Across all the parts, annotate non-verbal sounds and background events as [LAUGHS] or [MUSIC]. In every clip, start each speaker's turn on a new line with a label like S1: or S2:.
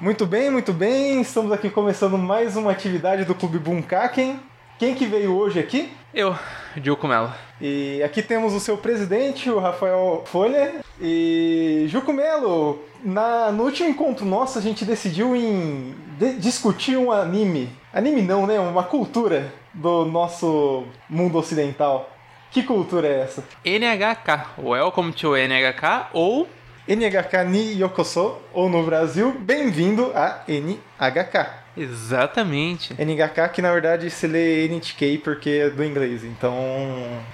S1: Muito bem, muito bem. Estamos aqui começando mais uma atividade do Clube Bunkaken. Quem que veio hoje aqui?
S2: Eu, Diogo Mello.
S1: E aqui temos o seu presidente, o Rafael Folha. E Juco Melo, na, no último encontro nosso a gente decidiu em de- discutir um anime. Anime não, né? Uma cultura do nosso mundo ocidental. Que cultura é essa?
S2: NHK, welcome to NHK ou
S1: NHK Ni Yokoso, ou no Brasil, bem-vindo a NHK.
S2: exatamente.
S1: NHK que na verdade se lê NHK porque é do inglês, então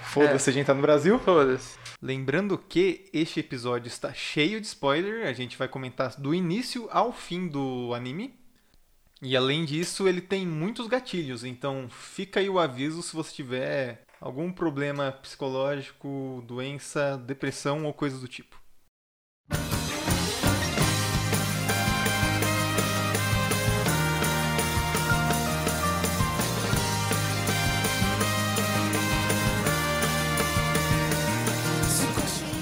S1: foda-se, a gente tá no Brasil.
S2: Foda-se.
S3: É. Lembrando que este episódio está cheio de spoiler, a gente vai comentar do início ao fim do anime. E além disso, ele tem muitos gatilhos, então fica aí o aviso se você tiver algum problema psicológico, doença, depressão ou coisa do tipo.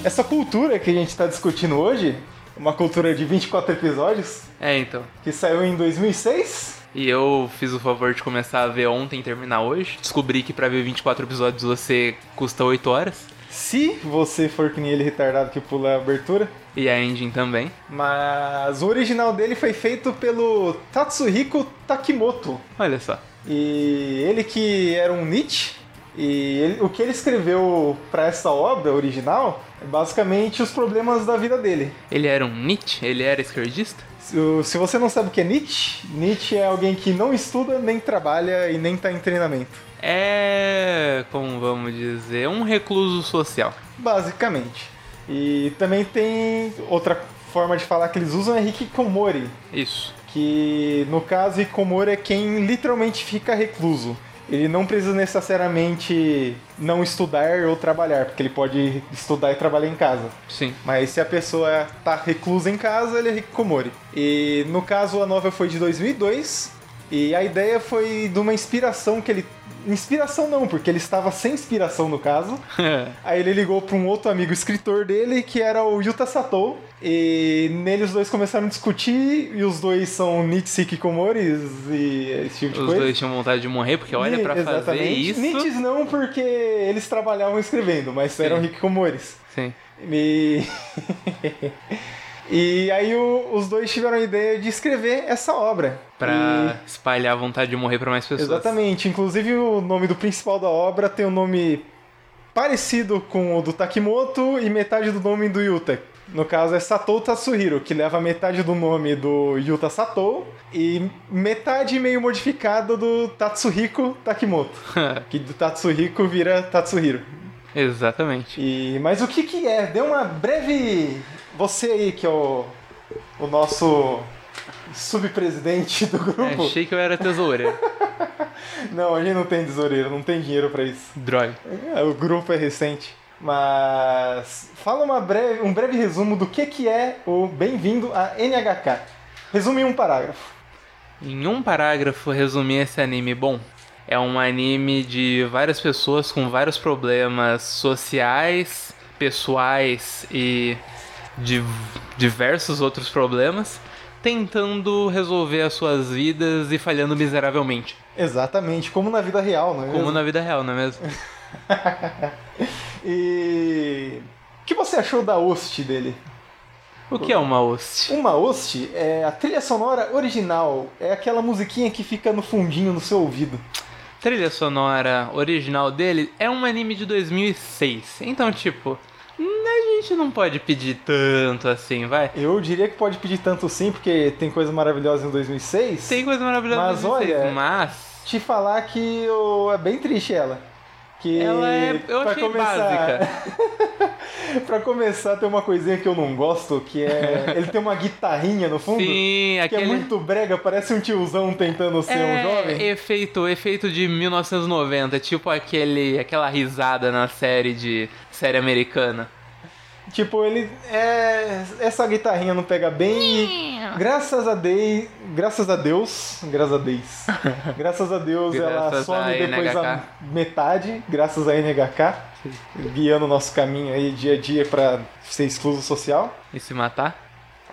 S1: Essa cultura que a gente tá discutindo hoje, uma cultura de 24 episódios,
S2: É, então.
S1: que saiu em 2006.
S2: E eu fiz o favor de começar a ver ontem e terminar hoje. Descobri que pra ver 24 episódios você custa 8 horas.
S1: Se você for que nem ele retardado que pula a abertura.
S2: E a engine também.
S1: Mas o original dele foi feito pelo Tatsuhiko Takimoto.
S2: Olha só.
S1: E ele que era um Nietzsche, e ele- o que ele escreveu para essa obra original é basicamente os problemas da vida dele.
S2: Ele era um Nietzsche? Ele era esquerdista?
S1: Se o- se você não sabe o que é Nietzsche, Nietzsche é alguém que não estuda, nem trabalha e nem tá em treinamento.
S2: É. como vamos dizer? Um recluso social.
S1: Basicamente. E também tem outra forma de falar que eles usam é Hikikomori,
S2: Isso.
S1: que no caso Hikikomori é quem literalmente fica recluso. Ele não precisa necessariamente não estudar ou trabalhar, porque ele pode estudar e trabalhar em casa.
S2: Sim. [LAUGHS]
S1: Mas se a pessoa tá reclusa em casa, ele é Hikikomori. E no caso, a novela foi de 2002 e a ideia foi de uma inspiração que ele. Inspiração não, porque ele estava sem inspiração no caso. Aí ele ligou para um outro amigo escritor dele, que era o Yuta Satou. E nele os dois começaram a discutir, e os dois são Nietzsche e Hikikomoris e esse tipo de
S2: Os
S1: coisa.
S2: dois tinham vontade de morrer, porque olha
S1: Ni-
S2: pra fazer
S1: exatamente.
S2: isso.
S1: Nietzsche não, porque eles trabalhavam escrevendo, mas eram Hikikomores.
S2: Sim.
S1: E... [LAUGHS] e aí o- os dois tiveram a ideia de escrever essa obra.
S2: Pra espalhar a vontade de morrer pra mais
S1: E-
S2: pessoas.
S1: Exatamente. Inclusive o nome do principal da obra tem um nome parecido com o do Takimoto e metade do nome do Yuta. No caso é Satou Tatsuhiro, que leva metade do nome do Yuta Satou e metade meio modificada do Tatsuhiko Takimoto. Que do Tatsuhiko vira Tatsuhiro.
S2: Exatamente.
S1: E, mas o que que é? Dê uma breve... Você aí, que é o, o nosso subpresidente do grupo.
S2: É, Achei que eu era tesoureiro.
S1: [LAUGHS] Não, a gente não tem tesoureiro, não tem dinheiro pra isso.
S2: Droga.
S1: É, O grupo é recente. Mas fala uma breve, um breve resumo do que que é o Bem-vindo a NHK. Resume em um parágrafo.
S2: Em um parágrafo, resumir esse anime bom. É um anime de várias pessoas com vários problemas sociais, pessoais e de diversos outros problemas, tentando resolver as suas vidas e falhando miseravelmente.
S1: Exatamente, como na vida real, não é
S2: Como
S1: mesmo?
S2: na vida real, não é mesmo?
S1: E... O que você achou da host dele?
S2: O que é uma host?
S1: Uma host é a trilha sonora original, é aquela musiquinha que fica no fundinho no seu ouvido.
S2: trilha sonora original dele é um anime de 2006. Então, tipo, a gente não pode pedir tanto assim, vai.
S1: Eu diria que pode pedir tanto sim, porque tem coisa maravilhosa em 2006.
S2: Tem coisa maravilhosa em
S1: Mas
S2: 2006,
S1: olha-
S2: mas
S1: Te falar que eu- é bem triste ela. Que
S2: ela é, eu
S1: pra
S2: achei
S1: começar,
S2: básica.
S1: [LAUGHS] pra começar, tem uma coisinha que eu não gosto, que é...
S2: [LAUGHS]
S1: ele tem uma guitarrinha no [LAUGHS] fundo,
S2: Sim,
S1: que
S2: aquele
S1: é muito brega, parece um tiozão tentando ser um
S2: É,
S1: jovem.
S2: efeito, efeito de 1990, tipo aquele, aquela risada na série de série americana.
S1: Tipo, ele... É... Essa guitarrinha não pega bem e... Graças a Deus, graças a Deus, graças a
S2: [LAUGHS]
S1: Deus, graças a Deus ela
S2: Graças
S1: some
S2: à
S1: depois da
S2: NHK.
S1: metade, graças a NHK, guiando o nosso caminho aí dia a dia pra ser excluso social.
S2: E se matar?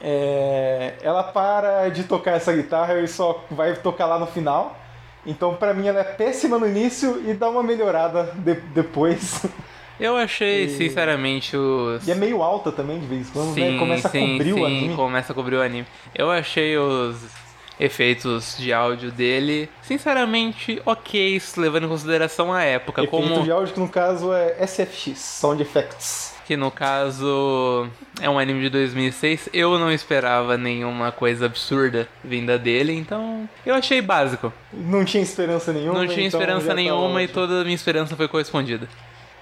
S1: É, ela para de tocar essa guitarra e só vai tocar lá no final. Então, pra mim, ela é péssima no início e dá uma melhorada de- depois. [LAUGHS]
S2: Eu achei,
S1: E-
S2: sinceramente, os.
S1: E é meio alta também, de vez em quando, né? Começa a assim. cobrir o anime.
S2: começa a cobrir o anime. Eu achei os efeitos de áudio dele, sinceramente, ok, levando em consideração a época.
S1: Efeito
S2: como um
S1: de áudio, que no caso é SFX, Sound Effects.
S2: que no caso é um anime de 2006, eu não esperava nenhuma coisa absurda vinda dele, então eu achei básico.
S1: Não tinha esperança nenhuma.
S2: não tinha
S1: então
S2: esperança
S1: já tá
S2: nenhuma e
S1: ótimo.
S2: toda a minha esperança foi correspondida.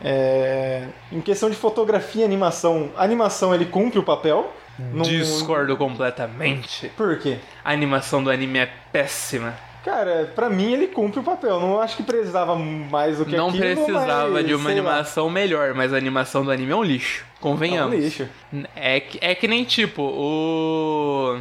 S1: É, Em questão de fotografia e animação, a animação ele cumpre o papel. Não-
S2: Discordo completamente.
S1: Por quê?
S2: A animação do anime é péssima.
S1: Cara, pra mim ele cumpre o papel. Não acho que precisava mais do que
S2: não
S1: aquilo,
S2: precisava
S1: mas,
S2: de uma
S1: sei lá,
S2: animação melhor, mas a animação do anime é um lixo.
S1: É um
S2: Convenhamos.
S1: lixo.
S2: É, que- é que nem tipo o.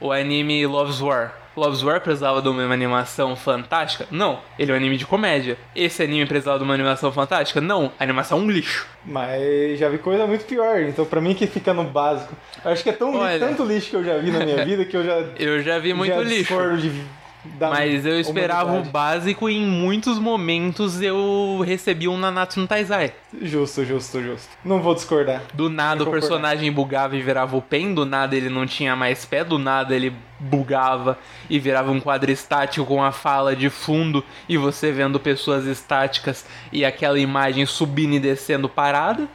S2: O anime Love's War. Love's War precisava de uma animação fantástica? Não. Ele é um anime de comédia. Esse anime precisava de uma animação fantástica? Não. A animação é um lixo.
S1: Mas já vi coisa muito pior. Então pra mim que fica no básico. Eu acho que é tão li-
S2: Olha.
S1: tanto lixo que eu já vi na minha vida que eu já
S2: Eu já vi muito
S1: já
S2: lixo.
S1: discordo de da
S2: Mas eu esperava o
S1: humanidade.
S2: básico e em muitos momentos eu recebi um Nanatsu no Taizai.
S1: Justo, justo, justo. Não vou discordar.
S2: Do
S1: Eu
S2: nada o
S1: concordo.
S2: personagem bugava e virava o pen, do nada ele não tinha mais pé, do nada ele bugava e virava um quadro estático com a fala de fundo e você vendo pessoas estáticas e aquela imagem subindo e descendo parada.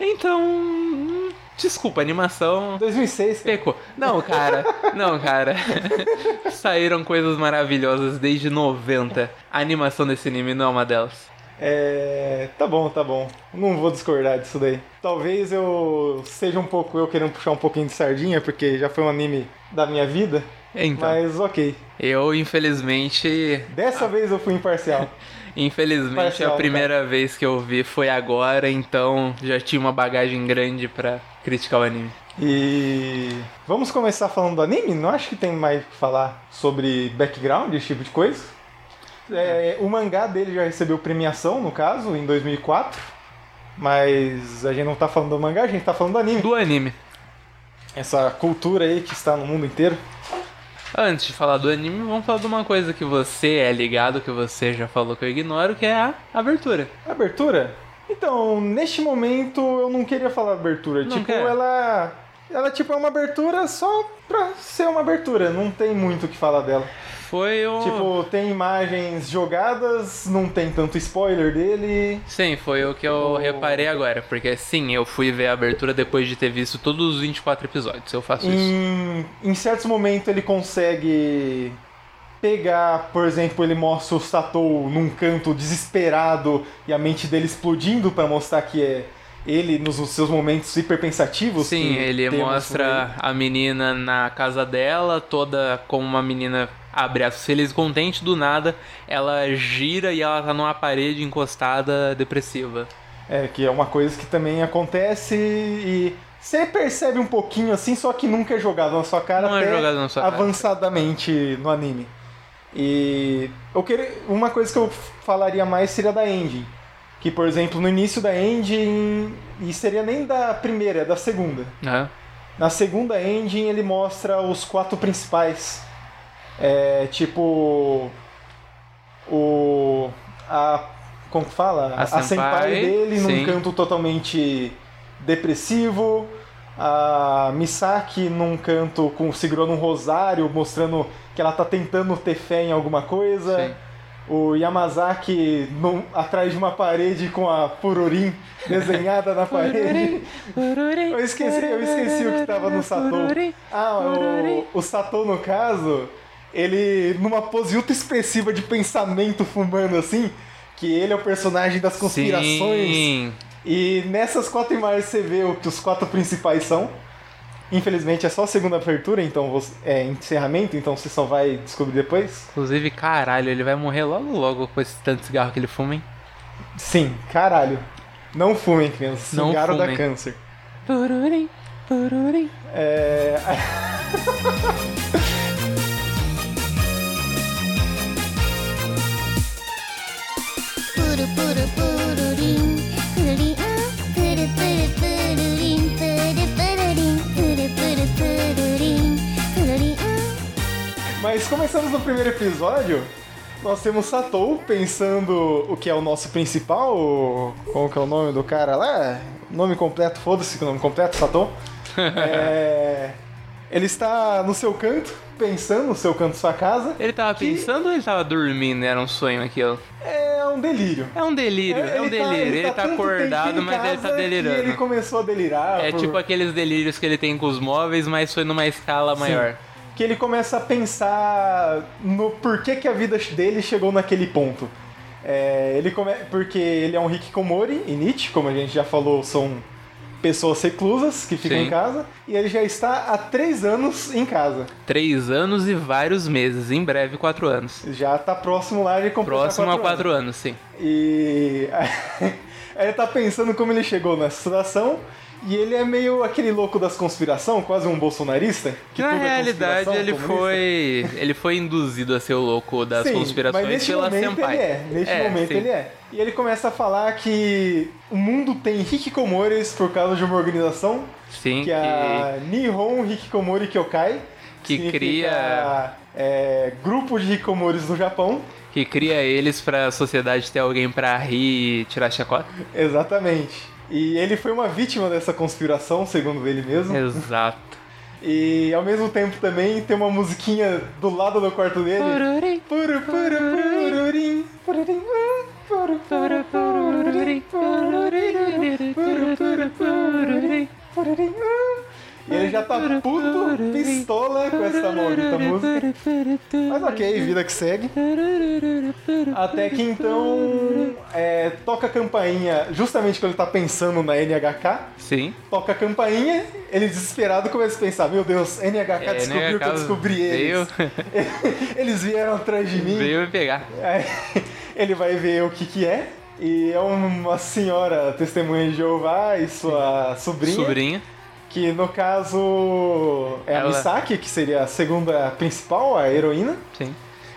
S2: Então, hum, desculpa, a animação
S1: 2006, cara.
S2: pecou. Não, cara, não, cara. [LAUGHS] Saíram coisas maravilhosas desde 90. A animação desse anime não é uma delas.
S1: É. Tá bom, tá bom. Não vou discordar disso daí. Talvez eu seja um pouco eu querendo puxar um pouquinho de sardinha, porque já foi um anime da minha vida.
S2: Então,
S1: Mas ok.
S2: eu infelizmente
S1: Dessa vez eu fui imparcial.
S2: Infelizmente,
S1: Parcial,
S2: a primeira vez que eu vi foi agora, então já tinha uma bagagem grande pra criticar o anime.
S1: E vamos começar falando do anime? Não acho que tem mais o que falar sobre background, esse tipo de coisa. É, o mangá dele já recebeu premiação, no caso, em 2004. Mas a gente não tá falando do mangá, a gente tá falando do anime.
S2: Do anime.
S1: Essa cultura aí que está no mundo inteiro.
S2: Antes de falar do anime, vamos falar de uma coisa que você é ligado, que você já falou que eu ignoro, que é a abertura.
S1: Abertura? Então, neste momento eu não queria falar abertura.
S2: Não
S1: tipo,
S2: quer?
S1: ela. Ela tipo é uma abertura só pra ser uma abertura. Não tem muito o que falar dela.
S2: Foi o.
S1: Tipo, tem imagens jogadas, não tem tanto spoiler dele.
S2: Sim, foi o que eu
S1: o-
S2: reparei agora, porque sim, eu fui ver a abertura depois de ter visto todos os 24 episódios, eu faço isso.
S1: Em, em certos momentos ele consegue pegar, por exemplo, ele mostra o Satou num canto desesperado e a mente dele explodindo pra mostrar que é ele nos seus momentos hiperpensativos.
S2: Sim,
S1: que
S2: ele
S1: temos nele.
S2: mostra a menina na casa dela, toda como uma menina abraço feliz e contente, do nada ela gira e ela tá numa parede encostada depressiva.
S1: É, que é uma coisa que também acontece e você percebe um pouquinho assim, só que nunca é jogado na sua cara
S2: Não é
S1: até
S2: jogado na sua cara.
S1: avançadamente no anime. E eu queria, uma coisa que eu falaria mais seria da ending, que por exemplo, no início da ending e seria nem da primeira, é da segunda.
S2: Né?
S1: Na segunda ending ele mostra os quatro principais. É, tipo o a como que fala?
S2: A
S1: senpai
S2: senpai,
S1: dele num
S2: sim.
S1: canto totalmente depressivo, a Misaki num canto com segurando um rosário, mostrando que ela tá tentando ter fé em alguma coisa.
S2: Sim.
S1: O Yamazaki num- atrás de uma parede com a Pururin desenhada na parede. Eu esqueci, eu esqueci o que tava no Satou. Ah, o, o Satou, no caso, ele numa pose ultra expressiva de pensamento fumando assim, que ele é o personagem das conspirações.
S2: Sim.
S1: E nessas quatro imagens você vê o que os quatro principais são. Infelizmente é só a segunda abertura, então você- é encerramento, então você só vai descobrir depois.
S2: Inclusive, caralho, ele vai morrer logo logo com esse tanto de cigarro que ele fuma, hein?
S1: Sim, caralho. Não fumem, crianças.
S2: Não
S1: Cigarro dá
S2: fumem.
S1: câncer.
S2: Pururim, pururim.
S1: É,
S4: Puru puru pururim, pururim, ah, puru ah. puru pururim, puru pururim, puru puru pururim,
S1: Mas começamos no primeiro episódio. Nós temos Satou pensando o que é o nosso principal. Como que é o nome do cara lá? Nome completo, foda-se que o nome completo,
S2: [LAUGHS]
S1: Satou. É, ele está no seu canto, pensando no seu canto de sua casa.
S2: Ele tava
S1: Que-
S2: pensando ou ele tava dormindo? Era um sonho aquilo?
S1: É um delírio.
S2: É um delírio, é, um
S1: ele
S2: delírio. ele, tá,
S1: tanto tempo
S2: acordado,
S1: em
S2: mas ele tá
S1: casa que
S2: delirando.
S1: Ele começou a delirar.
S2: É
S1: Ah, por-
S2: tipo aqueles delírios que ele tem com os móveis, mas foi numa escala maior.
S1: que ele começa a pensar no porquê que a vida dele chegou naquele ponto. É, ele come... Porque ele é um Hikikomori e Nietzsche, como a gente já falou, são pessoas reclusas que ficam
S2: Sim.
S1: em casa. E ele já está há três anos em casa.
S2: Três anos e vários meses, em breve quatro anos.
S1: Já está próximo lá de completar
S2: Próximo a
S1: quatro anos.
S2: quatro anos, sim.
S1: E [LAUGHS] aí ele tá pensando como ele chegou nessa situação. E ele é meio aquele louco das conspiração, quase um bolsonarista.
S2: Que na
S1: tudo é
S2: realidade
S1: conspiração
S2: ele
S1: comunista.
S2: foi. ele foi induzido a ser o louco das
S1: Sim,
S2: conspirações
S1: mas neste
S2: pela
S1: momento
S2: Senpai.
S1: Ele é, neste momento
S2: sim.
S1: ele é. E ele começa a falar que o mundo tem hikikomores por causa de uma organização
S2: Sim,
S1: que
S2: que,
S1: é a Nihon Hikikomori Kyokai.
S2: Que
S1: significa,
S2: cria-
S1: é, grupo de hikikomores no Japão.
S2: que cria eles pra sociedade ter alguém pra rir e tirar chacota.
S1: Exatamente. E ele foi uma vítima dessa conspiração, segundo ele mesmo.
S2: Exato.
S1: E ao mesmo tempo também tem uma musiquinha do lado do quarto dele.
S2: Pururim,
S1: Puru, puru, pururim, pururim, ah, puru, puru, pururim, pururim, puru, puru, pururim, pururim, ah. E ele já tá puto, pistola com essa maldita música. Mas ok, vida que segue. Até que então é, toca a campainha, justamente quando ele tá pensando na NHK.
S2: Sim.
S1: Toca a campainha, ele desesperado começa a pensar: Meu Deus, NHK
S2: É,
S1: descobriu
S2: né,
S1: que eu descobri
S2: veio,
S1: eles. Eles [LAUGHS] vieram atrás de mim.
S2: veio me pegar.
S1: Aí, ele vai ver o que que é. E é uma senhora testemunha de Jeová e sua sobrinha,
S2: Sobrinha.
S1: que no caso é
S2: Ela-
S1: a Misaki, que seria a segunda principal, a heroína.
S2: Sim.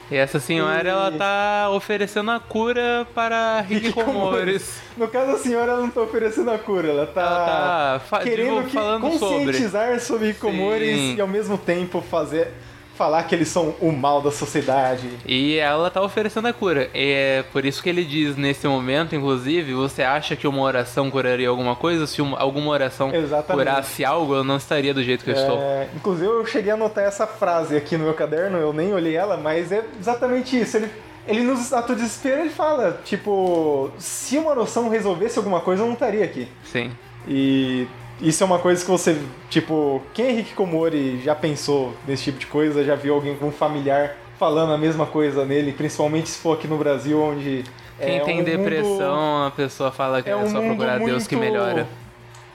S2: E essa senhora,
S1: E-
S2: ela tá oferecendo a cura para
S1: [LAUGHS]
S2: Hikikomores.
S1: No caso, a senhora ela não tá oferecendo a cura, ela tá,
S2: Ela tá fa-
S1: querendo
S2: digo,
S1: que-
S2: falando sobre.
S1: conscientizar sobre Hikomores
S2: Sim.
S1: e ao mesmo tempo fazer falar que eles são o mal da sociedade.
S2: E ela tá oferecendo a cura. É por isso que ele diz nesse momento, inclusive, você acha que uma oração curaria alguma coisa? Se uma- alguma oração
S1: Exatamente.
S2: curasse algo, eu não estaria do jeito que eu estou.
S1: É, inclusive eu cheguei a anotar essa frase aqui no meu caderno, eu nem olhei ela, mas é exatamente isso. Ele, ele nos status de desespero, ele fala, tipo, se uma noção resolvesse alguma coisa, eu não estaria aqui.
S2: Sim.
S1: E isso é uma coisa que você, tipo, quem é Henrique Komori já pensou nesse tipo de coisa, já viu alguém com um familiar falando a mesma coisa nele, principalmente se for aqui no Brasil, onde...
S2: Quem
S1: é
S2: tem
S1: um
S2: depressão,
S1: mundo-
S2: a pessoa fala que é,
S1: é um
S2: só
S1: mundo
S2: procurar
S1: muito...
S2: Deus que melhora.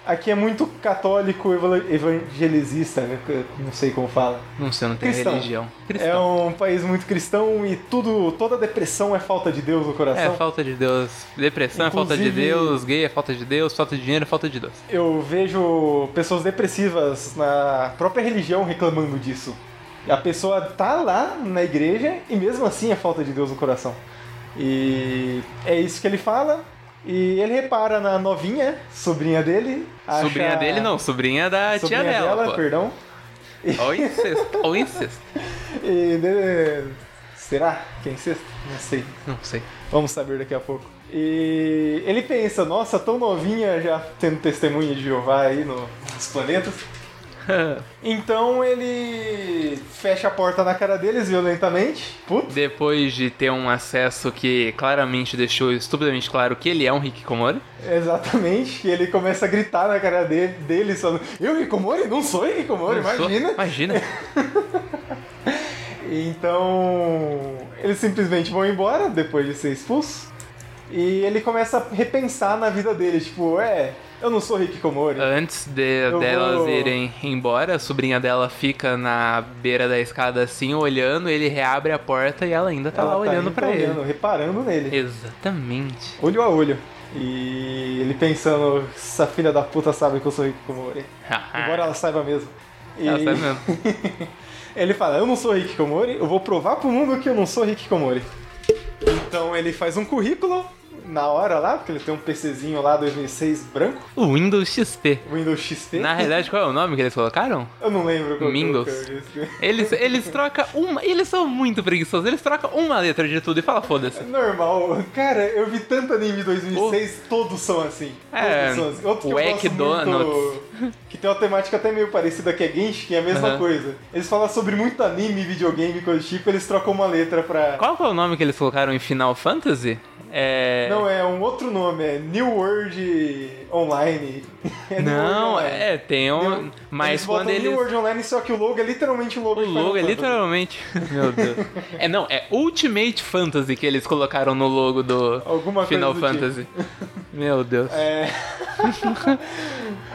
S1: Aqui é muito católico evangel- evangelizista, né? Eu não sei como fala.
S2: Não sei, não tem
S1: Cristão.
S2: religião.
S1: É
S2: Cristão.
S1: um país muito cristão e tudo, toda depressão é falta de Deus no
S2: É,
S1: coração.
S2: falta de Deus. Depressão é falta de
S1: Inclusive-
S2: Deus, gay é falta de Deus, falta de dinheiro é falta de Deus.
S1: Eu vejo pessoas depressivas na própria religião reclamando disso. E A pessoa tá lá na igreja e mesmo assim é falta de Deus no coração. E é isso que ele fala. E ele repara na novinha, sobrinha dele. acha-
S2: Sobrinha dele não, sobrinha da
S1: Sobrinha
S2: tia dela.
S1: dela,
S2: pô.
S1: perdão.
S2: Ó o incesto, ó o incesto.
S1: E de- Será que é incesto? Não sei.
S2: Não
S1: [LAUGHS]
S2: sei.
S1: Vamos saber daqui a pouco. E ele pensa, nossa, tão novinha já tendo testemunha de Jeová aí no- nos planetas. Então ele fecha a porta na cara deles violentamente. Puta.
S2: Depois de ter um acesso que claramente deixou estupidamente claro que ele é um Hikikomori.
S1: Exatamente. E ele começa a gritar na cara dele, deles, falando, eu Rikomori? Não sou Rikomori,
S2: Não sou-
S1: imagina. [LAUGHS]
S2: Imagina.
S1: E Então eles simplesmente vão embora depois de ser expulso. E ele começa a repensar na vida dele, tipo, é, eu não sou Rikomori.
S2: Antes de-
S1: vou-
S2: delas irem embora, a sobrinha dela fica na beira da escada assim, olhando, ele reabre a porta e ela ainda tá lá
S1: Ela tá
S2: olhando
S1: indo
S2: pra ele.
S1: olhando, reparando nele.
S2: Exatamente.
S1: Olho a olho. E ele pensando, essa filha da puta sabe que eu sou Hikikomori. Embora ela saiba mesmo. E
S2: Ah. Ela tá sabe mesmo.
S1: ele fala, eu não sou Hikikomori, eu vou provar pro mundo que eu não sou Hikikomori. Então ele faz um currículo na hora lá, porque ele tem um PCzinho lá 2006 branco,
S2: O Windows XP.
S1: Windows XP.
S2: Na realidade, qual é o nome que eles colocaram?
S1: Eu não lembro qual que é o
S2: Windows.
S1: cara.
S2: Eles, eles trocam uma. Eles são muito preguiçosos. Eles trocam uma letra de tudo e fala foda-se.
S1: Normal, cara, eu vi tanto anime em 2006, todos são assim.
S2: É,
S1: todos são assim. Outro que eu gosto
S2: McDonald's.
S1: muito, que tem uma temática até meio parecida que é Genshin, que é a mesma
S2: Aham.
S1: coisa. Eles falam sobre muito anime, videogame, coisa do tipo, eles trocam uma letra pra...
S2: Qual que é o nome que eles colocaram em Final Fantasy? É.
S1: Não, é um outro nome, é New World Online. [LAUGHS] É New
S2: Não,
S1: World Online.
S2: é, tem um.
S1: New-
S2: Mas
S1: eles
S2: quando
S1: botam New
S2: eles.
S1: World Online, só que o logo é literalmente o logo
S2: O
S1: de Final
S2: logo é
S1: Fantasy. [LAUGHS]
S2: literalmente. Meu Deus. É, não, é Ultimate Fantasy que eles colocaram no logo do
S1: Alguma coisa
S2: Final
S1: do tipo.
S2: Fantasy. Meu Deus.
S1: É. [LAUGHS]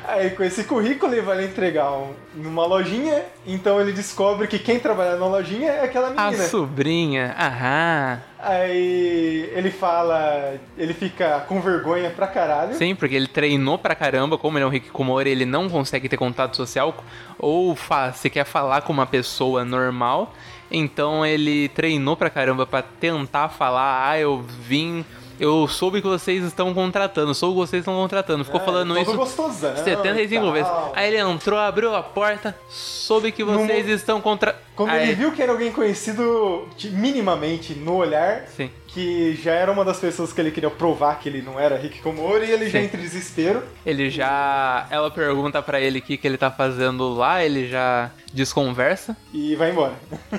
S1: Aí com esse currículo ele vai entregar um- numa lojinha, então ele descobre que quem trabalha na lojinha é aquela
S2: A
S1: menina.
S2: sobrinha. Aham.
S1: Aí ele fala, ele fica com vergonha pra caralho.
S2: Sim, porque ele treinou pra caramba, como ele é um Hikikomori, ele não consegue ter contato social ou fa se quer falar com uma pessoa normal. Então ele treinou pra caramba pra tentar falar: "Ah, eu vim, eu soube que vocês estão contratando, soube que vocês estão contratando". Ficou
S1: Ah,
S2: falando
S1: todo
S2: isso
S1: gostosão,
S2: 75
S1: e
S2: vezes.
S1: tal.
S2: Aí ele entrou, abriu a porta, soube que
S1: Não-
S2: vocês estão contra
S1: Quando
S2: Aí-
S1: ele viu que era alguém conhecido de- minimamente no olhar,
S2: Sim.
S1: que já era uma das pessoas que ele queria provar que ele não era Hikikomori, e ele já
S2: Sim.
S1: entra em desespero.
S2: Ele já. Ela pergunta pra ele o que, que ele tá fazendo lá, ele já desconversa.
S1: E vai embora.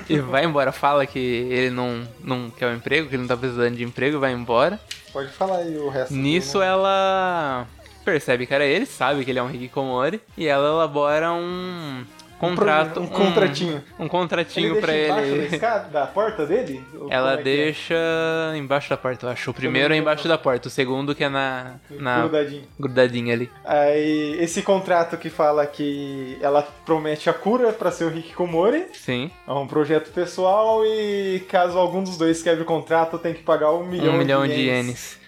S2: E vai embora, fala que ele não, não quer o emprego, que ele não tá precisando de emprego e vai embora.
S1: [LAUGHS] Pode falar aí o resto.
S2: Nisso ela percebe que era ele, sabe que ele é um Hikikomori, e ela elabora um contrato.
S1: pro- um contratinho.
S2: Um, contratinho
S1: ele
S2: pra
S1: deixa embaixo né, da
S2: ele.
S1: escada, da porta dele? Ou
S2: [LAUGHS] Ela
S1: como é que é?
S2: deixa embaixo da porta, eu acho. O primeiro é
S1: lembro.
S2: embaixo da porta, o segundo que é na. na
S1: Grudadinho.
S2: grudadinha ali.
S1: Aí, esse contrato que fala que ela promete a cura pra ser o Hikikomori,
S2: Sim.
S1: é um projeto pessoal e caso algum dos dois quebre o contrato, tem que pagar um milhão,
S2: um milhão
S1: de,
S2: de ienes.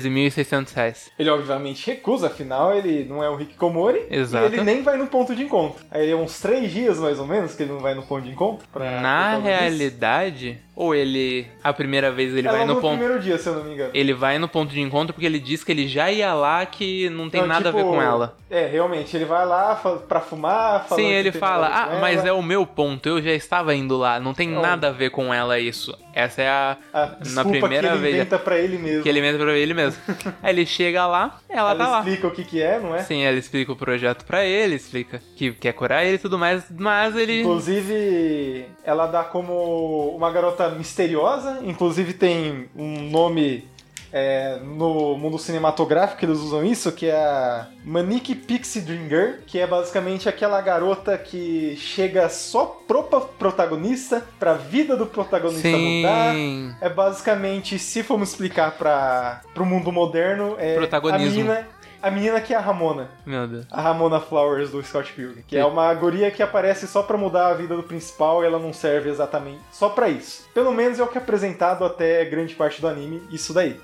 S2: 13.600 reais.
S1: Ele obviamente recusa, afinal ele não é um Hikikomori
S2: Exato.
S1: e ele nem vai no ponto de encontro. Aí é uns três dias mais ou menos que ele não vai no ponto de encontro. Pra,
S2: Na
S1: por causa disso.
S2: realidade, ou ele. A primeira vez ele
S1: Ela
S2: vai no
S1: no
S2: ponto.
S1: primeiro dia, se eu não me engano.
S2: Ele vai no ponto de encontro porque ele diz que ele já ia lá que não tem
S1: Não,
S2: nada a ver
S1: tipo,
S2: com ela.
S1: É, realmente, ele vai lá fa- pra fumar, falando
S2: Sim,
S1: que
S2: ele
S1: tem
S2: fala,
S1: nada a ver com
S2: ah, mas
S1: ela." É
S2: é o meu ponto, eu já estava indo lá, não tem
S1: Não.
S2: nada a ver com ela isso. Essa é a.
S1: A desculpa
S2: primeira
S1: que ele
S2: vez-
S1: inventa pra ele mesmo.
S2: que ele mesmo pra
S1: [LAUGHS]
S2: ele mesmo. Aí ele chega lá, ela,
S1: Ela
S2: tá lá.
S1: explica o que que é, não é?
S2: Sim, ela explica o projeto pra ele, explica que quer curar ele e tudo mais, mas ele.
S1: Inclusive, ela dá como uma garota misteriosa. Inclusive, tem um nome é, no mundo cinematográfico que eles usam isso, que é a Manique Pixie Dream Girl, que é basicamente aquela garota que chega só pro pa- protagonista, pra vida do protagonista mudar.
S2: Sim.
S1: É basicamente, se formos explicar para pro mundo moderno, é
S2: Protagonismo.
S1: a menina, a menina que é a Ramona.
S2: Meu Deus.
S1: A Ramona Flowers do Scott Pilgrim, que
S2: Sim.
S1: é uma guria que aparece só pra mudar a vida do principal e ela não serve exatamente só pra isso. Pelo menos é o que é apresentado até grande parte do anime, isso daí.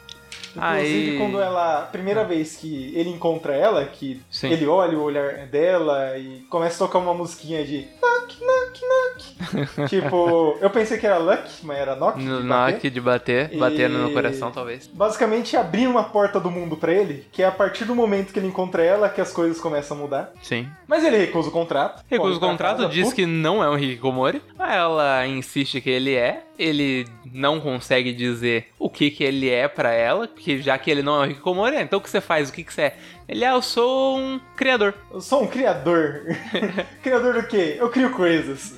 S1: Inclusive,
S2: Aí- Ah.
S1: quando ela. a Primeira vez que ele encontra ela, que
S2: Sim.
S1: ele olha o olhar dela e começa a tocar uma musiquinha de knock, knock,
S2: [LAUGHS]
S1: knock. tipo, eu pensei que era Luck, mas era Knock.
S2: No
S1: de bater.
S2: knock de bater,
S1: E-
S2: batendo no coração, talvez.
S1: Basicamente abrindo uma porta do mundo pra ele, que é a partir do momento que ele encontra ela que as coisas começam a mudar.
S2: Sim.
S1: Mas ele recusa o contrato.
S2: Recusa
S1: Corre
S2: o
S1: pra
S2: contrato,
S1: casa,
S2: diz
S1: puto.
S2: que não é um Hikikomori. Ela insiste que ele é. Ele não consegue dizer o que que ele é pra ela, porque já que ele não é um Hikikomori, então o que você faz? O que que você é? Ele é, eu sou um criador.
S1: Eu sou um criador. criador do quê? Eu crio coisas.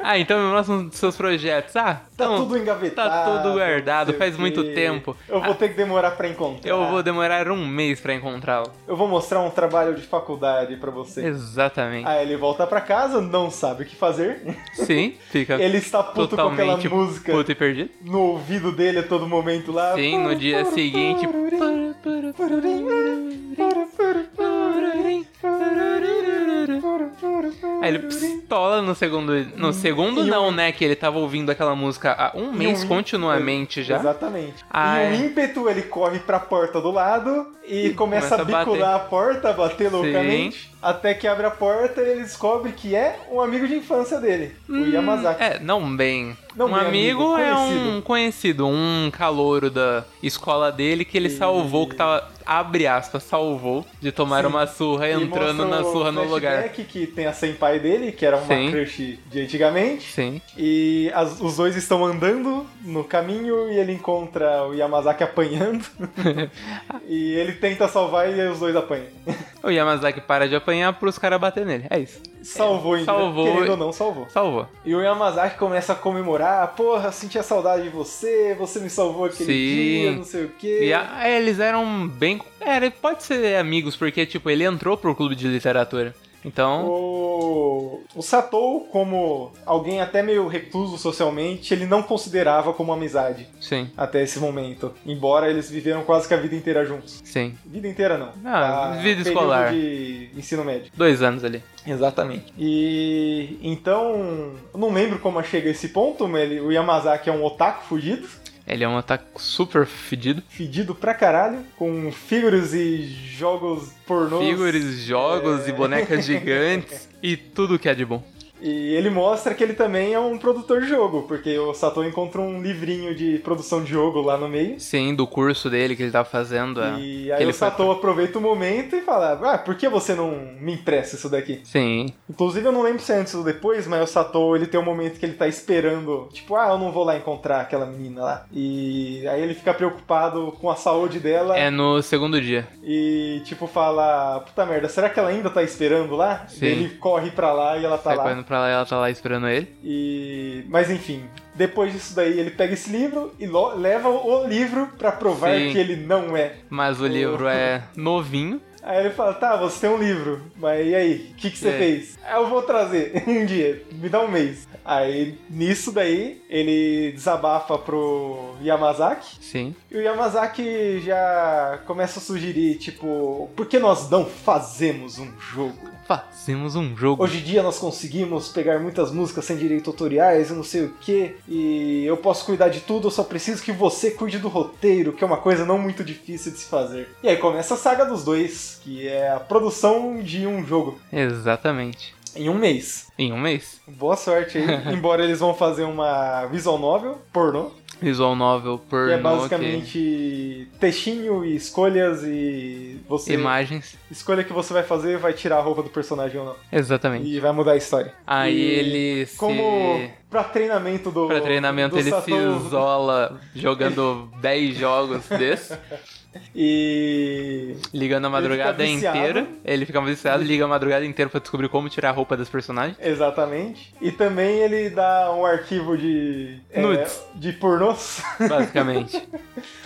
S2: Ah, então me mostra um dos seus projetos. Ah,
S1: Tá
S2: então,
S1: tudo engavetado.
S2: tá tudo guardado,
S1: não sei
S2: faz
S1: o quê.
S2: muito tempo.
S1: Eu vou
S2: Ah.
S1: ter que demorar pra encontrar.
S2: eu vou demorar um mês pra encontrá-lo.
S1: Eu vou mostrar um trabalho de faculdade pra você.
S2: Exatamente.
S1: Aí ele volta pra casa, não sabe o que fazer.
S2: Sim, fica
S1: Ele está puto com
S2: totalmente
S1: aquela música
S2: puto e perdido.
S1: no ouvido dele a todo momento lá.
S2: Sim, no dia seguinte. Aí ele pistola no segundo. No segundo,
S1: E
S2: não, né? Que ele tava ouvindo aquela música há um mês
S1: um-
S2: continuamente já.
S1: Exatamente.
S2: Ah,
S1: e
S2: é.
S1: o ímpeto, ele corre pra porta do lado e,
S2: E
S1: começa,
S2: começa a
S1: a bicular
S2: bater.
S1: a porta, bater loucamente. até que abre a porta e ele descobre que é um amigo de infância dele, o Yamazaki.
S2: É, não bem.
S1: Não
S2: um
S1: bem
S2: amigo,
S1: amigo,
S2: é um
S1: conhecido.
S2: conhecido, um calouro da escola dele que ele
S1: E-
S2: salvou, que tava, abre aspas, salvou de tomar
S1: Sim.
S2: uma surra
S1: E
S2: entrando
S1: mostra
S2: na
S1: o
S2: surra no lugar.
S1: flashback que tem a senpai dele, que era uma
S2: Sim.
S1: crush de antigamente.
S2: Sim.
S1: E as- os dois estão andando no caminho e ele encontra o Yamazaki
S2: [LAUGHS]
S1: apanhando. e ele tenta salvar e os dois apanham.
S2: O Yamazaki para de apanhar pros caras bater nele. É isso.
S1: Salvou, ainda,
S2: salvou.
S1: querendo ou não, salvou.
S2: Salvou.
S1: E o Yamazaki começa a comemorar, porra, senti a saudade de você, você me salvou aquele
S2: Sim.
S1: dia, não sei o quê.
S2: E a- é, eles eram bem. Era, pode ser amigos, porque, tipo, ele entrou pro clube de literatura. Então.
S1: O, o Satou, como alguém até meio recluso socialmente, ele não considerava como amizade
S2: Sim,
S1: até esse momento. Embora eles viveram quase que a vida inteira juntos.
S2: sim.
S1: Vida inteira não.
S2: Ah,
S1: A-
S2: vida
S1: período
S2: escolar.
S1: de ensino médio.
S2: Dois anos ali.
S1: Exatamente. E então, eu não lembro como chega a esse ponto, mas ele, o Yamazaki é um otaku fudido,
S2: Ele é um ataque super fedido.
S1: fedido pra caralho, com figuras e jogos pornôs.
S2: Figures, jogos e bonecas gigantes e tudo que é de bom.
S1: E ele mostra que ele também é um produtor de jogo, porque o Sato encontra um livrinho de produção de jogo lá no meio.
S2: Sim, do curso dele que ele tava fazendo. é.
S1: E
S2: Que
S1: aí
S2: ele
S1: o Sato aproveita o momento e fala: Ah, por que você não me empresta isso daqui?
S2: foi- Sim,
S1: Inclusive, eu não lembro se é antes ou depois, mas o Sato, ele tem um momento que ele tá esperando, tipo, ah, eu não vou lá encontrar aquela menina lá. E aí ele fica preocupado com a saúde dela
S2: é no segundo dia.
S1: e, tipo, fala, puta merda, será que ela ainda tá esperando lá?
S2: Sim.
S1: Daí Ele corre pra lá e ela tá
S2: Sai
S1: lá.
S2: correndo pra lá e ela tá lá esperando ele.
S1: E... Mas enfim, depois disso daí, ele pega esse livro e lo- leva o livro pra provar
S2: Sim.
S1: que ele não é.
S2: Mas o livro é novinho.
S1: Aí ele fala, tá, você tem um livro, mas e aí, o que, que você
S2: É.
S1: fez? "Ah, Eu vou trazer [LAUGHS] um dia, me dá um mês. Aí, nisso daí, ele desabafa pro Yamazaki,
S2: Sim.
S1: e o Yamazaki já começa a sugerir, tipo, por que nós não fazemos um jogo?
S2: Fazemos um jogo.
S1: Hoje em dia nós conseguimos pegar muitas músicas sem direito autoriais e não sei o que, e eu posso cuidar de tudo, eu só preciso que você cuide do roteiro, que é uma coisa não muito difícil de se fazer. E aí começa a saga dos dois, que é a produção de um jogo
S2: Exatamente.
S1: em um mês.
S2: Em um mês.
S1: Boa sorte
S2: [LAUGHS]
S1: aí, embora eles vão fazer uma visual novel, pornô,
S2: Visual novel por
S1: que é basicamente textinho e escolhas e você...
S2: imagens.
S1: Escolha que você vai fazer vai tirar a roupa do personagem ou não,
S2: Exatamente.
S1: e vai mudar a história.
S2: Aí
S1: E-
S2: ele se...
S1: Como pra treinamento do.
S2: Pra treinamento
S1: do
S2: ele se
S1: Saturno.
S2: isola jogando 10 jogos desse,
S1: E.
S2: ligando a madrugada
S1: Ele fica viciado.
S2: inteira. Ele fica viciado, liga a madrugada inteira pra descobrir como tirar a roupa dos personagens.
S1: Exatamente. E também ele dá um arquivo de. é,
S2: Nudes.
S1: de pornôs. [LAUGHS]
S2: Basicamente.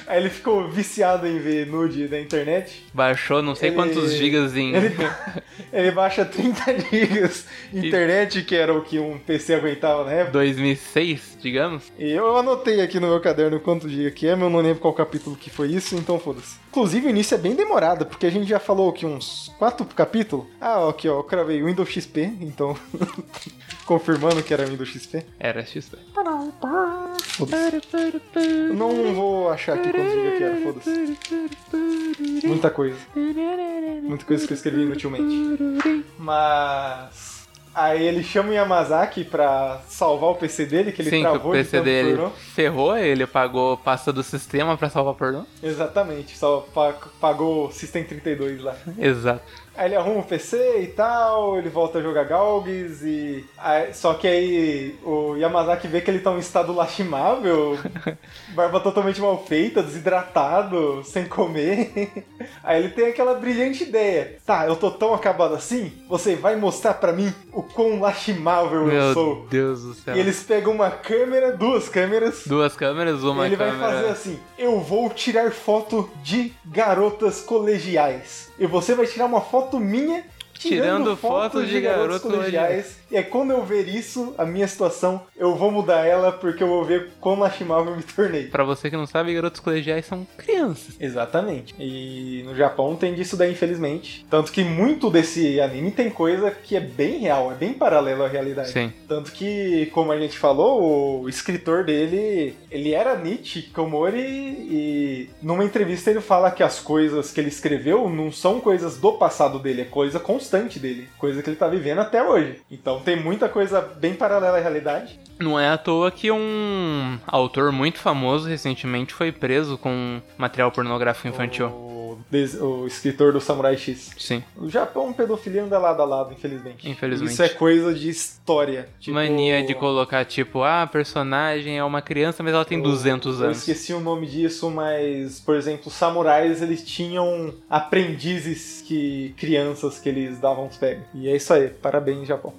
S1: Aí ele ficou viciado em ver nude na internet.
S2: Baixou não sei
S1: Ele-
S2: quantos gigas em.
S1: Ele, [LAUGHS] ele baixa 30 gigas de internet, que era o que um PC aguentava na época.
S2: 2006, digamos?
S1: E eu anotei aqui no meu caderno quanto dia que é, mas eu não lembro qual capítulo que foi isso, então foda-se. Inclusive, o início é bem demorado, porque a gente já falou aqui uns quatro capítulos. Ah, ó, aqui ó, eu cravei Windows XP, então. [LAUGHS] confirmando que era Windows XP.
S2: Era né? XP.
S1: Foda-se. Eu Não vou achar aqui quantos dias que era, foda-se. Muita coisa. Muita coisa que eu escrevi inutilmente. Mas. Aí ele chama o Yamazaki pra salvar o PC dele, que ele
S2: Sim, que o
S1: travou de
S2: PC
S1: tanto
S2: dele
S1: pornô.
S2: ferrou, ele pagou pasta do sistema pra salvar pornô.
S1: Exatamente, só pa- pagou o System 32 lá.
S2: Exato.
S1: Aí ele arruma o PC e tal, ele volta a jogar Galgs e. aí- só que aí o Yamazaki vê que ele tá em um estado lastimável,
S2: [LAUGHS]
S1: barba totalmente mal feita, desidratado, sem comer. [LAUGHS] Aí ele tem aquela brilhante ideia. Tá, eu tô tão acabado assim, você vai mostrar pra mim o quão lastimável eu
S2: Meu
S1: sou.
S2: Deus do céu.
S1: E eles pegam uma câmera, duas câmeras,
S2: Duas câmeras, uma
S1: ele
S2: câmera.
S1: vai fazer assim: eu vou tirar foto de garotas colegiais. E você vai tirar uma foto minha tirando,
S2: Tirando foto de garotos colegiais.
S1: E aí, quando eu ver isso, a minha situação, eu vou mudar ela porque eu vou ver quão lastimável eu me tornei.
S2: Pra você que não sabe, garotos colegiais são crianças.
S1: Exatamente. E no Japão tem disso daí, infelizmente. Tanto que muito desse anime tem coisa que é bem real, é bem paralelo à realidade.
S2: Sim.
S1: Tanto que, como a gente falou, o escritor dele, ele era Nietzsche Komori e numa entrevista ele fala que as coisas que ele escreveu não são coisas do passado dele, é coisa constante dele, coisa que ele tá vivendo até hoje. Então tem muita coisa bem paralela à realidade.
S2: Não é à toa que um autor muito famoso recentemente foi preso com material pornográfico infantil.
S1: O, des- o escritor do Samurai X.
S2: Sim.
S1: O Japão, pedofilia anda lado a lado, infelizmente.
S2: Infelizmente.
S1: Isso é coisa de história. Tipo,
S2: Mania de colocar, tipo, ah, a personagem é uma criança, mas ela tem 200
S1: Eu
S2: anos.
S1: esqueci o nome disso, mas, por exemplo, os samurais, eles tinham aprendizes que crianças que eles davam os pega. E é isso aí, parabéns, Japão.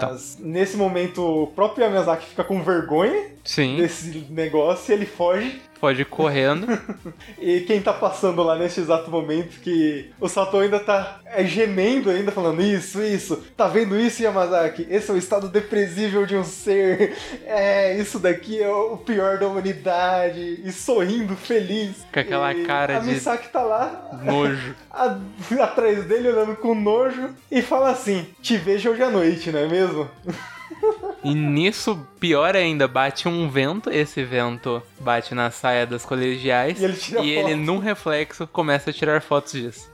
S1: Mas, nesse momento, o próprio Yamazaki fica com vergonha
S2: Sim,
S1: desse negócio e ele foge.
S2: pode
S1: [LAUGHS]
S2: ir correndo.
S1: E quem tá passando lá nesse exato momento que o Sato ainda tá é, gemendo, ainda falando isso, isso, tá vendo isso, Yamazaki? Esse é o estado depresível de um ser. É, isso daqui é o pior da humanidade. E sorrindo, feliz.
S2: Com aquela
S1: E
S2: cara
S1: a
S2: de-
S1: Misaki tá lá
S2: Nojo.
S1: a- [LAUGHS] atrás dele, olhando com nojo, e fala assim: Te vejo hoje à noite, não é mesmo? [LAUGHS]
S2: E nisso, pior ainda, bate um vento. Esse vento bate na saia das colegiais.
S1: E ele tira
S2: e
S1: foto.
S2: ele, num reflexo, começa a tirar fotos disso.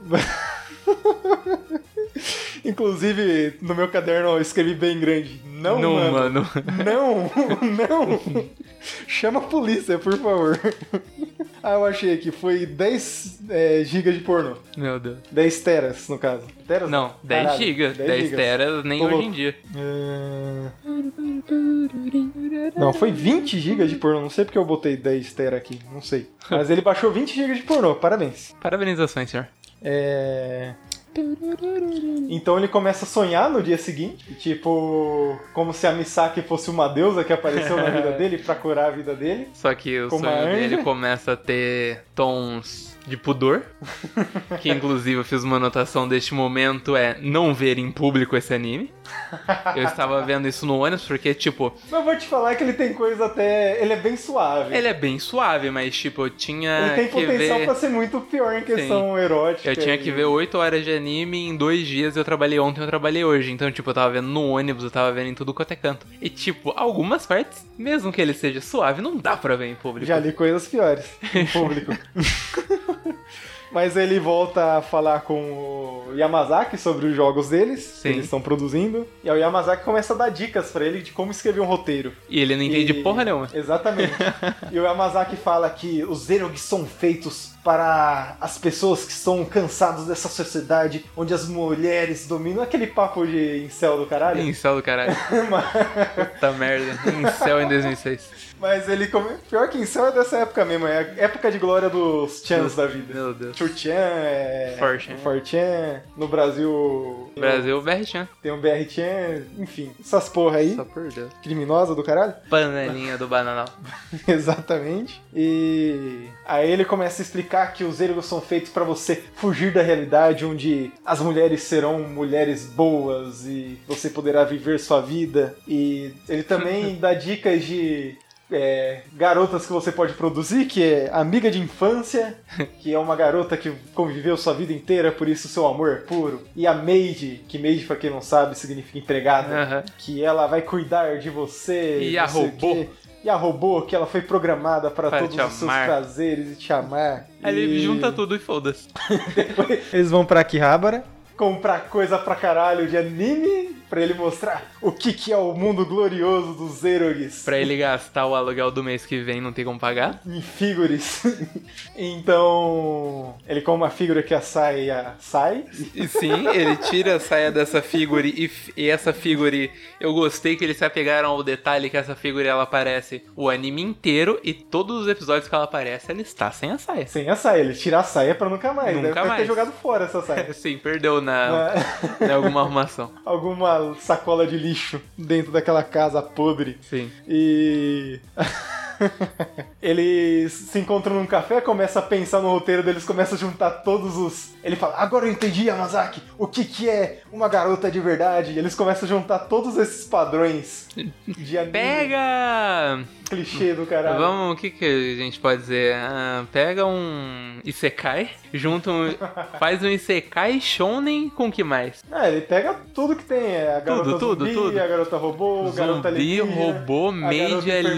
S1: Inclusive, no meu caderno eu escrevi bem grande: Não,
S2: Não,
S1: mano.
S2: mano. [LAUGHS]
S1: Não, [LAUGHS] não. Chama a polícia, por favor. Ah, eu achei aqui. Foi 10 é, gigas de porno.
S2: Meu Deus.
S1: 10 teras, no caso. Teras?
S2: Não, 10
S1: Caralho,
S2: gigas. 10,
S1: gigas.
S2: teras nem
S1: Tô
S2: hoje
S1: louco.
S2: em dia.
S1: É, Não, foi 20 gigas de pornô. Não sei porque eu botei 10 teras aqui. Não sei. Mas ele baixou 20 gigas de pornô. Parabéns.
S2: Parabenizações, senhor.
S1: É... Então ele começa a sonhar no dia seguinte, tipo, como se a Misaki fosse uma deusa que apareceu na
S2: [LAUGHS]
S1: vida dele pra curar a vida dele.
S2: Só que o
S1: Como
S2: sonho
S1: a
S2: dele
S1: anja.
S2: começa a ter tons
S1: [LAUGHS]
S2: de pudor. que inclusive eu fiz uma anotação deste momento é não ver em público esse anime. Eu estava vendo isso no ônibus porque, tipo,
S1: Mas eu vou te falar que ele tem coisa até. Ele é bem suave. Ele,
S2: ele é bem suave, mas, tipo, eu tinha
S1: tem
S2: que
S1: potencial
S2: ver...
S1: pra ser muito pior em questão erótica.
S2: Eu tinha que
S1: e-
S2: ver 8 horas de anime em dois dias. Eu trabalhei ontem, eu trabalhei hoje. Então, tipo, eu tava vendo no ônibus, eu tava vendo em tudo quanto é canto. E, tipo, algumas partes, mesmo que ele seja suave, não dá pra ver em público.
S1: Já li coisas piores
S2: [LAUGHS]
S1: em público. Mas ele volta a falar com o Yamazaki sobre os jogos deles,
S2: Sim.
S1: que eles estão produzindo. E aí o Yamazaki começa a dar dicas pra ele de como escrever um roteiro.
S2: E ele não entende
S1: E-
S2: porra nenhuma.
S1: Exatamente. e o Yamazaki fala que os Erogs são feitos para as pessoas que estão cansadas dessa sociedade onde as mulheres dominam aquele papo de incel do caralho.
S2: Incel do caralho. Puta merda. Incel em 2006.
S1: Mas ele. Come... Pior que incel é dessa época mesmo, é a época de glória dos chans da vida.
S2: Meu Deus.
S1: 4chan, é.
S2: 4chan.
S1: 4chan. No Brasil.
S2: Brasil, Bertinha.
S1: Tem o BRChan, enfim, essas porra aí,
S2: Só por Deus.
S1: criminosa do caralho.
S2: Panelinha do bananal.
S1: [LAUGHS] Exatamente. E aí ele começa a explicar que os ergos são feitos pra você fugir da realidade onde as mulheres serão mulheres boas e você poderá viver sua vida. E ele também dá dicas de é, garotas que você pode produzir, que é amiga de infância, que é uma garota que conviveu sua vida inteira, por isso seu amor é puro. E a maid, que maid, pra quem não sabe, significa empregada
S2: Aham.
S1: que ela vai cuidar de você.
S2: E
S1: não
S2: a
S1: sei o
S2: robô.
S1: quê. E a robô, que ela foi programada para
S2: Para
S1: todos
S2: te
S1: os seus
S2: amar.
S1: prazeres e te amar.
S2: Aí ele
S1: E
S2: junta tudo e foda-se. [LAUGHS]
S1: Eles vão pra Akihabara. Comprar coisa pra caralho de anime pra ele mostrar o que, que é o mundo glorioso dos Erogs.
S2: Pra ele gastar o aluguel do mês que vem, não tem como pagar.
S1: Em figures. [LAUGHS] então. Ele come uma figura que a sai a sai.
S2: E sim, ele tira a saia dessa figure e, f- e essa figure. Eu gostei que eles se apegaram ao detalhe que essa figure ela aparece o anime inteiro e todos os episódios que ela aparece, ela está sem a saia.
S1: Sem a saia. Ele tira a saia pra nunca mais.
S2: Nunca
S1: Deve ter
S2: mais.
S1: jogado fora essa saia.
S2: [LAUGHS] Sim, perdeu na,
S1: Na-
S2: na alguma arrumação.
S1: alguma sacola de lixo dentro daquela casa podre.
S2: Sim.
S1: E. [LAUGHS] Eles se encontram num café, começa a pensar no roteiro deles, começa a juntar todos os. Ele fala, agora eu entendi, Yamazaki, o que, que é uma garota de verdade? E eles começam a juntar todos esses padrões de anime,
S2: Pega!
S1: clichê do caralho.
S2: Vamos, o que, que a gente pode dizer? Ah, pega um Isekai,
S1: [LAUGHS]
S2: junta um. faz um Isekai Shonen com o que mais?
S1: É, ele pega tudo que tem, é a garota
S2: Tudo, tudo,
S1: zumbi,
S2: tudo.
S1: a garota robô, a garota
S2: Zumbi,
S1: alienígena,
S2: robô,
S1: a
S2: maid,
S1: garota enfermeira,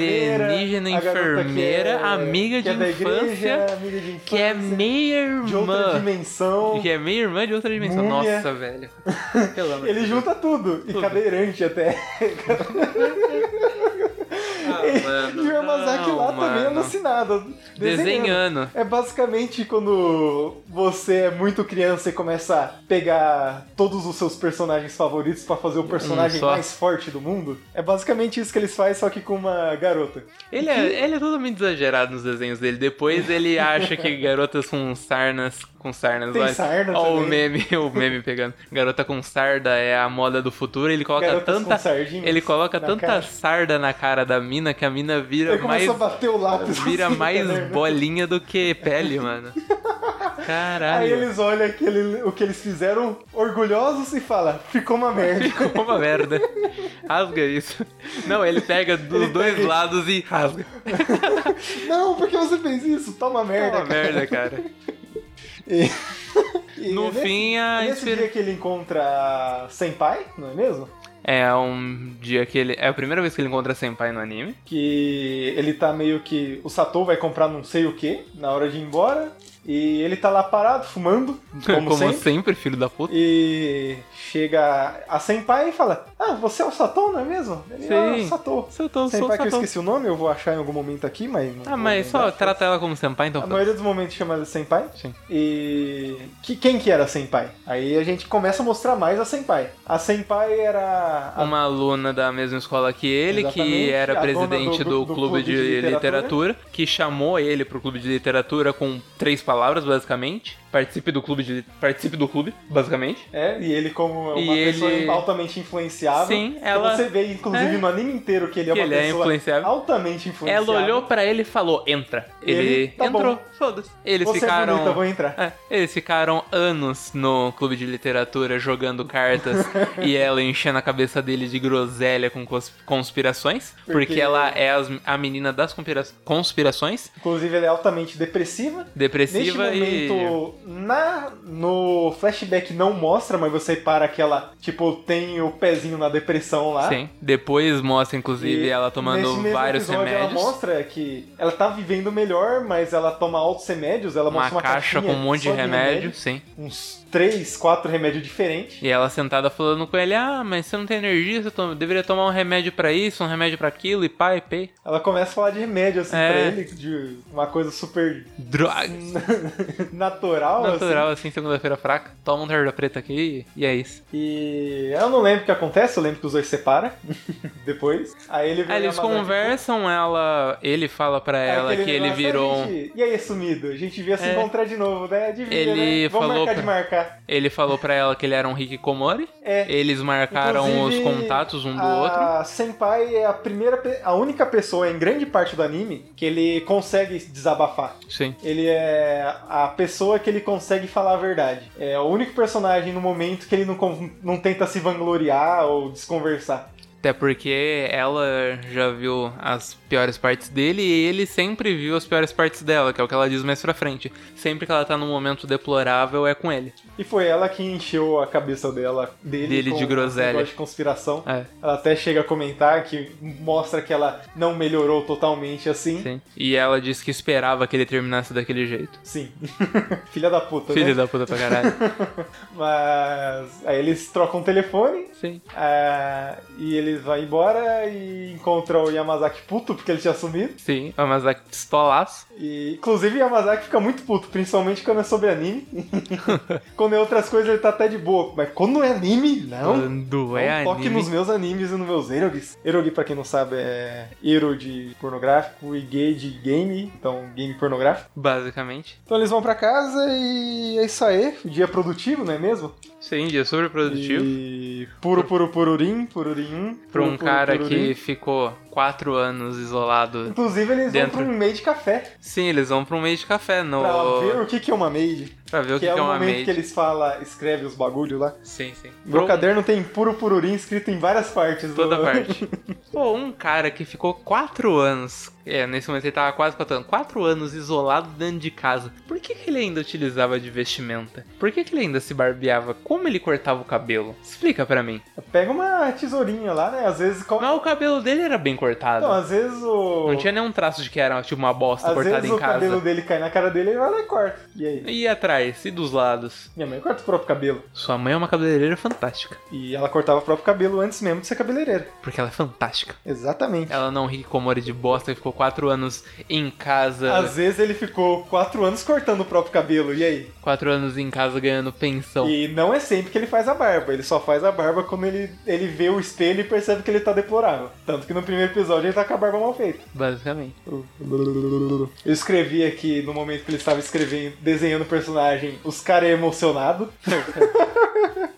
S2: alienígena,
S1: a garota que é-
S2: enfermeira, amiga
S1: que
S2: de
S1: é da
S2: infância,
S1: igreja, amiga de infância,
S2: que é meia
S1: de outra
S2: irmã.
S1: dimensão.
S2: Que é meia irmã de outra dimensão.
S1: Múmia.
S2: Nossa,
S1: [LAUGHS]
S2: velho. Pelo amor de
S1: Ele
S2: Deus.
S1: junta tudo, e
S2: Tudo.
S1: cadeirante até.
S2: Ah,
S1: [LAUGHS]
S2: mano,
S1: e o Yamazaki
S2: não,
S1: lá também
S2: mano.
S1: alucinado.
S2: Desenhando.
S1: É basicamente quando você é muito criança e começa a pegar todos os seus personagens favoritos pra fazer o personagem
S2: Hum, só.
S1: mais forte do mundo. É basicamente isso que eles fazem, só que com uma garota.
S2: Ele é, ele é totalmente exagerado nos desenhos dele. Depois ele acha que garotas com sarnas. Com sarnas,
S1: Tem
S2: olha.
S1: sarna
S2: Ó, o
S1: também.
S2: meme, o meme pegando. Garota com sarda é a moda do futuro. Ele coloca
S1: Garotas com
S2: tanta.
S1: sardinhas
S2: Ele coloca
S1: na
S2: tanta
S1: cara.
S2: sarda na cara da mina que a mina vira
S1: Ele
S2: mais.
S1: começa a bater o lápis.
S2: [LAUGHS]
S1: [LAUGHS]
S2: Vira
S1: assim,
S2: mais
S1: né?
S2: bolinha do que pele, mano.
S1: Aí
S2: Caralho. [LAUGHS]
S1: eles olham aquele, o que eles fizeram orgulhosos e falam, ficou uma merda.
S2: [LAUGHS] Ficou uma merda. Rasga isso. Não, ele pega dos
S1: Ele
S2: dois
S1: pega-
S2: lados e
S1: [LAUGHS]
S2: rasga.
S1: Não, por que você fez isso? Toma
S2: É
S1: merda.
S2: uma
S1: cara."
S2: merda, cara.
S1: E [LAUGHS] é
S2: No
S1: nesse-
S2: fim, a
S1: Nesse
S2: inspira-
S1: dia que ele encontra a Senpai, não é mesmo?
S2: É um dia que ele. É a primeira vez que ele encontra Senpai no anime.
S1: Que ele tá meio que. O Satou vai comprar não sei o que na hora de ir embora. E ele tá lá parado,
S2: [LAUGHS]
S1: fumando, [LAUGHS] como, sempre.
S2: filho da puta.
S1: E chega a Senpai e fala: Ah, você é o Satou, não é mesmo? Ele é
S2: Sim.
S1: o Satou.
S2: Se eu tô, sou
S1: Senpai que eu
S2: sapão.
S1: esqueci o nome, eu vou achar em algum momento aqui, mas. não
S2: Ah,
S1: vou
S2: mas só
S1: lembrar.
S2: trata ela como senpai, então.
S1: A maioria dos momentos chama ela de Senpai.
S2: Sim.
S1: E que, quem que era a Senpai? Aí a gente começa a mostrar mais a Senpai. A Senpai era a
S2: Uma aluna da mesma escola que ele, que
S1: Exatamente,
S2: era
S1: a dona
S2: presidente
S1: do-
S2: do,
S1: do- do
S2: clube de, literatura. que chamou ele pro clube de literatura com três palavras, basicamente. Participe do clube de. Participe do clube, basicamente.
S1: É, e ele como uma
S2: E
S1: pessoa
S2: ele-
S1: altamente influenciável.
S2: Sim,
S1: que
S2: ela-
S1: Você vê, inclusive,
S2: É.
S1: no anime inteiro que ele é
S2: Que
S1: uma
S2: ele é
S1: pessoa
S2: influenciável.
S1: altamente
S2: Ela
S1: influenciável.
S2: olhou pra ele e falou: entra. Ele,
S1: Ele, "Tá
S2: entrou.
S1: bom.
S2: Foda-se. Eles
S1: Você
S2: ficaram.
S1: é bonita, vou entrar.
S2: É, eles ficaram anos no clube de literatura
S1: [LAUGHS]
S2: jogando cartas e ela enchendo a cabeça dele de groselha com cons- conspirações, porque,
S1: Porque-
S2: ela é as- a menina das conspira- conspirações,
S1: Inclusive, ela é altamente depressiva. Neste
S2: depressiva e.
S1: momento, na, no flashback não mostra, mas você para que ela, tipo, tem o pezinho na depressão lá.
S2: Sim. Depois mostra, inclusive,
S1: E
S2: ela tomando
S1: nesse mesmo
S2: vários
S1: episódio,
S2: remédios.
S1: Ela mostra que ela tá vivendo melhor, mas ela toma altos remédios. Ela
S2: uma,
S1: mostra uma
S2: caixa com
S1: caixinha
S2: um monte de
S1: só
S2: remédio, sim.
S1: Uns três, quatro remédios diferentes.
S2: E ela sentada falando com ele: Ah, mas você não tem energia, você to- deveria tomar um remédio pra isso, um remédio pra aquilo, e pá, e pê.
S1: Ela começa a falar de remédio, assim,
S2: É.
S1: pra ele, de uma coisa super [LAUGHS]
S2: Drogas.
S1: natural, assim.
S2: Natural, assim, segunda-feira fraca. Toma um tarja preta aqui e é isso.
S1: E eu não lembro o que acontece, eu lembro que os dois se separam [LAUGHS] depois. Aí ele vem
S2: Aí eles
S1: a Amazaki-
S2: conversam, ela, ele fala pra
S1: É
S2: ela
S1: aquele
S2: que ele
S1: negócio,
S2: virou
S1: "Ah,
S2: um,
S1: gente, E aí, sumido? A gente via se
S2: É.
S1: encontrar de novo, né? Adivinha,
S2: Ele
S1: né? Vamos
S2: falou
S1: marcar
S2: pra-
S1: de marcar.
S2: ele falou para ela que ele era um Hikikomori.
S1: É.
S2: Eles marcaram
S1: Inclusive,
S2: os contatos um do outro.
S1: A Senpai é a primeira, pe- a única pessoa em grande parte do anime que ele consegue desabafar.
S2: Sim.
S1: Ele é a pessoa que ele consegue falar a verdade. É o único personagem no momento que ele não, con- não tenta se vangloriar ou desconversar.
S2: Até porque ela já viu as piores partes dele e ele sempre viu as piores partes dela, que é o que ela diz mais pra frente. Sempre que ela tá num momento deplorável é com ele.
S1: E foi ela que encheu a cabeça dela dele,
S2: Dele
S1: com
S2: de
S1: esse
S2: groselha.
S1: negócio de conspiração.
S2: É,
S1: Ela até chega a comentar que mostra que ela não melhorou totalmente assim.
S2: sim. E ela disse que esperava que ele terminasse daquele jeito.
S1: Sim. [LAUGHS] Filha da puta,
S2: Filho
S1: né?
S2: da puta pra
S1: [LAUGHS]
S2: caralho.
S1: Mas aí eles trocam o telefone
S2: sim.
S1: ah, e eles vão embora e encontram o Yamazaki puto porque ele tinha sumido.
S2: Sim. Ah, Mas a pistolaço.
S1: E, inclusive, Yamazaki fica muito puto, principalmente quando é sobre
S2: [LAUGHS]
S1: anime. quando é outras coisas, ele tá até de boa. Mas quando não é anime, não.
S2: Quando
S1: Não
S2: é
S1: toque
S2: anime.
S1: nos meus animes e nos meus erogues. Erogue, pra quem não sabe, é ero de pornográfico e gay de game, então game pornográfico.
S2: Basicamente.
S1: Então eles vão pra casa e é isso aí. Dia produtivo, não é mesmo?
S2: Sim, de sobreprodutivo.
S1: E puro, puro, pururim, pururim um,
S2: Pra um
S1: puro, puro,
S2: cara
S1: pururim.
S2: que ficou quatro anos isolado.
S1: Inclusive, eles
S2: dentro.
S1: vão pra um made café
S2: Sim, eles vão pra um meio de café no.
S1: pra ver o que, que é uma made.
S2: Pra ver o
S1: Que
S2: que,
S1: é
S2: que
S1: o
S2: uma
S1: momento
S2: maid.
S1: que eles falam, escreve os bagulho lá.
S2: Sim, sim.
S1: Meu
S2: Pra um-
S1: caderno tem puro pururim escrito em várias partes.
S2: Toda
S1: do-
S2: parte. Pô, um cara que ficou quatro anos. É, nesse momento ele tava quase quatro anos. Quatro anos isolado dentro de casa. Por que, que ele ainda utilizava de vestimenta? Por que, que ele ainda se barbeava? Como ele cortava o cabelo? Explica pra mim.
S1: [LAUGHS] Pega uma tesourinha lá, né? Às vezes... co-
S2: Mas o cabelo dele era bem cortado.
S1: Não, às vezes o...
S2: Não tinha nenhum traço de que era tipo uma bosta
S1: Às
S2: cortada
S1: vezes
S2: em
S1: o
S2: casa.
S1: cabelo dele cai na cara dele e ela corta. E aí?
S2: E atrás, e dos lados.
S1: Minha mãe corta o próprio cabelo.
S2: Sua mãe é uma cabeleireira fantástica.
S1: E ela cortava o próprio cabelo antes mesmo de ser cabeleireira.
S2: Porque ela é fantástica.
S1: Exatamente.
S2: Ela não ri como de bosta, ficou quatro anos em casa.
S1: Às vezes ele ficou quatro anos cortando o próprio cabelo, e aí?
S2: Quatro anos em casa ganhando pensão.
S1: E não é sempre que ele faz a barba, ele só faz a barba quando ele, ele vê o espelho e percebe que ele tá deplorável. Tanto que no primeiro episódio ele tá com a barba mal feita.
S2: Basicamente.
S1: Eu escrevi aqui no momento que ele estava escrevendo, desenhando o personagem, os caras emocionado.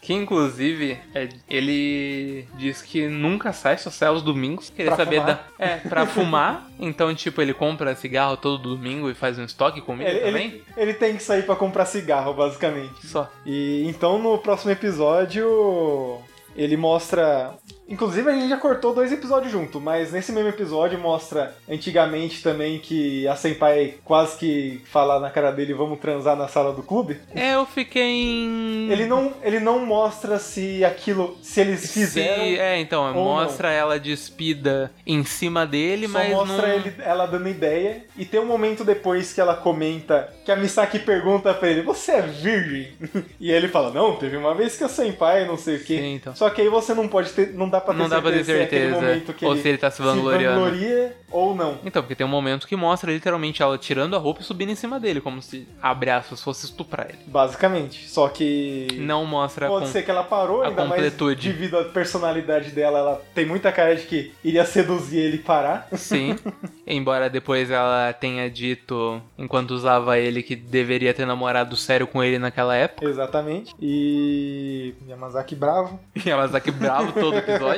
S2: Que inclusive, é, ele diz que nunca sai, só sai aos domingos. Queria
S1: Pra
S2: saber
S1: fumar.
S2: da. É,
S1: [LAUGHS]
S2: pra fumar. Então, tipo, ele compra cigarro todo domingo e faz um estoque comigo
S1: Ele,
S2: também?
S1: ele, ele tem que sair pra comprar cigarro, basicamente.
S2: Só.
S1: E então no próximo episódio ele mostra. Inclusive a gente já cortou dois episódios junto, mas nesse mesmo episódio mostra antigamente também que a Senpai quase que fala na cara dele vamos transar na sala do clube.
S2: É, eu fiquei em.
S1: Ele não, ele não mostra se aquilo. se eles fizeram.
S2: Se- é, então,
S1: ou
S2: mostra ela despida em cima dele,
S1: Só
S2: mas
S1: mostra
S2: não...
S1: ele- ela dando ideia. E tem um momento depois que ela comenta que a Misaki pergunta pra ele: Você é virgem? [LAUGHS] E ele fala: Não, teve uma vez que eu sem pai, não sei o quê.
S2: Sim, então.
S1: Só que aí você não pode ter. Não dá pra ter
S2: Não
S1: certeza,
S2: dá pra ter
S1: se é aquele
S2: certeza.
S1: momento que
S2: ou
S1: ele
S2: se ele tá se
S1: se
S2: vangloriando.
S1: vangloria ou não.
S2: Então, porque tem um momento que mostra literalmente ela tirando a roupa e subindo em cima dele, como se abre aspas fosse estuprar ele.
S1: Basicamente. Só que.
S2: Não mostra
S1: Pode
S2: com-
S1: ser que ela parou,
S2: a
S1: ainda mais
S2: completude.
S1: devido à personalidade dela, ela tem muita cara de que iria seduzir ele e parar. [LAUGHS]
S2: Sim. Embora depois ela tenha dito, enquanto usava ele, que deveria ter namorado sério com ele naquela
S1: [LAUGHS]
S2: época.
S1: Exatamente. E. Yamazaki bravo.
S2: E ela tá que bravo todo episódio.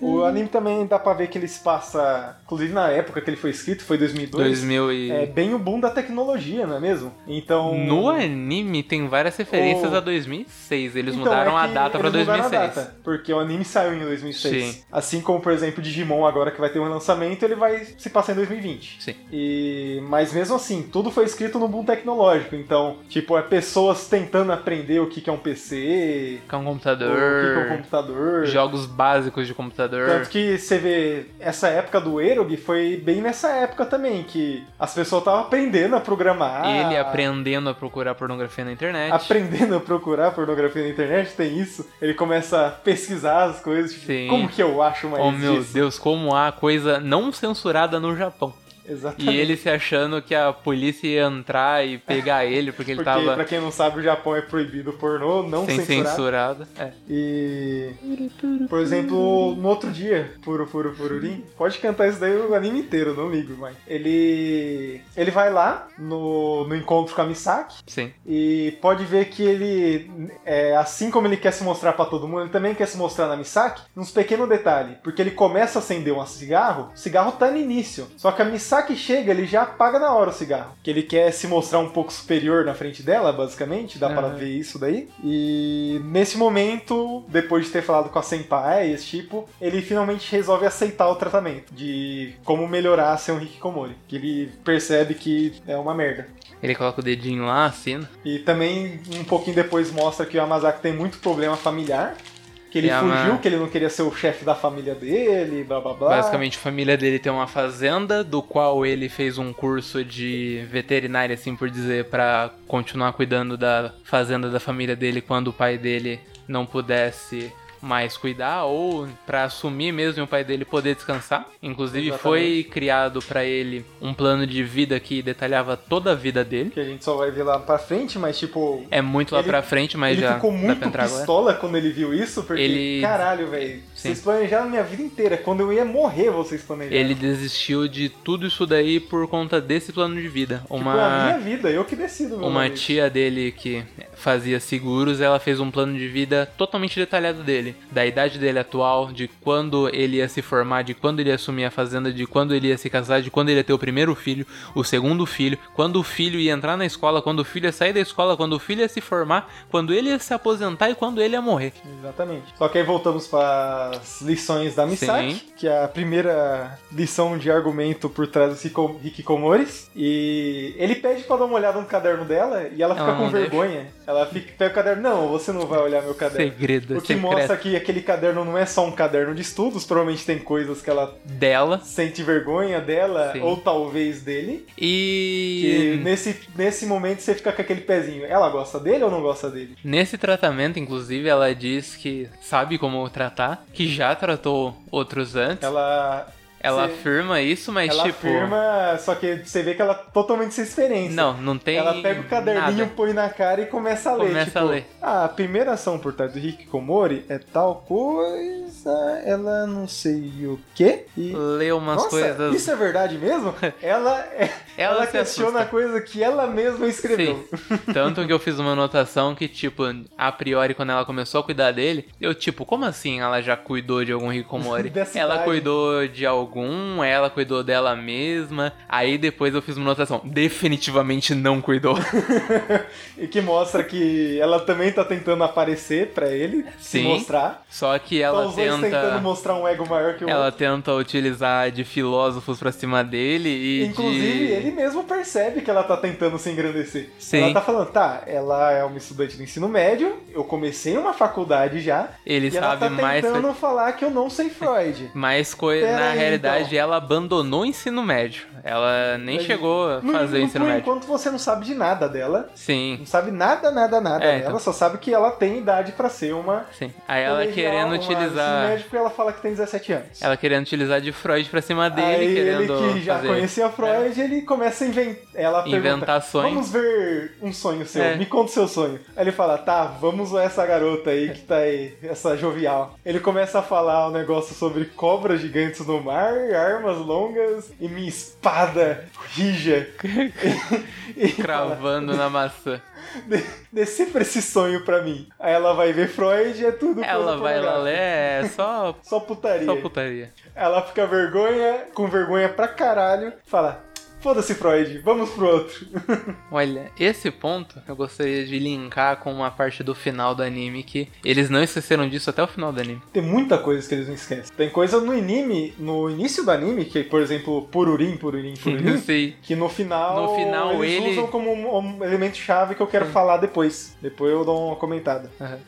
S1: O anime também dá pra ver que ele se passa, inclusive na época que ele foi escrito, foi 2002.
S2: 2000 e...
S1: É bem o boom da tecnologia, não é mesmo? Então.
S2: No anime tem várias referências
S1: O-
S2: a 2006. Eles
S1: Então,
S2: mudaram
S1: é
S2: a
S1: que
S2: data pra
S1: eles mudaram a
S2: 2006.
S1: data, porque o anime saiu em 2006.
S2: Sim.
S1: Assim como, por exemplo, Digimon agora que vai ter um lançamento, ele vai se passar em 2020.
S2: Sim.
S1: E mas mesmo assim, tudo foi escrito no boom tecnológico. Então, tipo, é pessoas tentando aprender o que que é um PC,
S2: Que é um
S1: o que que é um
S2: computador.
S1: computador.
S2: Jogos básicos de computador.
S1: Tanto que você vê essa época do Erog foi bem nessa época também, que as pessoas estavam aprendendo a programar.
S2: Ele aprendendo a procurar pornografia na internet.
S1: Aprendendo ah, a procurar pornografia na internet, tem isso. Ele começa a pesquisar as coisas, tipo,
S2: Sim.
S1: como que eu acho mais
S2: Oh meu
S1: disso?
S2: Deus, como há coisa não censurada no Japão.
S1: [LAUGHS]
S2: E
S1: Exatamente.
S2: ele se achando que a polícia ia entrar e pegar ele porque ele
S1: Porque,
S2: tava
S1: pra quem não sabe, o Japão é proibido o pornô, não
S2: sem
S1: censurado.
S2: censurado. É.
S1: E. Por exemplo, no outro dia, Puro Puro Pururim, pode cantar isso daí o anime inteiro, não ligo, mas. Ele. Ele vai lá no, no encontro com a Misaki.
S2: Sim.
S1: E pode ver que ele, é, assim como ele quer se mostrar pra todo mundo, ele também quer se mostrar na Misaki, uns pequenos detalhes. Porque ele começa a acender um cigarro, o cigarro tá no início. Só que a Misaki chega, ele já apaga na hora o cigarro. Que ele quer se mostrar um pouco superior na frente dela, basicamente, dá pra
S2: Aham.
S1: ver isso daí. E nesse momento, depois de ter falado com a Senpai, esse tipo, ele finalmente resolve aceitar o tratamento de como melhorar ser um Hikikomori. Que ele percebe que é uma merda.
S2: Ele coloca o dedinho lá, assina.
S1: E também um pouquinho depois mostra que o Yamazaki tem muito problema familiar. Que ele
S2: Yama-
S1: fugiu, que ele não queria ser o chefe da família dele, blá blá blá.
S2: Basicamente, a família dele tem uma fazenda, do qual ele fez um curso de veterinária, assim por dizer, pra continuar cuidando da fazenda da família dele quando o pai dele não pudesse mais cuidar ou pra assumir mesmo e o pai dele poder descansar. Inclusive foi criado pra ele um plano de vida que detalhava toda a vida dele.
S1: Que a gente só vai ver lá pra frente, mas tipo.
S2: É muito lá
S1: Ele-
S2: pra frente, mas
S1: ele
S2: já
S1: ficou
S2: dá pra
S1: muito
S2: entrar agora.
S1: pistola quando ele viu isso, porque,
S2: Ele-
S1: caralho, velho, vocês
S2: Sim.
S1: planejaram minha vida inteira. Quando eu ia morrer, vocês planejaram.
S2: Ele desistiu de tudo isso daí por conta desse plano de vida.
S1: Tipo, é a minha
S2: Uma
S1: vida, eu que decido, meu
S2: uma
S1: amigo.
S2: tia dele que fazia seguros, ela fez um plano de vida totalmente detalhado dele, da idade dele atual, de quando ele ia se formar, de quando ele ia assumir a fazenda, de quando ele ia se casar, de quando ele ia ter o primeiro filho, o segundo filho, quando o filho ia entrar na escola, quando o filho ia sair da escola, quando o filho ia se formar, quando ele ia se aposentar e quando ele ia morrer.
S1: Exatamente. Só que aí voltamos para as lições da Misaki,
S2: Sim.
S1: que é a primeira lição de argumento por trás dos Hiko- Hikikomores. E ele pede pra dar uma olhada no caderno dela e ela fica
S2: Ela
S1: com
S2: não Ah, deixa.
S1: vergonha. Ela fica, pega o caderno, não, você não vai olhar meu caderno.
S2: Segredo,
S1: É. O que
S2: secreto
S1: mostra que aquele caderno não é só um caderno de estudos, provavelmente tem coisas que ela
S2: dela
S1: sente vergonha dela,
S2: Sim.
S1: ou talvez dele. E
S2: e
S1: nesse, nesse momento você fica com aquele pezinho. Ela gosta dele ou não gosta dele?
S2: Nesse tratamento, inclusive, ela diz que sabe como tratar, que já tratou outros antes. Ela,
S1: Ela. Sim.
S2: afirma isso, mas
S1: ela
S2: tipo.
S1: afirma, só que você vê que ela é totalmente sem experiência.
S2: Não, não tem.
S1: Ela pega o caderninho,
S2: nada.
S1: põe na cara e começa a ler.
S2: Começa
S1: tipo,
S2: a ler.
S1: "Ah, A primeira ação por trás do Hikikomori é tal coisa, ela não sei o quê. E.
S2: Lê umas
S1: Nossa,
S2: coisas.
S1: isso é verdade
S2: [LAUGHS]
S1: mesmo? Ela, é,
S2: Ela
S1: ela,
S2: se
S1: questiona
S2: assusta.
S1: a coisa que ela mesma escreveu. [LAUGHS]
S2: Sim. Tanto que eu fiz uma anotação que, tipo, a priori, quando ela começou a cuidar dele, eu, tipo, como assim ela já cuidou de algum
S1: [LAUGHS]
S2: Hikomori?
S1: Dessa
S2: ela
S1: idade.
S2: cuidou de algum, ela cuidou dela mesma. Aí depois eu fiz uma anotação. Definitivamente não cuidou. [LAUGHS]
S1: [LAUGHS] E que mostra que ela também tá tentando aparecer pra ele, se
S2: Sim.
S1: mostrar.
S2: Só que
S1: Tá
S2: ela
S1: os dois
S2: tenta.
S1: tentando mostrar um ego maior que o
S2: Ela
S1: outro.
S2: tenta utilizar de filósofos pra cima dele e
S1: Inclusive,
S2: de...
S1: ele mesmo percebe que ela tá tentando se engrandecer.
S2: Sim.
S1: Ela tá falando, tá, ela é uma estudante do ensino médio, eu comecei uma faculdade já,
S2: Ele
S1: e ela
S2: sabe
S1: tá
S2: mais...
S1: tentando falar que eu não sei
S2: [LAUGHS]
S1: Freud.
S2: Mais coisa,
S1: Pera
S2: na
S1: aí, então.
S2: realidade, ela abandonou o ensino médio. Ela nem
S1: Mas-
S2: chegou a
S1: No-
S2: fazer o
S1: no-
S2: ensino
S1: por
S2: médio.
S1: enquanto você não sabe de nada dela,
S2: Sim,
S1: não sabe nada, nada, nada
S2: É,
S1: dela,
S2: então.
S1: só sabe que ela tem idade pra ser uma...
S2: sim. Aí ela
S1: colegial,
S2: querendo
S1: uma ensino
S2: utilizar...
S1: médio, porque ela fala que tem 17 anos.
S2: Ela querendo utilizar de Freud pra cima dele,
S1: Aí
S2: querendo
S1: ele que já
S2: fazer É.
S1: conhecia Freud, ele começa a inventar. Ela pergunta,
S2: inventações.
S1: vamos ver um sonho seu,
S2: É.
S1: me conta o seu sonho. Aí ele fala, tá, vamos zoar essa garota aí que tá aí, essa jovial. Ele começa a falar um negócio sobre cobras gigantes no mar, armas longas e minha espada rija. [LAUGHS] E- e fala,
S2: Cravando
S1: [LAUGHS]
S2: na maçã.
S1: "De- Decifra esse sonho pra mim. Aí ela vai ver Freud e é tudo
S2: Ela
S1: coisa
S2: vai lá
S1: pornográfica.
S2: ler, é só...
S1: Só putaria.
S2: Só putaria.
S1: Ela fica vergonha, com vergonha pra caralho, fala: Foda-se, Freud, vamos pro outro.
S2: Olha, esse ponto eu gostaria de linkar com uma parte do final do anime que eles não esqueceram disso até o final do anime.
S1: Tem muita coisa que eles não esquecem. Tem coisa no anime, no início do anime, que, por exemplo, pururim, pururim,
S2: Eu [LAUGHS]
S1: pururim.
S2: sei.
S1: Que no final,
S2: Uhum. No final,
S1: eles
S2: ele-
S1: usam como um, um elemento chave que eu quero falar depois. Depois eu dou uma comentada.
S2: Aham.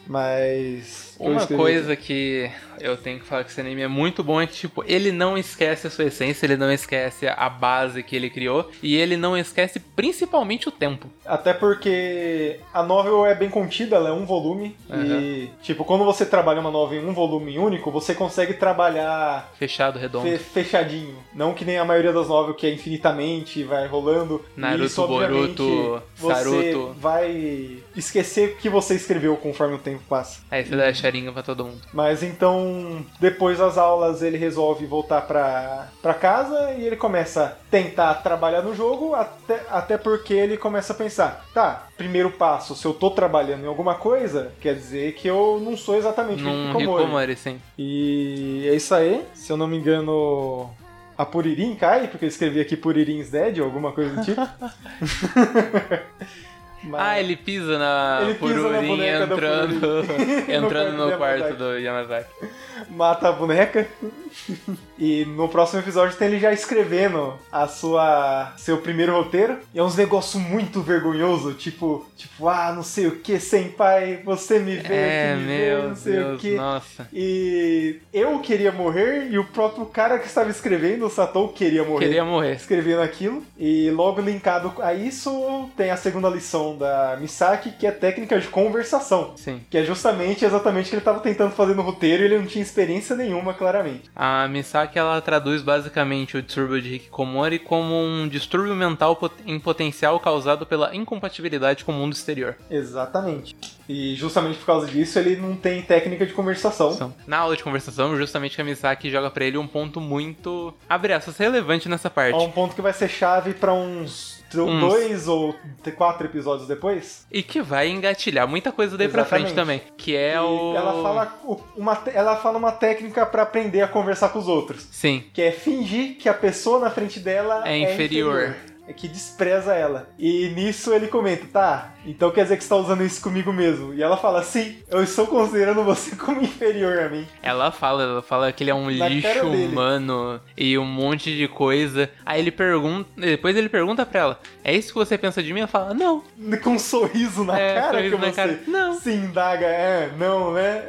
S1: Mas. eu
S2: Uhum. Uma
S1: escrevi
S2: coisa que eu tenho que falar que esse anime é muito bom é que, tipo, ele não esquece a sua essência, ele não esquece a base que ele criou e ele não esquece principalmente o tempo.
S1: Até porque a novel é bem contida, ela é um volume.
S2: Uhum.
S1: E, tipo, quando você trabalha uma novel em um volume único, você consegue trabalhar
S2: Fechado, redondo.
S1: fe- fechadinho. Não que nem a maioria das novelas que é infinitamente e vai rolando. E
S2: Naruto,
S1: isso, obviamente,
S2: Boruto,
S1: você
S2: Saruto.
S1: vai esquecer o que você escreveu conforme o tempo passa.
S2: Aí você dá a charinga pra todo mundo.
S1: Mas então, depois das aulas, ele resolve voltar pra, pra casa e ele começa a tentar trabalhar no jogo, até, até porque ele começa a pensar: tá, primeiro passo, se eu tô trabalhando em alguma coisa, quer dizer que eu não sou exatamente um
S2: Num
S1: Hikikomori.
S2: Hikomori, sim.
S1: E é isso aí. Se eu não me engano, a Puririm cai, porque eu escrevi aqui Puririm's Dead ou alguma coisa do tipo. [LAUGHS]
S2: [LAUGHS]
S1: Mas-
S2: Ah, ele pisa na
S1: Ele pisa na
S2: Pururin
S1: boneca da
S2: entrando, [LAUGHS]
S1: Pururin.
S2: entrando
S1: No
S2: no
S1: quarto
S2: quarto do Yamazaki.
S1: mata a boneca. [LAUGHS] E no próximo episódio tem ele já escrevendo a sua seu primeiro roteiro. E é uns negócio muito vergonhoso, tipo, tipo, ah, não sei o que, sem pai, você me vê,
S2: É,
S1: que me vê,
S2: meu
S1: não sei o
S2: Deus,
S1: que.
S2: nossa.
S1: E eu queria morrer e o próprio cara que estava escrevendo, o Satou, queria morrer.
S2: Queria morrer.
S1: escrevendo aquilo. E logo linkado a isso, tem a segunda lição questão da Misaki, que é técnica de conversação.
S2: Sim.
S1: Que é justamente exatamente o que ele estava tentando fazer no roteiro e ele não tinha experiência nenhuma, claramente.
S2: A Misaki ela traduz basicamente o distúrbio de Hikikomori como um distúrbio mental pot- em potencial causado pela incompatibilidade com o mundo exterior.
S1: Exatamente. E justamente por causa disso ele não tem técnica de conversação.
S2: Então, Na aula de conversação, justamente a Misaki joga pra ele um ponto muito, abre aspas, relevante nessa
S1: É
S2: parte.
S1: um ponto que vai ser chave para uns, tr-
S2: Uns.
S1: dois ou t- quatro episódios depois.
S2: E que vai engatilhar muita coisa daí
S1: Exatamente.
S2: pra frente também. Que é
S1: E
S2: o...
S1: ela, fala o- uma, te- ela fala uma técnica para aprender a conversar com os outros.
S2: Sim.
S1: Que é fingir que a pessoa na frente dela
S2: É
S1: é,
S2: inferior.
S1: É que despreza ela. E nisso ele comenta, tá, então quer dizer que você tá usando isso comigo mesmo. E ela fala, sim, eu estou considerando você como inferior a mim. [LAUGHS]
S2: Ela fala, ela fala que ele é um
S1: Na
S2: lixo
S1: cara dele.
S2: humano e um monte de coisa. Aí ele pergunta, depois ele pergunta pra ela: "É isso que você pensa de mim?" Ela fala: "Não".
S1: Com um sorriso na
S2: É,
S1: cara
S2: sorriso
S1: que
S2: na
S1: você
S2: cara. Não.
S1: se indaga, é, não,
S2: [LAUGHS]
S1: né?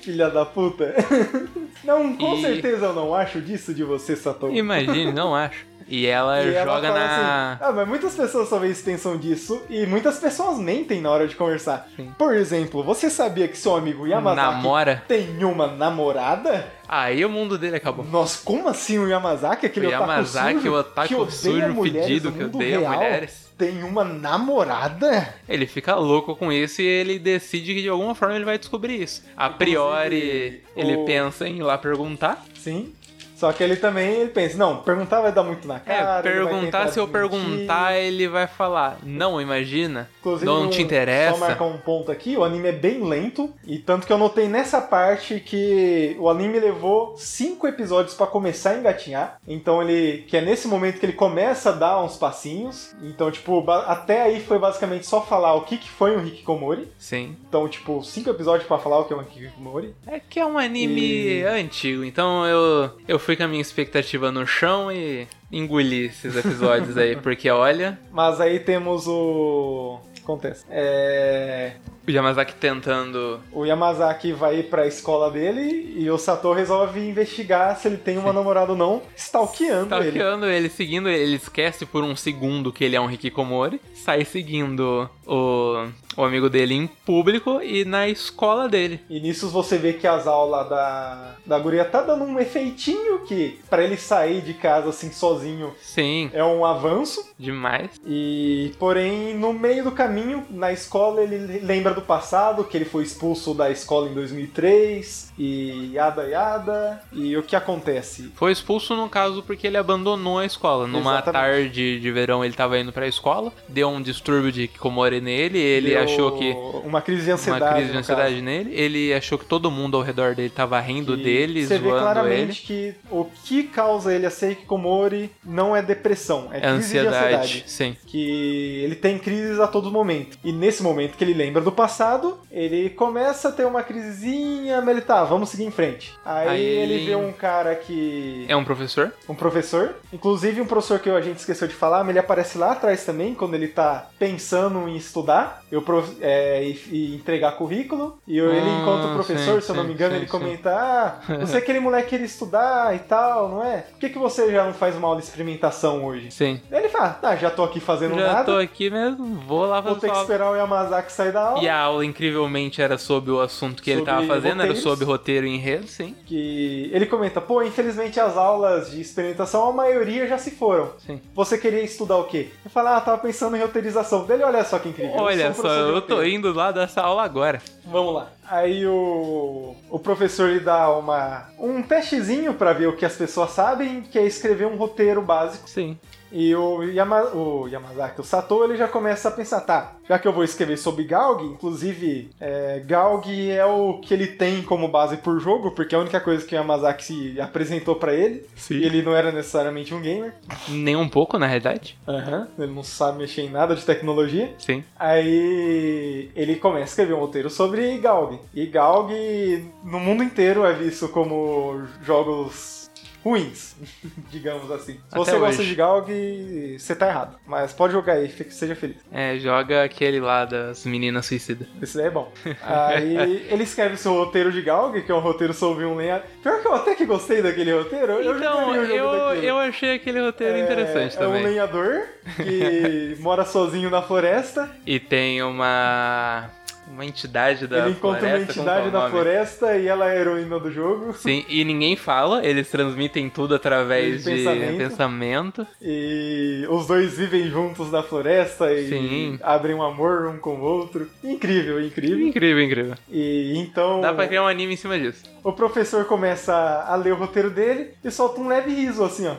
S1: Filha da puta. [LAUGHS] não, com
S2: E-
S1: certeza eu não acho disso de você, Satou.
S2: Imagine, não acho. E ela
S1: E ela
S2: joga
S1: fala
S2: na
S1: assim, ah, mas muitas pessoas talvez pensam disso e muitas pessoas mentem na hora de conversar.
S2: Sim.
S1: Por exemplo, você sabia que seu amigo Yamazaki
S2: namora.
S1: tem uma namorada?
S2: Aí o mundo dele acabou.
S1: Nós, como assim o Yamazaki, aquele
S2: O Yamazaki, o
S1: otaku
S2: otaku
S1: sujo, que odeia
S2: sujo,
S1: mulheres,
S2: fedido,
S1: o
S2: que
S1: mundo
S2: odeia
S1: real,
S2: mulheres.
S1: Tem uma namorada?
S2: Ele fica louco com isso e ele decide que de alguma forma ele vai descobrir isso. A
S1: Inclusive,
S2: priori, ele
S1: o-
S2: pensa em ir lá perguntar.
S1: Sim. Só que ele também ele pensa, não, perguntar vai dar muito na
S2: É,
S1: cara. ele vai
S2: perguntar,
S1: tentar
S2: se eu
S1: desmentir.
S2: perguntar, ele vai falar. Não, imagina.
S1: Inclusive,
S2: não
S1: um-
S2: te
S1: Só marcar
S2: interessa.
S1: um ponto aqui, o anime é bem lento, e tanto que eu notei nessa parte que o anime levou cinco episódios pra começar a engatinhar. Então ele. que é nesse momento que ele começa a dar uns passinhos. Então, tipo, ba- até aí foi basicamente só falar o que, que foi o Hikikomori.
S2: Sim.
S1: Então, tipo, cinco episódios pra falar o que é um Hikikomori.
S2: É que é um anime
S1: E-
S2: antigo, então eu, eu fui com a minha expectativa no chão e engoli esses
S1: [LAUGHS]
S2: episódios aí, porque olha,
S1: Mas aí temos o. Acontece. É.
S2: o Yamazaki tentando.
S1: O Yamazaki vai pra escola dele e o Sator resolve investigar se ele tem
S2: [LAUGHS]
S1: uma namorada ou não, stalkeando ele.
S2: Tá Stalkeando ele, seguindo ele, ele esquece por um segundo que ele é um Hikikomori, sai seguindo o, o amigo dele em público e na escola dele.
S1: E nisso você vê que as aulas da, da guria tá dando um efeitinho que pra ele sair de casa assim sozinho
S2: Sim,
S1: é um avanço.
S2: demais.
S1: E porém, no meio do caminho, na escola, ele lembra do passado, que ele foi expulso da escola em 2003 e yada yada. E o que acontece?
S2: Foi expulso no caso porque ele abandonou a escola. Numa
S1: Exatamente.
S2: tarde de verão ele tava indo pra escola, deu um distúrbio de Hikikomori nele, ele
S1: Deu
S2: achou que
S1: Uma crise de ansiedade.
S2: uma crise de
S1: no caso.
S2: ansiedade nele. Ele achou que todo mundo ao redor dele tava rindo
S1: que
S2: dele,
S1: Você vê
S2: zoando
S1: claramente
S2: ele.
S1: que o que causa ele a ser Hikikomori não é depressão, é, crise
S2: É
S1: de
S2: ansiedade,
S1: ansiedade.
S2: sim.
S1: Que ele tem crises a todo momento. E nesse momento que ele lembra do passado, ele começa a ter uma crisezinha, mas ele tá, vamos seguir em frente. Aí,
S2: Aí
S1: ele
S2: ele-
S1: vê um cara que.
S2: É um professor?
S1: um professor. Inclusive, um professor que a gente esqueceu de falar, mas ele aparece lá atrás também, quando ele tá pensando em estudar eu prof- é, e, e entregar currículo. E eu- ele
S2: Ah,
S1: encontra o professor,
S2: sim,
S1: se eu não
S2: sim,
S1: me engano,
S2: sim,
S1: ele
S2: sim.
S1: comenta: Ah,
S2: [LAUGHS]
S1: você é aquele moleque que ele estudar e tal, não é? Por que, que você já não faz uma aula de experimentação hoje?
S2: Sim.
S1: Daí ele fala: Tá, já tô aqui fazendo
S2: Já
S1: nada.
S2: tô aqui mesmo, vou lá
S1: Vou
S2: fazer
S1: ter que
S2: sua aula.
S1: esperar o Yamazaki sair da aula.
S2: E a aula incrivelmente era sobre o assunto que ele
S1: Sobre
S2: tava fazendo, era
S1: roteiros.
S2: sobre roteiro e enredo, sim.
S1: Que ele comenta, pô, infelizmente as aulas de experimentação, a maioria já se foram.
S2: Sim.
S1: Você queria estudar o quê? Ele fala, ah, tava pensando em roteirização. Dele, olha só que incrível.
S2: Olha
S1: eu sou um
S2: só,
S1: professor de
S2: eu tô
S1: roteiro."
S2: indo lá dessa aula agora.
S1: Vamos lá. Aí o, o professor lhe dá uma, um testezinho pra ver o que as pessoas sabem, que é escrever um roteiro básico.
S2: Sim.
S1: E o, Yama- o Yamazaki, o Sato, ele já começa a pensar, tá, já que eu vou escrever sobre Galg, inclusive é, Galg é o que ele tem como base por jogo, porque é a única coisa que o Yamazaki se apresentou pra ele,
S2: Sim.
S1: e ele não era necessariamente um gamer,
S2: Nem um pouco, na realidade.
S1: Aham, ele não sabe mexer em nada de tecnologia,
S2: Sim.
S1: Aí ele começa a escrever um roteiro sobre Galg. E Galg no mundo inteiro é visto como jogos ruins, [LAUGHS] digamos assim. Se
S2: Até
S1: você gosta
S2: hoje.
S1: de Galg, você tá errado. Mas pode jogar aí, fique- seja feliz.
S2: É, joga aquele lá das meninas suicidas.
S1: Esse daí é bom.
S2: [LAUGHS]
S1: Aí ele escreve o seu roteiro de Galg, que é um roteiro sobre um lenha. Pior que eu até que gostei daquele roteiro. eu- eu
S2: Então,
S1: jogaria o jogo
S2: eu,
S1: daquele.
S2: eu achei aquele roteiro
S1: É-
S2: interessante
S1: é
S2: também.
S1: um lenhador
S2: [LAUGHS]
S1: que mora sozinho na floresta.
S2: E tem uma. Uma entidade da
S1: ele encontra
S2: floresta.
S1: uma
S2: como que é o
S1: entidade na
S2: nome?
S1: floresta e ela é a heroína do jogo. [LAUGHS]
S2: Sim, e ninguém fala, eles transmitem tudo através
S1: De
S2: de
S1: pensamento.
S2: pensamento.
S1: E os dois vivem juntos na floresta e
S2: Sim.
S1: abrem um amor um com o outro. Incrível, incrível.
S2: Incrível, incrível.
S1: E então
S2: Dá pra criar um anime em cima disso. [LAUGHS]
S1: o professor começa a ler o roteiro dele e solta um leve riso assim, ó.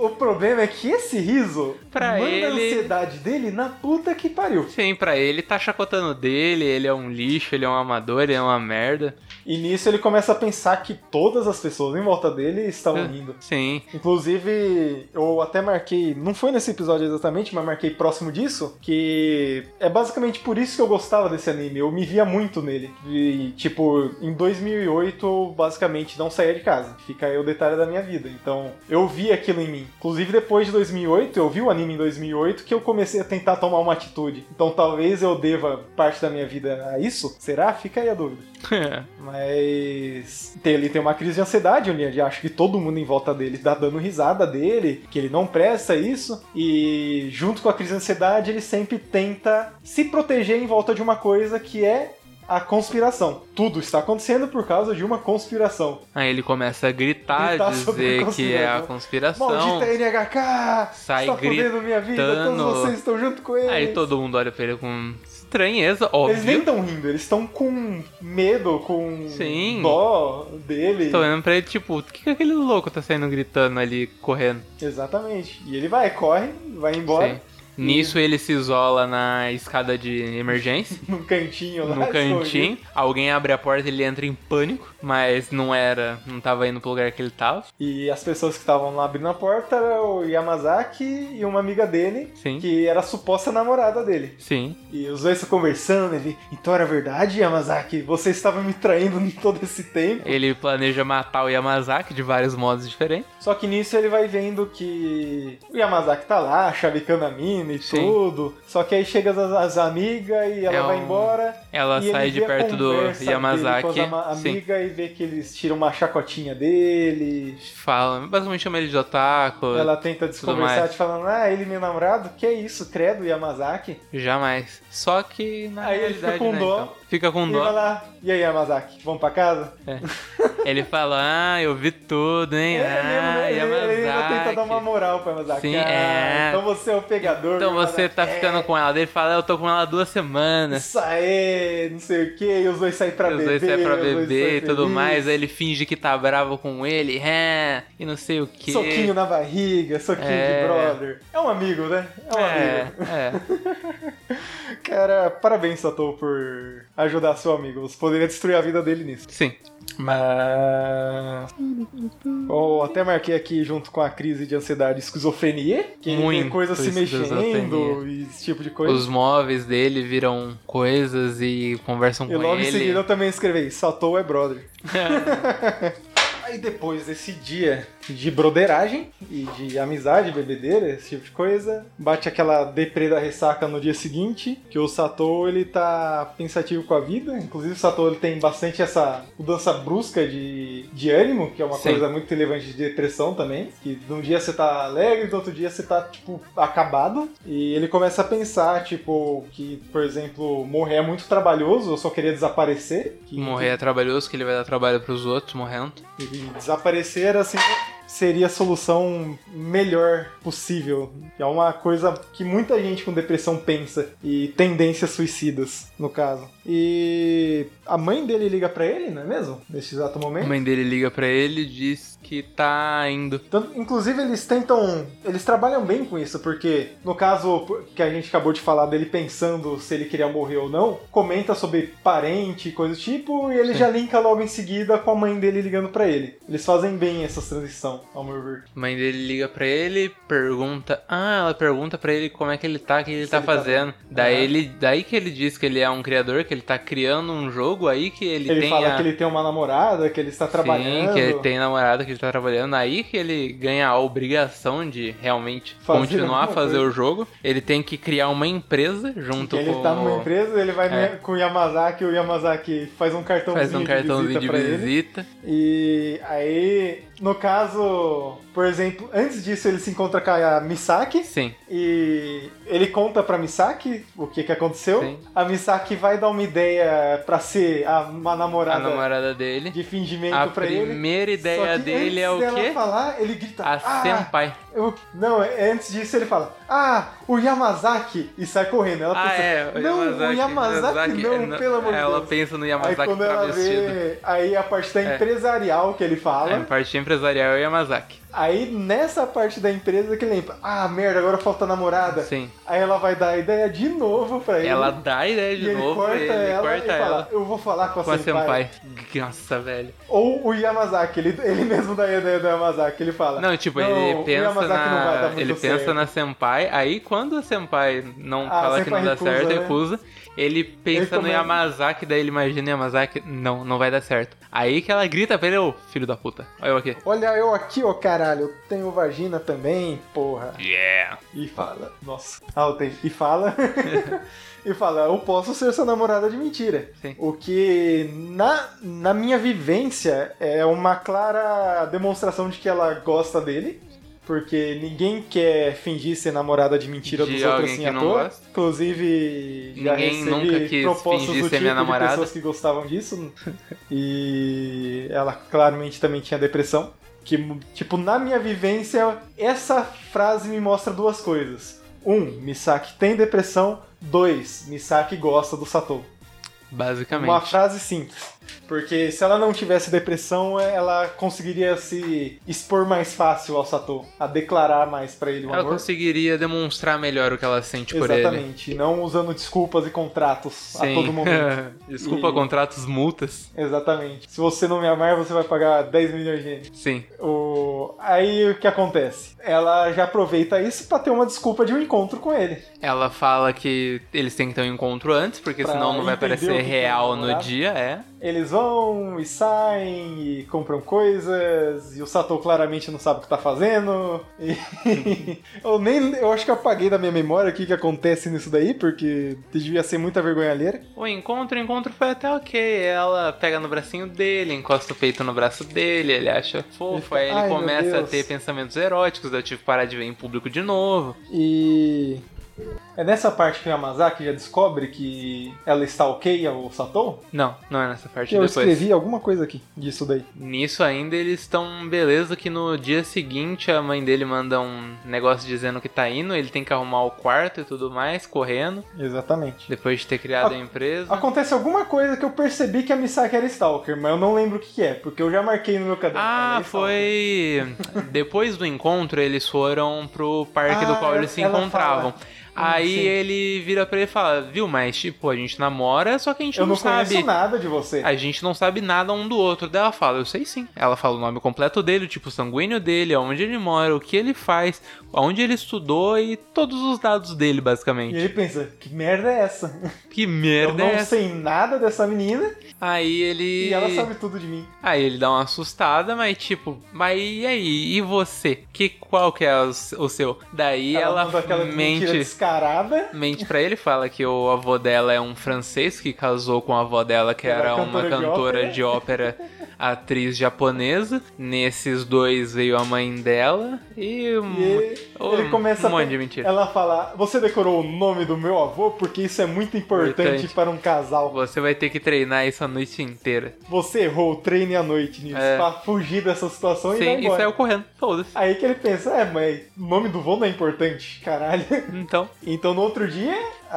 S1: O problema é que esse riso
S2: Pra
S1: manda a
S2: ele-
S1: ansiedade dele na puta que pariu.
S2: Sim, pra ele, tá chacotando dele, ele é um lixo, ele é um amador, ele é uma merda.
S1: E nisso ele começa a pensar que todas as pessoas em volta dele estavam rindo.
S2: Sim. [LAUGHS]
S1: Inclusive, eu até marquei, não foi nesse episódio exatamente, mas marquei próximo disso, que é basicamente por isso que eu gostava desse anime, eu me via muito nele. E, tipo, em 2008 eu basicamente não saía de casa, fica aí o detalhe da minha vida, então eu vi aquilo em mim. Inclusive, depois de 2008, eu vi o anime em 2008 que eu comecei a tentar tomar uma atitude. Então talvez eu deva parte da minha vida a isso? Será? Fica aí a dúvida. Mas tem- ele tem uma crise de ansiedade, onde ele acha que todo mundo em volta dele tá dando risada dele, que ele não presta isso, e junto com a crise de ansiedade ele sempre tenta se proteger em volta de uma coisa que é a conspiração. Tudo está acontecendo por causa de uma conspiração.
S2: Aí ele começa a gritar,
S1: Gritar sobre
S2: dizer que é a
S1: conspiração.
S2: conspiração.
S1: Maldita NHK!
S2: Sai
S1: está fodendo minha vida,
S2: gritando.
S1: todos vocês estão junto com ele.
S2: Aí todo mundo olha pra ele com estranheza, óbvio.
S1: Eles nem estão rindo, eles estão com medo, com
S2: Sim.
S1: dó dele.
S2: Tô olhando pra ele, tipo, o que, que aquele louco tá saindo gritando ali, correndo?
S1: Exatamente. E ele vai, corre, vai embora.
S2: Sim. Nisso ele se isola na escada de emergência,
S1: num cantinho [LAUGHS] lá. é
S2: no cantinho. Alguém abre a porta, ele entra em pânico, mas não era, não tava indo pro lugar que ele tava.
S1: E as pessoas que estavam lá abrindo a porta era o Yamazaki e uma amiga dele,
S2: Sim.
S1: que era a suposta namorada dele.
S2: Sim.
S1: E os dois estão conversando, ele, então era verdade, Yamazaki? Você estava me traindo em todo esse tempo.
S2: Ele planeja matar o Yamazaki de vários modos diferentes.
S1: Só que nisso ele vai vendo que o Yamazaki tá lá, chavecando a mina e
S2: Sim.
S1: tudo. Só que aí chega as, as amigas e ela
S2: É
S1: vai
S2: um-
S1: embora.
S2: Ela
S1: E ele
S2: sai de
S1: vê a
S2: perto do
S1: conversa dele
S2: Yamazaki.
S1: com as ama-
S2: Sim.
S1: amiga e vê que eles tiram uma chacotinha dele.
S2: Fala, basicamente chama ele de otaku.
S1: Ela tenta desconversar
S2: mais.
S1: te falando, ah, ele meu namorado? Que isso, credo, Yamazaki.
S2: Jamais. Só que na
S1: Aí ele
S2: realidade,
S1: fica com
S2: né,
S1: dó.
S2: então. Fica com
S1: e
S2: dó.
S1: vai lá, e aí, Yamazaki, vamos pra casa?
S2: Ele fala, ah, eu vi tudo, hein?
S1: ele,
S2: ah,
S1: É ele, ele, ele ainda tenta dar uma né,
S2: Yamazaki.
S1: moral pra Yamazaki.
S2: Sim,
S1: ah,
S2: é.
S1: Então você é o pegador.
S2: Então você
S1: Yamazaki.
S2: tá ficando com ela. Daí Ele fala, eu tô com ela há duas
S1: É,
S2: semanas.
S1: Isso aí, não sei o que, e os dois saem pra
S2: os
S1: beber.
S2: dois saem pra
S1: os dois
S2: beber e
S1: saem
S2: tudo
S1: felizes.
S2: mais. Aí ele finge que tá bravo com ele. É, e não sei o que.
S1: Soquinho na barriga, soquinho de
S2: É.
S1: brother. É um amigo, né? É um
S2: É,
S1: amigo.
S2: é.
S1: Cara, parabéns, Satou, por ajudar seu amigo. Você poderia destruir a vida dele nisso.
S2: Sim.
S1: Mas. Ou até marquei aqui junto com a crise de ansiedade esquizofrenia, que ele tem
S2: Muito
S1: coisas se mexendo
S2: esquizofrenia.
S1: e esse tipo de coisa.
S2: Os móveis dele viram coisas e conversam
S1: E
S2: com
S1: logo
S2: ele.
S1: em seguida eu também escrevi, Satou é brother. Aí depois desse dia de broderagem e de amizade, bebedeira, esse tipo de coisa, bate aquela deprê da ressaca no dia seguinte, que o Satou ele tá pensativo com a vida, inclusive o Satou ele tem bastante essa mudança brusca de, de ânimo, que é uma
S2: Sim.
S1: coisa muito relevante de depressão também, que num dia você tá alegre, no outro dia você tá, tipo, acabado, e ele começa a pensar, tipo, que, por exemplo, morrer é muito trabalhoso, eu só queria desaparecer. que-
S2: Morrer é trabalhoso, que ele vai dar trabalho pros outros morrendo.
S1: e desaparecer assim seria a solução melhor possível. É uma coisa que muita gente com depressão pensa e tendências suicidas, no caso. E a mãe dele liga pra ele, não é mesmo? Nesse exato
S2: A
S1: momento.
S2: mãe dele liga pra ele e diz que tá indo.
S1: Então, inclusive, eles tentam. Eles trabalham bem com isso, porque no caso que a gente acabou de falar dele pensando se ele queria morrer ou não, comenta sobre parente e coisa do tipo, e ele
S2: Sim.
S1: já linka logo em seguida com a mãe dele ligando pra ele. Eles fazem bem essa transição. decepção, ao meu ver.
S2: Mãe dele liga pra ele, pergunta. Ah, ela pergunta pra ele como é que ele tá, o que ele tá
S1: ele tá
S2: fazendo. daí,
S1: Aham.
S2: ele, daí que ele diz que ele é um criador, que ele tá criando um jogo, aí que ele,
S1: Ele
S2: tem.
S1: fala
S2: a...
S1: que ele tem uma namorada, que ele está trabalhando.
S2: Sim, que ele tem namorada que ele tá trabalhando. Aí que ele ganha a obrigação de realmente
S1: Fazer
S2: continuar a
S1: alguma
S2: fazer
S1: coisa.
S2: o jogo. Ele tem que criar uma empresa junto
S1: Que ele
S2: com.
S1: tá numa empresa, ele vai
S2: tipo um- É.
S1: com o Yamazaki, o Yamazaki faz um cartãozinho,
S2: Faz um
S1: de visita
S2: cartãozinho de
S1: pra ele.
S2: visita.
S1: E aí, no caso, por exemplo, antes disso ele se encontra com a Misaki
S2: Sim.
S1: e ele conta pra Misaki o que que aconteceu.
S2: Sim.
S1: A Misaki vai dar uma ideia pra ser a, uma
S2: A
S1: namorada,
S2: namorada dele.
S1: de fingimento
S2: A
S1: pra ele.
S2: primeira
S1: Só que
S2: ideia dele é o
S1: antes dela
S2: quê?
S1: falar, ele grita,
S2: A
S1: "Ah!"
S2: senpai.
S1: Eu- não, é- antes disso ele fala, ah, o Yamazaki, e sai correndo. Ela
S2: Ah,
S1: pensa,
S2: é. O
S1: não, o
S2: Yamazaki,
S1: Yamazaki, não,
S2: na-
S1: pelo amor de
S2: Ela
S1: Deus.
S2: pensa no
S1: Aí
S2: Yamazaki
S1: quando ela
S2: travestido.
S1: vê, aí a parte da
S2: É.
S1: empresarial que ele fala,
S2: Aí, A parte empresarial é o Yamazaki.
S1: aí nessa parte da empresa que lembra, ah, merda, agora falta namorada.
S2: Sim.
S1: Aí ela vai dar a ideia de novo pra ele.
S2: Ela dá a ideia de
S1: e ele
S2: novo
S1: corta
S2: ele
S1: ela
S2: corta
S1: e fala,
S2: ela.
S1: eu vou falar com a,
S2: Com a
S1: senpai.
S2: senpai. [LAUGHS] Nossa, velho.
S1: Ou o Yamazaki, ele, [LAUGHS] ele mesmo dá a ideia do Yamazaki, ele fala.
S2: Não, tipo,
S1: o
S2: ele pensa
S1: Yamazaki não vai dar
S2: na.
S1: muito
S2: Ele
S1: certo."
S2: pensa na Senpai, aí quando a Senpai não
S1: Ah,
S2: fala
S1: a
S2: que não
S1: senpai
S2: dá
S1: recusa,
S2: certo,
S1: né?
S2: recusa, ele
S1: Ele
S2: pensa no
S1: começa-
S2: Yamazaki, daí ele imagina o Yamazaki, não, não vai dar certo. Aí que ela grita pra ele, ô filho da puta, olha eu aqui.
S1: Olha eu aqui, ô caralho, eu tenho vagina também, porra.
S2: Yeah!
S1: E fala. Nossa. Ah, eu tenho. E fala. [LAUGHS] e fala, eu posso ser sua namorada de mentira.
S2: Sim.
S1: O que, na, na minha vivência, é uma clara demonstração de que ela gosta dele. Porque ninguém quer fingir ser namorada de mentira
S2: De
S1: dos outros
S2: alguém
S1: assim
S2: que
S1: à
S2: não
S1: toa.
S2: gosta.
S1: Inclusive, já
S2: Ninguém
S1: recebi
S2: nunca quis
S1: propostas
S2: fingir
S1: do
S2: ser minha
S1: tipo
S2: namorada.
S1: de pessoas que gostavam disso. e ela claramente também tinha depressão. Que, tipo, na minha vivência, essa frase me mostra duas coisas. Um, Misaki tem depressão. Dois, Misaki gosta do Satou.
S2: Basicamente.
S1: Uma frase simples. Porque se ela não tivesse depressão, ela conseguiria se expor mais fácil ao Satou. A declarar mais pra ele o
S2: Ela
S1: um amor.
S2: conseguiria demonstrar melhor o que ela sente por tipo, ele.
S1: Exatamente. E não usando desculpas e contratos a todo momento.
S2: [LAUGHS] Desculpa,
S1: E-
S2: contratos, multas.
S1: Exatamente. Se você não me amar, você vai pagar 10 milhões de ienes.
S2: Sim.
S1: O... Aí o que acontece? Ela já aproveita isso pra ter uma desculpa de um encontro com ele.
S2: Ela fala que eles têm que ter um encontro antes, porque
S1: Pra
S2: senão não vai
S1: entender o
S2: parecer
S1: que que é
S2: real no
S1: namorado.
S2: dia, é.
S1: Eles vão e saem e compram coisas, e o Sato claramente não sabe o que tá fazendo. E... [LAUGHS] eu nem. Eu acho que eu apaguei da minha memória o que, que acontece nisso daí, porque devia ser muita vergonhalheira.
S2: O encontro, o encontro foi até ok. Ela pega no bracinho dele, encosta o peito no braço dele, ele acha fofo,
S1: Ele fica,
S2: aí ele
S1: "Ai, meu
S2: começa a
S1: Deus."
S2: ter pensamentos eróticos, daí eu tive que parar de ver em público de novo.
S1: E. É nessa parte que o Yamazaki já descobre que ela stalkeia o Sato?
S2: Não, não é nessa parte
S1: Eu
S2: depois.
S1: escrevi alguma coisa aqui disso daí.
S2: Nisso ainda eles estão beleza que no dia seguinte a mãe dele manda um negócio dizendo que tá indo, ele tem que arrumar o quarto e tudo mais, correndo,
S1: Exatamente.
S2: depois de ter criado
S1: Ah,
S2: a empresa.
S1: Acontece alguma coisa que eu percebi que a Misaki era Stalker, mas eu não lembro o que que é, porque eu já marquei no meu caderno.
S2: Ah,
S1: Ela é stalker.
S2: foi. [LAUGHS] Depois do encontro, eles foram pro parque
S1: Ah,
S2: do qual eles se
S1: ela
S2: encontravam.
S1: Ah,
S2: Aí
S1: sim.
S2: ele vira pra ele e fala, viu, mas tipo, a gente namora, só que a gente
S1: Eu não,
S2: sabe.
S1: conheço nada de você.
S2: A gente não sabe nada um do outro. Daí ela fala, eu sei sim. Ela fala o nome completo dele, o tipo sanguíneo dele, onde ele mora, o que ele faz, onde ele estudou e todos os dados dele,
S1: E
S2: basicamente.
S1: ele pensa, que merda é essa?
S2: Que
S1: eu
S2: merda
S1: não
S2: é essa?
S1: sei nada dessa menina
S2: Aí ele.
S1: e... ela sabe tudo de mim.
S2: Aí ele dá uma assustada, mas tipo, mas e aí? E você? Que qual que é o, s- o seu? Daí ela,
S1: manda aquela mentira
S2: mente
S1: descarada.
S2: mente pra ele, fala que o avô dela é um francês que casou com a avó dela, que
S1: Era
S2: era uma
S1: é cantora de
S2: cantora de ópera, atriz japonesa. Nesses dois veio a mãe dela e, um-
S1: E ele,
S2: um,
S1: ele começa
S2: um monte
S1: a...
S2: de mentira.
S1: Ela fala, você decorou o nome do meu avô porque isso é muito importante,
S2: Importante.
S1: para um casal.
S2: Você vai ter que treinar isso a noite inteira.
S1: Você errou, treine à noite nisso,
S2: É.
S1: pra fugir dessa situação e vai
S2: Sim, é e
S1: embora.
S2: saiu correndo. Foda-se.
S1: Aí que ele pensa, é, mas o nome do vô não é importante, caralho. [LAUGHS]
S2: Então,
S1: Então no outro dia,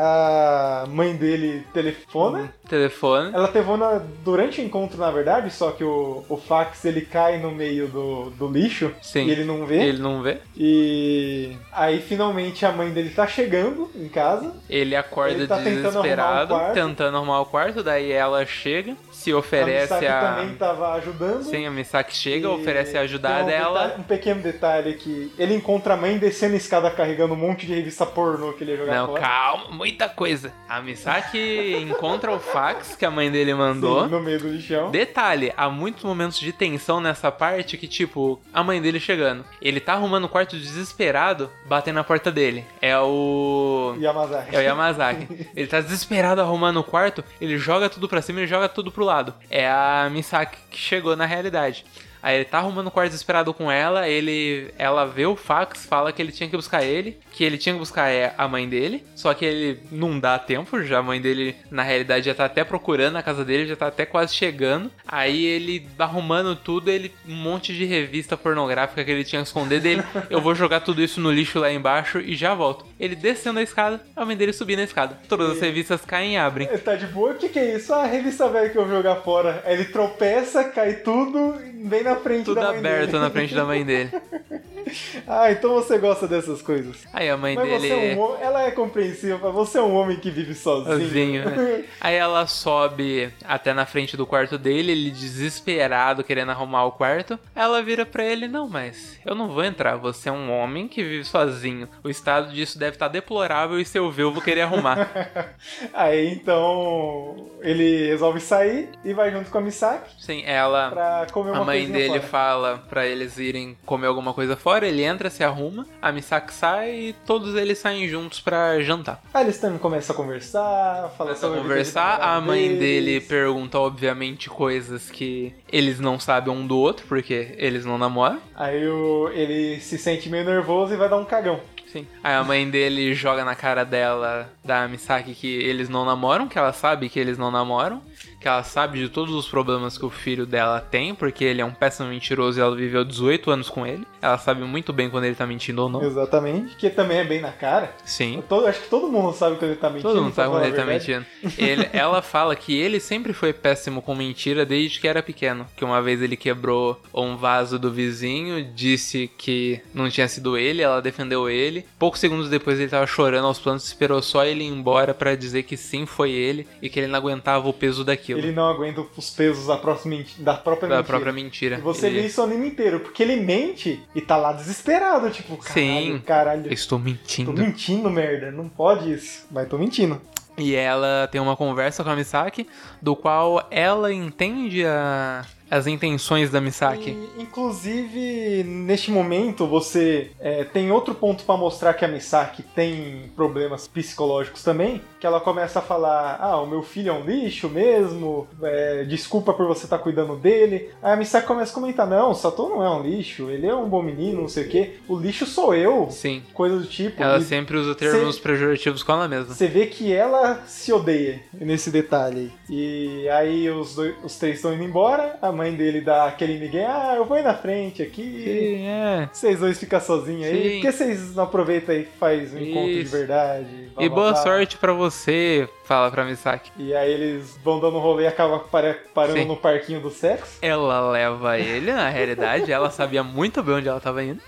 S1: a mãe dele
S2: Hum.
S1: telefona.
S2: telefone.
S1: Ela telefona durante o encontro, na verdade, só que o, o fax ele cai no meio do, do lixo
S2: Sim.
S1: e ele não vê.
S2: Ele não vê.
S1: E aí finalmente a mãe dele tá chegando em casa.
S2: Ele acorda
S1: Ele tá tentando
S2: desesperado,
S1: arrumar o quarto.
S2: tentando arrumar o quarto, daí ela chega, se
S1: a
S2: oferece
S1: Misaki
S2: a.
S1: também tava ajudando.
S2: Sim, a Misaki chega,
S1: E
S2: oferece a ajudar
S1: tem um
S2: dela.
S1: detalhe- um pequeno detalhe que ele encontra a mãe descendo a escada carregando um monte de revista pornô que ele ia jogar
S2: Não,
S1: fora.
S2: calma, muita coisa. A
S1: [LAUGHS]
S2: Misaki encontra o fax que a mãe dele mandou.
S1: Sim, no meio do lixão.
S2: Detalhe, há muitos momentos de tensão nessa parte que, tipo, a mãe dele chegando. Ele tá arrumando o quarto desesperado, batendo na porta dele. É o.
S1: Yamazaki.
S2: É o Yamazaki. Ele tá desesperado arrumando o quarto, ele joga tudo pra cima e joga tudo pro lado. É a Misaki que chegou na realidade. Aí ele tá arrumando o quarto desesperado com ela, ele ela vê o fax, fala que ele tinha que buscar ele, que ele tinha que buscar é, a mãe dele, só que ele não dá tempo, já a mãe dele na realidade já tá até procurando a casa dele, já tá até quase chegando. Aí ele arrumando tudo, ele um monte de revista pornográfica que ele tinha que
S1: [LAUGHS]
S2: esconder dele. Eu vou jogar tudo isso no lixo lá embaixo e já volto. Ele descendo a escada, a mãe dele subindo a escada. Todas as revistas caem e
S1: [LAUGHS]
S2: abrem.
S1: Ele tá de boa, o que, que é isso? Ah, a revista velha que eu vou jogar fora. Aí ele tropeça, cai tudo, bem na frente
S2: Tudo
S1: da mãe
S2: aberto
S1: dele.
S2: na frente da mãe dele.
S1: [LAUGHS] Ah, então você gosta dessas coisas.
S2: Aí a mãe
S1: Mas
S2: dele
S1: você é um homem, ela é compreensiva, mas você é um homem que vive sozinho.
S2: Sozinho, né? Aí ela sobe até na frente do quarto dele, ele desesperado querendo arrumar o quarto. Ela vira pra ele: Não, mas eu não vou entrar. Você é um homem que vive sozinho. O estado disso deve estar deplorável e se eu ver, eu vou querer arrumar.
S1: [LAUGHS] [LAUGHS] Aí então ele resolve sair e vai junto com a Misaki
S2: Sim, ela.
S1: pra comer uma
S2: Ah, A mãe
S1: coisinha
S2: dele
S1: fora.
S2: fala pra eles irem comer alguma coisa fora, ele entra, se arruma, a Misaki sai e todos eles saem juntos pra jantar.
S1: Aí eles também começam a conversar, falam
S2: Começa a
S1: sobre vida
S2: conversar, a
S1: de
S2: mãe dele
S1: deles.
S2: pergunta, obviamente, coisas que eles não sabem um do outro, porque eles não namoram.
S1: Aí o- ele se sente meio nervoso e vai dar um cagão.
S2: Sim. Aí a mãe dele joga na cara dela, da Misaki, que eles não namoram, que ela sabe que eles não namoram, que ela sabe de todos os problemas que o filho dela tem, porque ele é um péssimo mentiroso e ela viveu 18 anos com ele. Ela sabe muito bem quando ele tá mentindo ou não.
S1: Exatamente, que também é bem na cara.
S2: Sim.
S1: Todo- acho que todo mundo sabe quando ele tá mentindo.
S2: Todo mundo
S1: pra
S2: sabe quando
S1: falar
S2: ele
S1: a
S2: tá
S1: verdade.
S2: mentindo.
S1: [LAUGHS]
S2: Ele- ela fala que ele sempre foi péssimo com mentira desde que era pequeno. Que uma vez ele quebrou um vaso do vizinho, disse que não tinha sido ele, ela defendeu ele. Poucos segundos depois ele tava chorando aos planos, esperou só ele ir embora pra dizer que sim, foi ele e que ele não aguentava o peso daquilo.
S1: Ele não aguenta os pesos da, próxima menti- da própria
S2: da
S1: mentira.
S2: própria mentira.
S1: E você
S2: Ele-
S1: vê isso o anime inteiro, porque ele mente e tá lá desesperado, tipo, caralho,
S2: Sim.
S1: caralho.
S2: Estou
S1: Tô
S2: mentindo.
S1: mentindo, merda. Não pode isso. Mas tô mentindo.
S2: E ela tem uma conversa com a Misaki, do qual ela entende a- as intenções da Misaki.
S1: E, inclusive, neste momento, você é, tem outro ponto pra mostrar que a Misaki tem problemas psicológicos também, que ela começa a falar, ah, o meu filho é um lixo mesmo, é, desculpa por você estar cuidando dele. Aí a Misaki começa a comentar, não, o Sato não é um lixo, ele é um bom menino, não sei o quê, o lixo sou eu,
S2: Sim.
S1: coisa do tipo.
S2: Ela
S1: E
S2: sempre usa termos pejorativos com ela mesma.
S1: Você vê que ela se odeia nesse detalhe. E aí os, dois- os três estão indo embora, a mãe dele dá aquele migué, ah, eu vou ir na frente aqui.
S2: Sim, é.
S1: Vocês dois ficam sozinhos aí.
S2: Sim.
S1: Por que vocês não aproveitam e faz um encontro de
S2: Isso.
S1: verdade? blá,
S2: E
S1: blá,
S2: boa
S1: blá.
S2: sorte pra você, fala pra Misaki.
S1: E aí eles vão dando um rolê e acabam para- parando
S2: Sim.
S1: no parquinho do sexo.
S2: Ela leva ele, na realidade, ela sabia muito bem onde ela tava indo.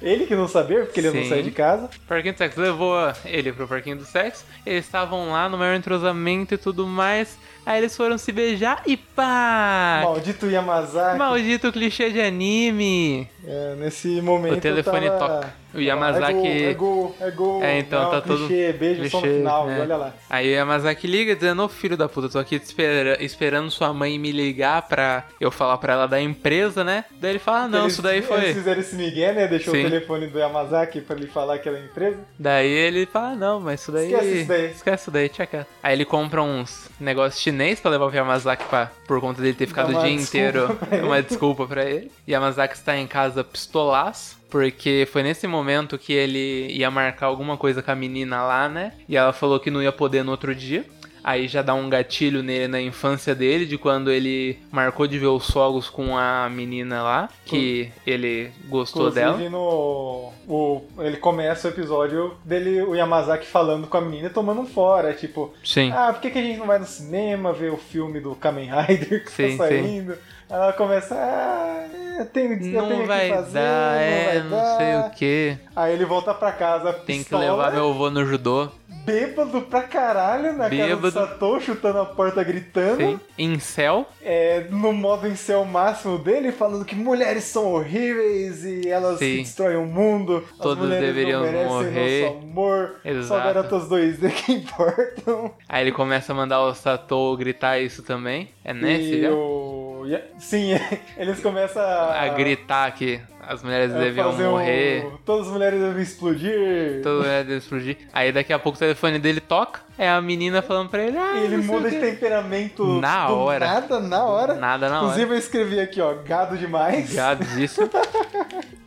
S1: Ele que não sabia, porque ele não
S2: Sim.
S1: saiu de casa.
S2: O Parquinho do Sexo levou ele pro Parquinho do Sexo, eles estavam lá no maior entrosamento e tudo mais, aí eles foram se beijar e pá!
S1: Maldito Yamazaki.
S2: Maldito clichê de anime!
S1: É, nesse momento.
S2: O telefone
S1: tava-
S2: toca. O
S1: tava,
S2: Yamazaki-
S1: É gol, é gol, é gol.
S2: É, então,
S1: Não,
S2: tá todo-
S1: clichê, Beijo só no
S2: clichê,
S1: final,
S2: é.
S1: olha lá.
S2: Aí o Yamazaki liga dizendo, ô filho da puta, tô aqui te espera- esperando sua mãe me ligar pra eu falar pra ela da empresa, né? Daí ele fala, ah, não,
S1: Eles-
S2: isso daí
S1: Eles
S2: foi...
S1: fizeram esse migué, né? Deixou
S2: Sim.
S1: o telefone do Yamazaki pra ele falar que era empresa.
S2: Daí ele fala, "Ah, não, mas isso daí...
S1: Esquece isso daí."
S2: Esquece isso daí, tchau, tchau. Aí ele compra uns negócios chinês pra levar o Yamazaki pra, por conta dele ter ficado
S1: Dá
S2: o
S1: uma [LAUGHS]
S2: dia
S1: desculpa
S2: inteiro.
S1: pra ele.
S2: Uma desculpa pra ele. Yamazaki está em casa pistolaço, porque foi nesse momento que ele ia marcar alguma coisa com a menina lá, né? E ela falou que não ia poder no outro dia. Aí já dá um gatilho nele na infância dele, de quando ele marcou de ver os sogros com a menina lá, que ele gostou dela.
S1: Inclusive, no, o, ele começa o episódio dele, o Yamazaki falando com a menina e tomando um fora. Tipo,
S2: Sim.
S1: ah, por que, que a gente não vai no cinema ver o filme do Kamen Rider que
S2: Sim,
S1: tá
S2: sim.
S1: saindo? Ela começa, ah, eu tenho, eu tenho
S2: Não vai
S1: que fazer,
S2: dar, é,
S1: não
S2: não
S1: vai
S2: sei
S1: dar.
S2: o que.
S1: Aí ele volta pra casa,
S2: Tem que
S1: pistola,
S2: levar meu avô no judô.
S1: bêbado pra caralho na
S2: Bêbado.
S1: casa do Satou, chutando a porta, gritando.
S2: Sim. Incel.
S1: É, no modo em seu máximo dele, falando que mulheres são horríveis e elas que
S2: Sim.
S1: destroem o mundo.
S2: Todos
S1: as mulheres
S2: deveriam
S1: não merecem
S2: morrer.
S1: nosso amor. Só
S2: Exato.
S1: garotas 2D que importam.
S2: Aí ele começa a mandar o Satou gritar isso também. É nesse,
S1: e
S2: viu?
S1: o... e- Sim, [LAUGHS] eles começam a,
S2: A gritar que as mulheres
S1: a
S2: deviam
S1: fazer um-
S2: morrer.
S1: Todas as mulheres devem explodir.
S2: Todo mundo deve explodir. Aí daqui a pouco o telefone dele toca. É a menina falando pra ele. Ah,
S1: E ele
S2: não sei
S1: muda
S2: o
S1: de
S2: quê."
S1: temperamento
S2: Na
S1: do
S2: hora.
S1: nada, na hora.
S2: Nada na hora.
S1: Inclusive eu escrevi aqui, ó, gado demais.
S2: Obrigado disso.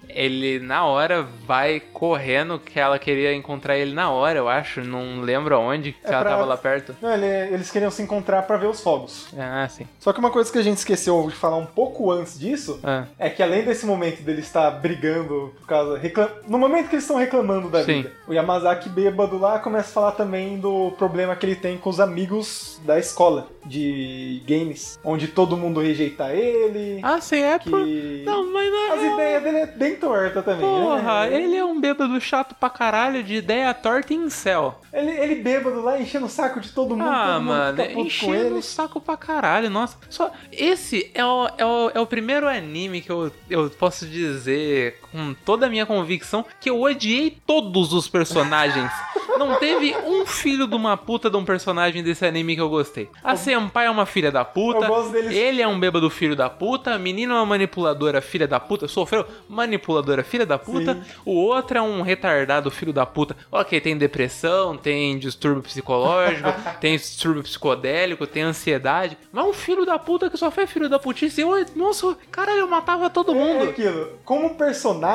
S2: Ele na hora vai correndo, que ela queria encontrar ele na hora, eu acho. Não lembro aonde, que
S1: É
S2: ela
S1: pra-
S2: tava lá perto.
S1: Não, ele- eles queriam se encontrar pra ver os fogos.
S2: Ah, sim.
S1: Só que uma coisa que a gente esqueceu de falar um pouco antes disso
S2: Ah,
S1: é que além desse momento dele estar brigando por causa. recla- No momento que eles estão reclamando da
S2: Sim.
S1: vida, o Yamazaki bêbado lá começa a falar também do problema que ele tem com os amigos da escola de games, onde todo mundo rejeita ele.
S2: ah sim, é por...
S1: que...
S2: Não, mas não.
S1: As ideias dele é bem torta também.
S2: Porra,
S1: né?
S2: ele é um bêbado chato pra caralho, de ideia torta e incel.
S1: Ele, ele bêbado lá, enchendo o saco de todo mundo.
S2: Ah,
S1: todo mundo
S2: mano,
S1: fica puto com
S2: enchendo
S1: ele.
S2: o saco pra caralho, nossa. Só, esse é o, é, o, é o primeiro anime que eu, eu posso dizer com toda a minha convicção que eu odiei todos
S1: [LAUGHS]
S2: os personagens. Não teve um filho de uma puta de um personagem desse anime que eu gostei. A Senpai é uma filha da puta,
S1: Eu gosto deles-
S2: ele é um bêbado filho da puta, a menina é uma manipuladora filha da puta, sofreu manipuladora filha da puta,
S1: Sim.
S2: o outro é um retardado filho da puta. Ok, tem depressão, tem distúrbio
S1: [LAUGHS]
S2: psicológico, tem distúrbio psicodélico, tem ansiedade, mas é um filho da puta que só foi filho da putice. Eu, nossa, caralho, eu matava todo
S1: É
S2: mundo.
S1: aquilo. Como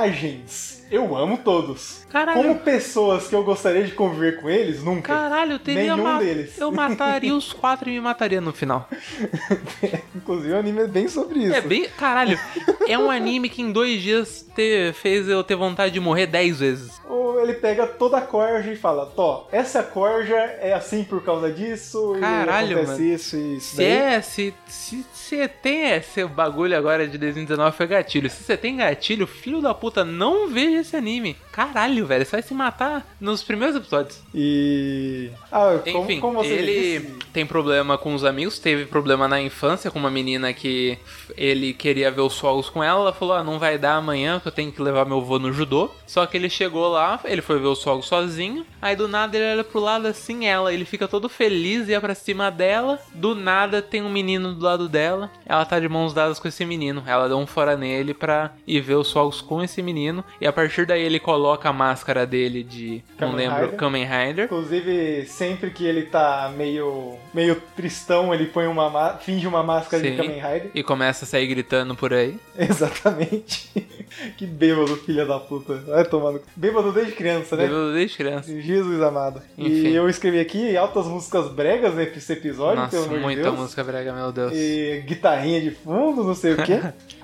S1: personagens, eu amo todos.
S2: Caralho.
S1: Como pessoas que eu gostaria de conviver com eles, nunca.
S2: Caralho, eu teria
S1: Nenhum
S2: ma-
S1: deles.
S2: Eu mataria os quatro e me mataria no final.
S1: [LAUGHS] Inclusive, o anime é bem sobre isso.
S2: É bem. Caralho, é um anime que em dois dias te- fez eu ter vontade de morrer dez vezes.
S1: Ou ele pega toda a corja e fala: Tó, essa corja é assim por causa disso,
S2: Caralho,
S1: e acontece
S2: mano.
S1: isso e isso.
S2: Se
S1: daí.
S2: é, se, se, se tem esse bagulho agora de 2019 foi gatilho. Se você tem gatilho, filho da puta, não veja esse anime. Caralho, velho, você vai se matar nos primeiros episódios.
S1: E. Ah, como,
S2: Enfim,
S1: como você
S2: ele
S1: disse,
S2: tem problema com os amigos, teve problema na infância com uma menina que ele queria ver os fogos com ela, ela falou, ah, não vai dar amanhã que eu tenho que levar meu avô no judô. Só que ele chegou lá, ele foi ver os fogos sozinho, aí do nada ele olha pro lado assim, ela, ele fica todo feliz, ia pra cima dela, do nada tem um menino do lado dela, ela tá de mãos dadas com esse menino, ela deu um fora nele pra ir ver os fogos com esse menino, e a partir daí ele coloca a máscara dele de, não
S1: Kamen
S2: lembro,
S1: Rider.
S2: Kamen Rider.
S1: Inclusive, sempre que ele tá meio, meio tristão, ele põe uma ma- finge uma máscara
S2: Sim.
S1: de Kamen Rider.
S2: E começa a sair gritando por aí.
S1: [LAUGHS] Exatamente. que bêbado, filha da puta. Vai tomando. Bêbado desde criança, né?
S2: Bêbado desde criança.
S1: Jesus amado.
S2: Enfim.
S1: E eu escrevi aqui altas músicas bregas nesse episódio,
S2: Nossa,
S1: pelo amor de
S2: muita
S1: Deus.
S2: música brega, meu Deus. [LAUGHS]
S1: E guitarrinha de fundo, não sei o quê.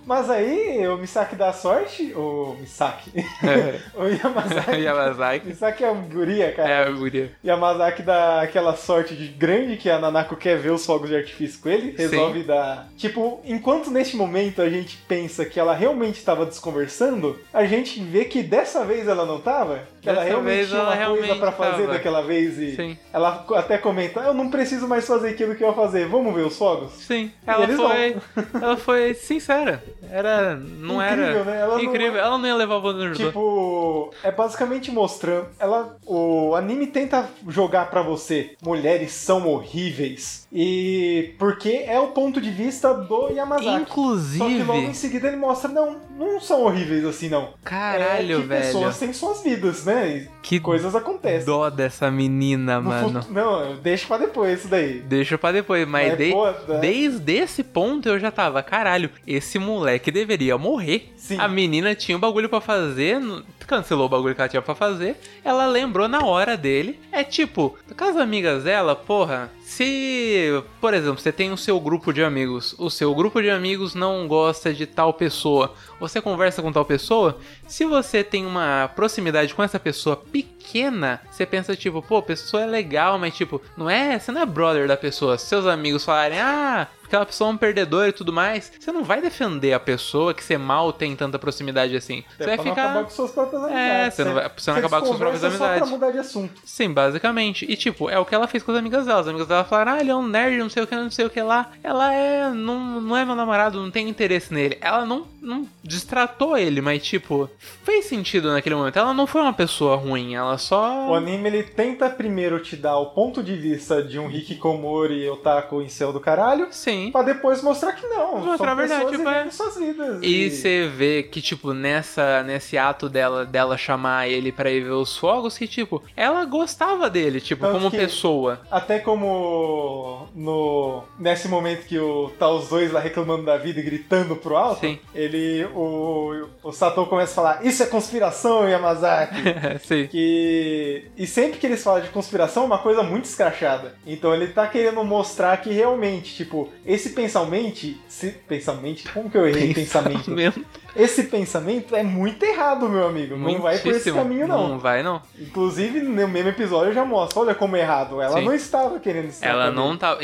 S1: Mas aí o Misaki dá sorte. O Misaki. [LAUGHS] o Yamazaki. [LAUGHS]
S2: Yamazaki.
S1: Misaki é um guria, cara.
S2: É, guria.
S1: Yamazaki dá aquela sorte de grande que a Nanako quer ver os fogos de artifício com ele, resolve dar. Tipo, enquanto neste momento a gente pensa que ela realmente estava desconversando, a gente vê que dessa vez ela não tava. Que ela
S2: Dessa
S1: realmente
S2: vez
S1: tinha
S2: ela
S1: uma
S2: realmente
S1: coisa pra fazer
S2: tava.
S1: daquela vez e
S2: Sim.
S1: ela até comenta: Eu não preciso mais fazer aquilo que eu ia fazer, vamos ver os fogos?
S2: Sim,
S1: E
S2: ela
S1: eles
S2: foi.
S1: [LAUGHS]
S2: Ela foi sincera. Era. Não era.
S1: Incrível, né? Ela não-
S2: incrível. Ela não ia levar o bando no judô.
S1: Tipo, é basicamente mostrando. Ela, o anime tenta jogar pra você. Mulheres são horríveis. E porque é o ponto de vista do Yamazaki. um Só que logo é em
S2: Inclusive.
S1: seguida ele mostra, não, não são horríveis assim, não.
S2: Caralho,
S1: é que
S2: velho.
S1: pessoas têm suas vidas, né? E
S2: Que
S1: coisas acontecem.
S2: dó dessa menina,
S1: No
S2: mano.
S1: futu- Não, eu deixo pra depois isso daí.
S2: Deixa pra depois, mas,
S1: Mas,
S2: de-
S1: pô, né?
S2: desde esse ponto eu já tava, caralho, esse moleque deveria morrer.
S1: Sim.
S2: A menina tinha um bagulho pra fazer, n- cancelou o bagulho que ela tinha pra fazer, ela lembrou na hora dele. É tipo, com as amigas dela, porra, se, por exemplo, você tem o seu grupo de amigos, o seu grupo de amigos não gosta de tal pessoa, você conversa com tal pessoa, se você tem uma proximidade com essa pessoa pequena, você pensa tipo, pô, a pessoa é legal, mas tipo, não é, você não é brother da pessoa. Se Seus amigos falarem, ah, porque ela pessoa é um perdedor e tudo mais, você não vai defender a pessoa que você mal tem tanta proximidade assim. Você
S1: É
S2: vai
S1: pra não acabar
S2: ficar.
S1: com suas próprias amizades.
S2: É, você não vai- você não acabar com suas próprias
S1: desconversa
S2: amizades.
S1: só pra mudar de assunto.
S2: Sim, basicamente. E tipo, é o que ela fez com as amigas dela. As amigas dela falaram, ah, ele é um nerd, não sei o que, não sei o que lá. Ela é. Não, não é meu namorado, não tem interesse nele. Ela não, não destratou ele, mas tipo, fez sentido naquele momento. Ela não foi uma pessoa ruim, ela só.
S1: O anime ele tenta primeiro te dar o ponto de vista de um Hikikomori otaku em céu do caralho,
S2: Sim.
S1: pra depois mostrar que não.
S2: Mostrar
S1: são
S2: a verdade,
S1: pessoas
S2: tipo, é.
S1: vivendo suas vidas.
S2: E você vê que, tipo, nessa, nesse ato dela, dela chamar ele pra ir ver os fogos, que, tipo, ela gostava dele, tipo,
S1: Tanto
S2: como
S1: que-
S2: pessoa. [LAUGHS]
S1: Até como no nesse momento que o, tá os dois lá reclamando da vida e gritando pro alto,
S2: Sim.
S1: ele o, o Sato começa a falar: "Isso é conspiração, Yamazaki".
S2: É, Sim.
S1: que e sempre que eles falam de conspiração é uma coisa muito escrachada. Então ele tá querendo mostrar que realmente, tipo, esse pensamento, se pensamento, como que eu errei pensamento?
S2: Mesmo.
S1: Esse pensamento é muito errado, meu amigo. Não vai por esse
S2: Muitíssimo.
S1: caminho não.
S2: Não vai, não.
S1: Inclusive, no mesmo episódio eu já mostra, olha como é errado. Ela
S2: Sim.
S1: não estava querendo estar
S2: Ela
S1: com ele.
S2: não tá.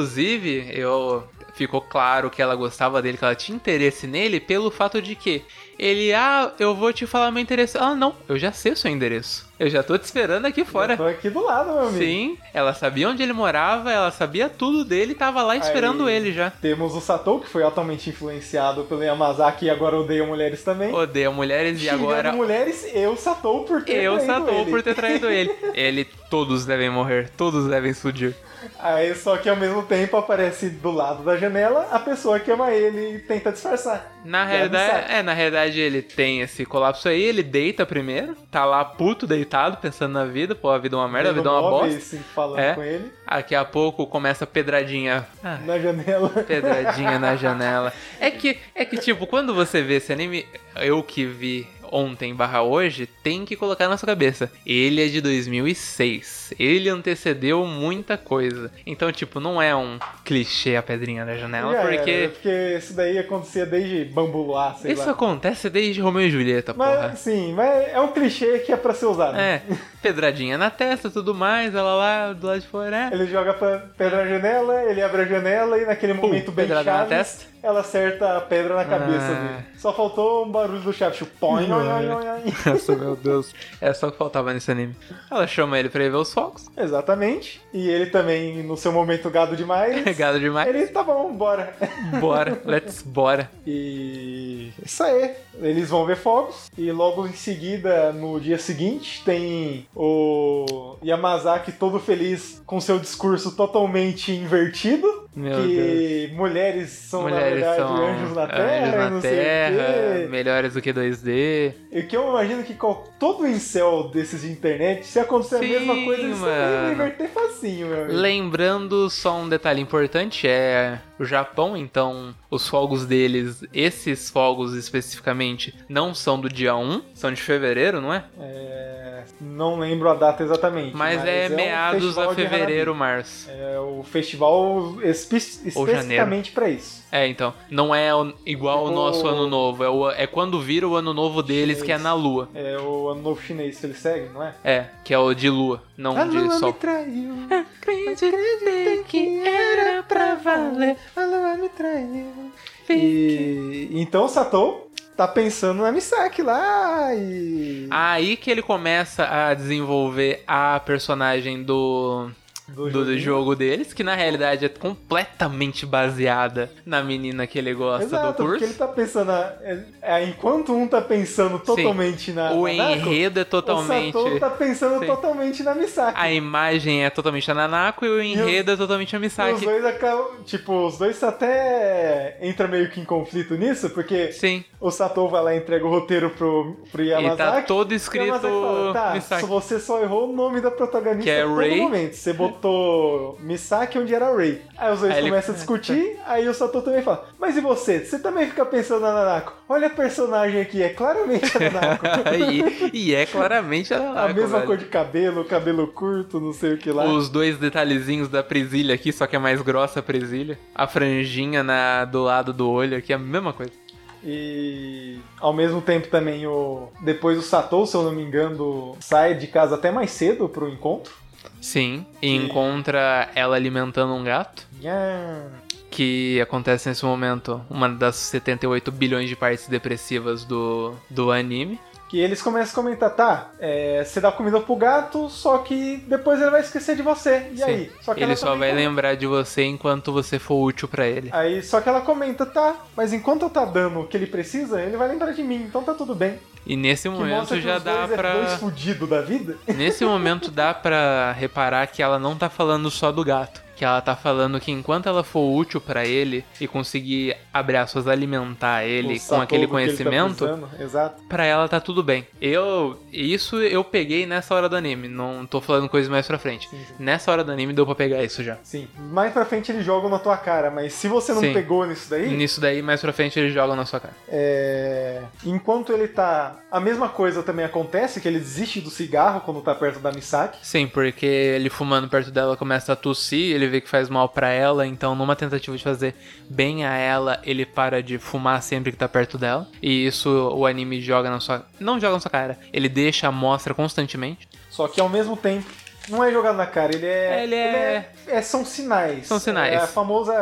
S2: Inclusive, eu. Ficou claro que ela gostava dele, que ela tinha interesse nele, pelo fato de que ele, ah, eu vou te falar meu endereço. Ah, não, eu já sei o seu endereço. Eu já tô te esperando aqui
S1: Eu
S2: fora.
S1: tô aqui do lado, meu amigo.
S2: Sim, ela sabia onde ele morava, ela sabia tudo dele, tava lá esperando ele já.
S1: Temos o Satou, que foi altamente influenciado pelo Yamazaki e agora odeia mulheres também.
S2: Odeia mulheres e
S1: Xingando
S2: agora
S1: mulheres, eu Satou por ter
S2: eu
S1: traído
S2: Satou
S1: ele.
S2: por ter traído ele. Ele, todos devem morrer, todos devem explodir.
S1: Aí só que ao mesmo tempo aparece do lado da janela a pessoa que ama ele e tenta disfarçar.
S2: Na
S1: Deve
S2: realidade,
S1: saco.
S2: é, na realidade ele tem esse colapso aí, ele deita primeiro, tá lá puto, deitado, pensando na vida, pô, a vida é uma merda, a vida é uma
S1: Móveis,
S2: bosta.
S1: Assim, falando
S2: É.
S1: com ele
S2: Daqui a pouco começa a pedradinha. Ah,
S1: na
S2: [LAUGHS]
S1: janela.
S2: pedradinha na janela. É que, é que, tipo, quando você vê esse anime, eu que vi ontem barra hoje, tem que colocar na sua cabeça. Ele é de 2006. Ele antecedeu muita coisa. Então, tipo, não é um clichê a pedrinha na
S1: [LAUGHS]
S2: janela,
S1: Já era,
S2: porque...
S1: porque isso daí acontecia desde Bambu Luar, sei
S2: Isso
S1: lá.
S2: acontece desde Romeu e Julieta,
S1: Mas
S2: porra.
S1: sim, mas é um clichê que é pra ser usado.
S2: É, pedradinha na testa, tudo mais, ela lá do lado de fora.
S1: [LAUGHS]
S2: é.
S1: Ele joga pra pedra na janela, ele abre a janela e naquele
S2: Pum,
S1: momento bem
S2: pedrada na
S1: Chaves,
S2: testa.
S1: ela acerta a pedra na cabeça
S2: Ah.
S1: dele. Só faltou um barulho do Chaves, tipo, põe, oi, oi, oi, oi.
S2: Nossa, meu Deus. É só o que faltava nesse anime. Ela chama ele pra ir ver os [LAUGHS] focos.
S1: Exatamente. E ele também, no seu momento gado demais,
S2: [LAUGHS] Gado demais.
S1: ele, tá bom, bora. [LAUGHS]
S2: Bora, let's bora.
S1: E isso aí. Eles vão ver fogos. E logo em seguida, no dia seguinte, tem o Yamazaki todo feliz com seu discurso totalmente invertido.
S2: Meu Deus.
S1: que mulheres são,
S2: Mulheres
S1: na verdade,
S2: são
S1: anjos na Terra,
S2: anjos na
S1: e não sei
S2: terra
S1: o quê.
S2: melhores do que 2D.
S1: E que eu imagino que qual, todo incel desses de internet, se acontecer
S2: Sim,
S1: a mesma coisa, eles também vão
S2: mano.
S1: inverter facinho, meu amigo.
S2: Lembrando só um detalhe importante, é o Japão, então os fogos deles, esses fogos especificamente, não são do dia 1, são de fevereiro, não é?
S1: É, não lembro a data exatamente.
S2: Mas é,
S1: um
S2: meados
S1: festival
S2: a
S1: de
S2: fevereiro,
S1: Hanabi.
S2: março.
S1: É o festival espe
S2: Ou janeiro.
S1: especificamente pra isso.
S2: É, então. Não é o- igual ao
S1: Tipo-
S2: nosso ano novo. É, o- é quando vira o ano novo deles, que é na lua.
S1: É o ano novo chinês que eles seguem, não é? Ah,
S2: É, que é o de lua, não de sol. [LAUGHS]
S1: traiu.
S2: É, Acreditei que era pra valer.
S1: A lua me traiu. E então Satou tá pensando na Misaki lá e.
S2: Aí que ele começa a desenvolver a personagem do, do, do
S1: joguinho.
S2: jogo deles, que na realidade é completamente baseada na menina que ele gosta
S1: Exato,
S2: do
S1: porque
S2: curso.
S1: ele tá pensando. na- é- é, enquanto um tá pensando totalmente na.
S2: O
S1: tá na Nako,
S2: enredo é
S1: O
S2: totalmente.
S1: Satou tá pensando
S2: Sim.
S1: totalmente na Misaki.
S2: A imagem é totalmente a Nanako e o enredo é totalmente
S1: E
S2: a
S1: os
S2: Misaki.
S1: dois, acabam- tipo, os dois até entra meio que em conflito nisso, porque
S2: Sim,
S1: o Satou vai lá e entrega o roteiro pro, pro
S2: e
S1: Yamazaki.
S2: tá todo
S1: E o
S2: escrito
S1: Yamazaki fala, tá,
S2: Misaki. [LAUGHS]
S1: você só errou o nome da protagonista
S2: Que é
S1: a todo
S2: Rei.
S1: momento. Você botou Misaki onde era Ray. Aí os dois
S2: Aí ele-
S1: começam a discutir, aí o Satou também fala, mas e você? Você também fica pensando na Nanako? Olha a personagem aqui, é
S2: [LAUGHS]
S1: claramente a Nanako.
S2: e, e é claramente a Nanako.
S1: a mesma
S2: velho.
S1: cor de cabelo, cabelo curto, não sei o que lá.
S2: Os dois detalhezinhos da presilha aqui, só que é mais grossa a presilha. A franjinha na, do lado do olho aqui é a mesma coisa.
S1: E ao mesmo tempo também o. Depois o Satou, se eu não me engano, sai de casa até mais cedo pro encontro.
S2: Sim, e
S1: Que-
S2: encontra ela alimentando um gato.
S1: Nham.
S2: que acontece nesse momento, uma das 78 bilhões de partes depressivas do, do anime.
S1: Que eles começam a comentar, tá, é, você dá comida pro gato, só que depois ele vai esquecer de você. E
S2: Sim.
S1: aí? Só que
S2: ele
S1: ela
S2: só
S1: também um-
S2: vai
S1: comenta.
S2: lembrar de você enquanto você for útil pra ele.
S1: Aí, só que ela comenta, tá, mas enquanto eu tá dando o que ele precisa, ele vai lembrar de mim, então tá tudo bem.
S2: E
S1: Que
S2: nesse momento
S1: mostra que
S2: já
S1: os
S2: dá
S1: dois
S2: pra.
S1: é dois fudido da vida.
S2: [LAUGHS] Nesse momento dá pra reparar que ela não tá falando só do gato, que ela tá falando que enquanto ela for útil pra ele e conseguir abre aspas alimentar ele
S1: Pulsar
S2: com aquele
S1: todo o que ele tá
S2: conhecimento,
S1: precisando, Exato.
S2: pra ela tá tudo bem. Eu isso eu peguei nessa hora do anime, não tô falando coisa mais pra frente. Nessa hora do anime deu pra pegar isso já.
S1: Sim. Mais pra frente ele joga na tua cara, mas se você não
S2: Sim.
S1: pegou nisso daí,
S2: Nisso daí mais pra frente eles jogam na sua cara.
S1: é, enquanto ele tá. A mesma coisa também acontece, que ele desiste do cigarro quando tá perto da Misaki.
S2: Sim, porque ele fumando perto dela começa a tossir, ele vê que faz mal pra ela, então numa tentativa de fazer bem a ela, ele para de fumar sempre que tá perto dela. E isso o anime joga na sua, não joga na sua cara, ele deixa a mostra constantemente.
S1: Só que ao mesmo tempo. Não é jogado na cara, ele é.
S2: Ele é-
S1: é- é- são sinais.
S2: São sinais.
S1: É a famosa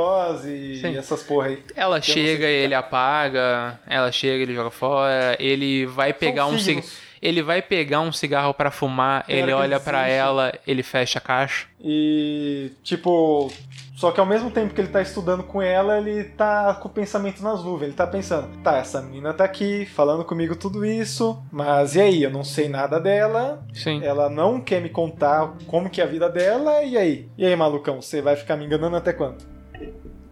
S1: simiose
S2: Sim.
S1: e essas porra aí.
S2: Ela
S1: sei
S2: chega, ele
S1: é-
S2: apaga, ela chega, ele joga fora, ele vai pegar um cigarro,
S1: signos.
S2: ele vai pegar um cigarro pra fumar,
S1: Tem hora
S2: ele
S1: que
S2: olha
S1: ele
S2: pra
S1: desiste.
S2: ela, ele fecha a caixa.
S1: E, tipo, só que ao mesmo tempo que ele tá estudando com ela, ele tá com o pensamento nas nuvens. Ele tá pensando, tá, essa menina tá aqui falando comigo tudo isso, mas e aí? Eu não sei nada dela,
S2: Sim.
S1: ela não quer me contar como que é a vida dela, e aí? E aí, malucão, você vai ficar me enganando até quando?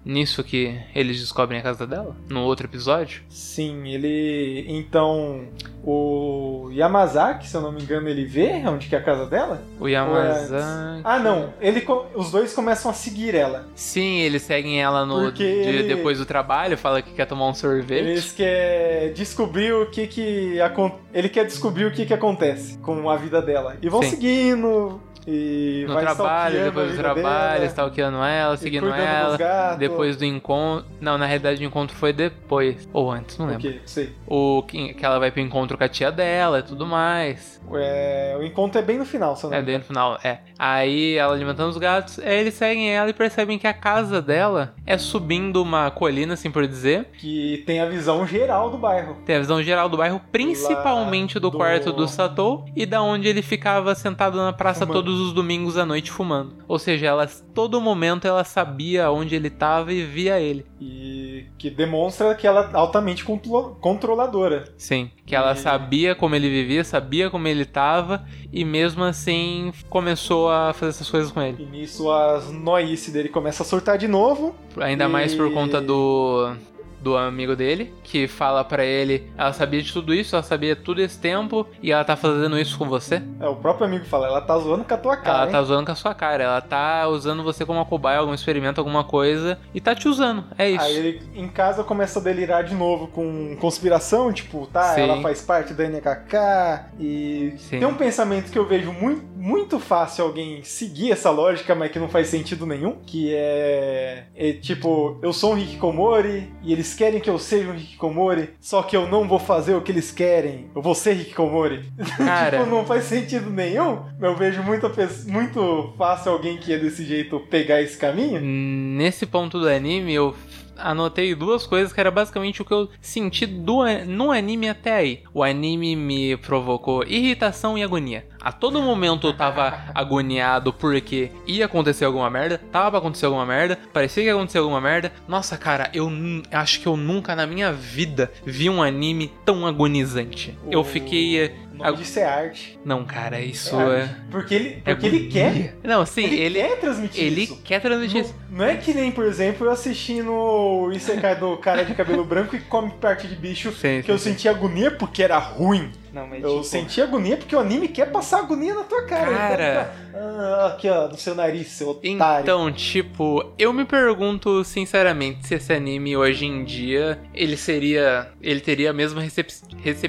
S2: Nisso que eles descobrem a casa dela no outro episódio.
S1: Sim, ele. Então, o Yamazaki, se eu não me engano, ele vê onde que é a casa dela?
S2: O Yamazaki.
S1: Ah, não, ele, co- os dois começam a seguir ela.
S2: Sim, eles seguem ela no
S1: Porque
S2: de-
S1: ele-
S2: depois do trabalho, fala que quer tomar um sorvete.
S1: Eles quer descobrir o que que acon- ele quer descobrir o que que acontece com a vida dela e vão
S2: Sim.
S1: seguindo e
S2: No
S1: vai
S2: trabalho,
S1: stalkeando
S2: depois
S1: a
S2: do
S1: vida
S2: trabalho,
S1: dela,
S2: stalkeando ela,
S1: e
S2: seguindo
S1: cuidando dos
S2: ela.
S1: gatos.
S2: Depois do encontro. Não, na realidade o encontro foi depois. Ou antes, não
S1: o
S2: lembro.
S1: quê? Não sei.
S2: O que, que ela vai pro encontro com a tia dela e tudo mais.
S1: É, o encontro é bem no final, se eu não
S2: É
S1: me
S2: bem no final, é. Aí ela alimentando os gatos, aí eles seguem ela e percebem que a casa dela é subindo uma colina, assim por dizer.
S1: engano, que tem a visão geral do bairro.
S2: Tem a visão geral do bairro, principalmente do,
S1: do-
S2: quarto do Satou e da onde ele ficava sentado na praça
S1: Fumando.
S2: todos os domingos à noite fumando. Ou seja, ela, todo momento ela sabia onde ele estava e via ele.
S1: E que demonstra que ela é altamente contro- controladora.
S2: Sim, que ela
S1: E-
S2: sabia como ele vivia, sabia como ele estava e mesmo assim começou a fazer essas coisas com ele.
S1: E nisso as noice dele começa a surtar de novo.
S2: Ainda mais por
S1: E-
S2: conta do do amigo dele, que fala pra ele, ela sabia de tudo isso, ela sabia tudo esse tempo e ela tá fazendo isso com você?
S1: É, o próprio amigo fala, ela tá zoando com a tua cara.
S2: Ela
S1: hein?
S2: tá zoando com a sua cara, ela tá usando você como uma cobaia, algum experimento, alguma coisa, e tá te usando, é isso.
S1: Aí ele em casa começa a delirar de novo com conspiração, tipo, tá,
S2: Sim.
S1: ela faz parte da NKK e
S2: Sim.
S1: tem um pensamento que eu vejo muito, muito fácil alguém seguir essa lógica, mas que não faz sentido nenhum, que é, é tipo, eu sou um Hikikomori e eles querem que eu seja um Hikikomori, só que eu não vou fazer o que eles querem, eu vou ser Hikikomori.
S2: Cara,
S1: [LAUGHS] Tipo, não faz sentido nenhum. Eu vejo muito, muito fácil alguém que é desse jeito pegar esse caminho.
S2: nesse ponto do anime, eu anotei duas coisas que era basicamente o que eu senti do, an- no anime até aí. O anime me provocou irritação e agonia. A todo momento eu tava agoniado porque ia acontecer alguma merda, tava pra acontecer alguma merda, parecia que ia acontecer alguma merda. Nossa, cara, eu nu- acho que eu nunca na minha vida vi um anime tão agonizante. Eu
S1: O-
S2: fiquei eh,
S1: O nome
S2: Ag-
S1: disso é arte.
S2: Não, cara, isso
S1: É
S2: é.
S1: arte. Porque ele,
S2: é
S1: porque ele quer.
S2: agonia. Não, sim,
S1: Ele,
S2: ele,
S1: quer transmitir
S2: ele
S1: isso.
S2: quer transmitir isso.
S1: Não, não é que nem, por exemplo, eu assistindo o Isekai do cara de cabelo branco e come parte de bicho.
S2: Sim,
S1: Que eu
S2: sim, sim.
S1: senti agonia porque era ruim.
S2: Não, mas
S1: Eu senti agonia porque o anime quer passar agonia na tua cara. tá.
S2: Cara.
S1: Ele tá- Ah, aqui, ó, no seu nariz, seu otário.
S2: Então, tipo, eu me pergunto sinceramente se esse anime hoje em dia ele seria. Ele teria a mesma recep-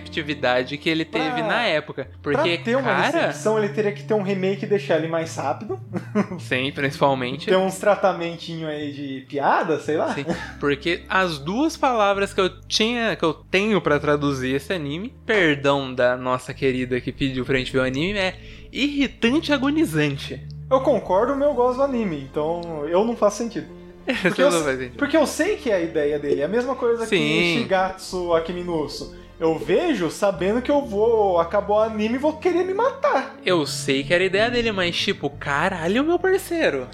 S2: receptividade que ele teve
S1: Pra-
S2: na época.
S1: Pra
S2: Porque,
S1: ter uma
S2: cara.
S1: recepção, ele teria que ter um remake e deixar ele mais rápido.
S2: [LAUGHS] Sim, principalmente.
S1: Ter um- uns tratamentinhos aí de piada, sei lá.
S2: Sim, porque as duas palavras que eu tinha, que eu tenho pra traduzir esse anime, perdão da nossa querida que pediu pra gente ver o anime, é irritante e agonizante. [LAUGHS] [LAUGHS]
S1: Eu concordo, mas eu gosto do anime, então eu não faço sentido. Porque
S2: Isso não faz
S1: eu,
S2: sentido.
S1: porque eu sei que é a ideia dele. É a mesma coisa
S2: Sim.
S1: que Shigatsu Akimi no Uso. Eu vejo sabendo que eu vou acabar o anime e vou querer me matar.
S2: Eu sei que era a ideia dele, mas tipo, caralho, meu parceiro.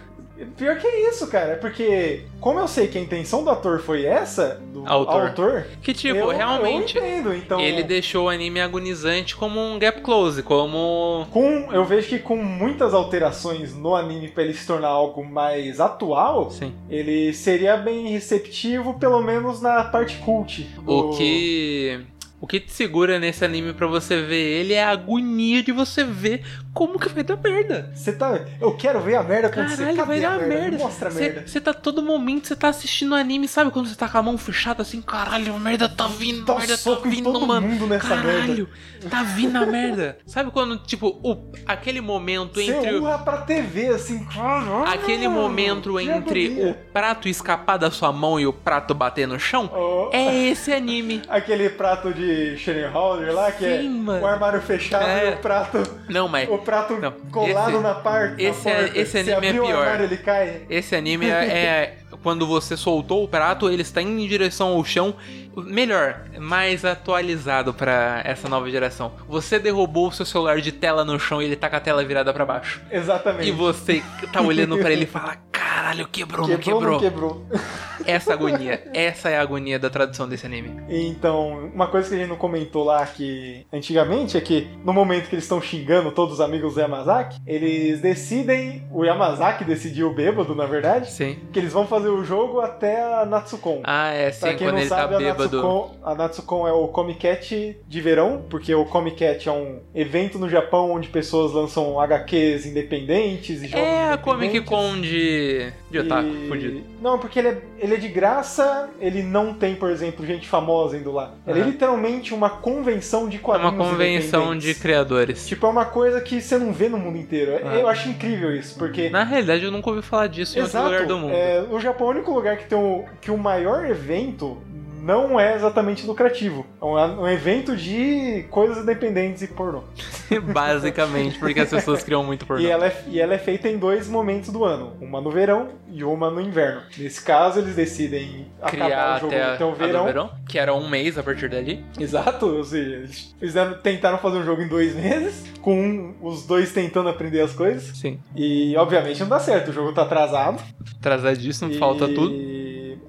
S1: Pior que é isso, cara. Porque como eu sei que a intenção do ator foi essa, do
S2: Autor.
S1: autor,
S2: Que tipo,
S1: eu,
S2: realmente,
S1: eu entendo. Então,
S2: ele deixou o anime agonizante como um gap close, como.
S1: com, eu vejo que com muitas alterações no anime pra ele se tornar algo mais atual,
S2: Sim.
S1: ele seria bem receptivo, pelo menos na parte cult.
S2: O
S1: do-
S2: que. O que te segura nesse anime pra você ver ele é a agonia de você ver como que vai dar merda.
S1: Você tá. Eu quero ver a merda acontecer.
S2: Caralho,
S1: Cadê
S2: vai
S1: a
S2: dar
S1: merda? Me
S2: merda.
S1: Mostra a merda.
S2: Você tá todo momento, você tá assistindo anime, sabe quando você tá com a mão fechada assim, caralho, a merda tá vindo,
S1: Dá
S2: a
S1: um
S2: merda tá
S1: soco em
S2: vindo,
S1: todo
S2: mano.
S1: mundo nessa merda.
S2: Caralho, tá vindo a merda. Sabe quando, tipo, o, aquele momento
S1: Você
S2: entre. o-
S1: urra pra TV, assim. caralho,
S2: Aquele momento
S1: que
S2: entre o
S1: agonia.
S2: prato escapar da sua mão e o prato bater no chão
S1: Oh,
S2: [LAUGHS] é esse anime.
S1: Aquele prato de Shenenholder lá, que é
S2: Sim, mano.
S1: o armário fechado
S2: É.
S1: e o prato,
S2: Não, mas
S1: o prato
S2: Não,
S1: colado
S2: esse-
S1: na parte.
S2: esse
S1: na
S2: é-
S1: porta.
S2: esse
S1: Você
S2: anime é
S1: abrir o
S2: pior.
S1: armário, ele cai.
S2: esse anime é, é quando você soltou o prato, ele está indo em direção ao chão. Melhor, mais atualizado pra essa nova geração. Você derrubou o seu celular de tela no chão e ele tá com a tela virada pra baixo.
S1: Exatamente.
S2: E você tá olhando pra ele e fala: caralho, quebrou, não
S1: Quebrou,
S2: quebrou.
S1: não quebrou.
S2: Essa agonia, essa é a agonia da tradução desse anime.
S1: Então, uma coisa que a gente não comentou lá que antigamente é que no momento que eles estão xingando todos os amigos do Yamazaki, eles decidem, o Yamazaki decidiu bêbado, na verdade,
S2: Sim.
S1: que eles vão fazer o jogo até a Natsukon.
S2: Ah, é,
S1: Pra
S2: sim,
S1: quem
S2: quando
S1: não
S2: ele
S1: sabe,
S2: tá
S1: a,
S2: bêbado.
S1: Natsukon, a Natsukon é o Comic Cat de verão, porque o Comic Cat é um evento no Japão onde pessoas lançam HQs independentes e jogos
S2: É a
S1: independentes.
S2: Comic Con de. de otaku,
S1: E-
S2: fudido.
S1: Não, porque ele é, ele é de graça, ele não tem, por exemplo, gente famosa indo lá. Ela é
S2: Aham.
S1: literalmente uma convenção de
S2: É
S1: quadrinhos
S2: uma convenção de
S1: independentes.
S2: criadores.
S1: Tipo, é uma coisa que você não vê no mundo inteiro. É,
S2: Ah.
S1: Eu acho incrível isso, porque...
S2: Na realidade, eu nunca ouvi falar disso em
S1: Exato,
S2: outro lugar do mundo.
S1: é, o Japão é o único lugar que tem o, que o maior evento não é exatamente lucrativo. É um, um evento de coisas independentes e pornô.
S2: [LAUGHS] Basicamente, porque as pessoas criam muito por
S1: E ela, é, e ela é feita em dois momentos do ano, uma no verão e uma no inverno. Nesse caso, eles decidem acabar
S2: criar
S1: o jogo
S2: até, a-
S1: até
S2: a
S1: o
S2: do
S1: verão.
S2: verão, que era um mês a partir dali.
S1: Exato, ou seja, eles fizeram- tentaram fazer um jogo em dois meses, com um- os dois tentando aprender as coisas.
S2: Sim.
S1: E obviamente não dá certo, o jogo tá atrasado.
S2: Atrasadíssimo,
S1: e...
S2: falta tudo.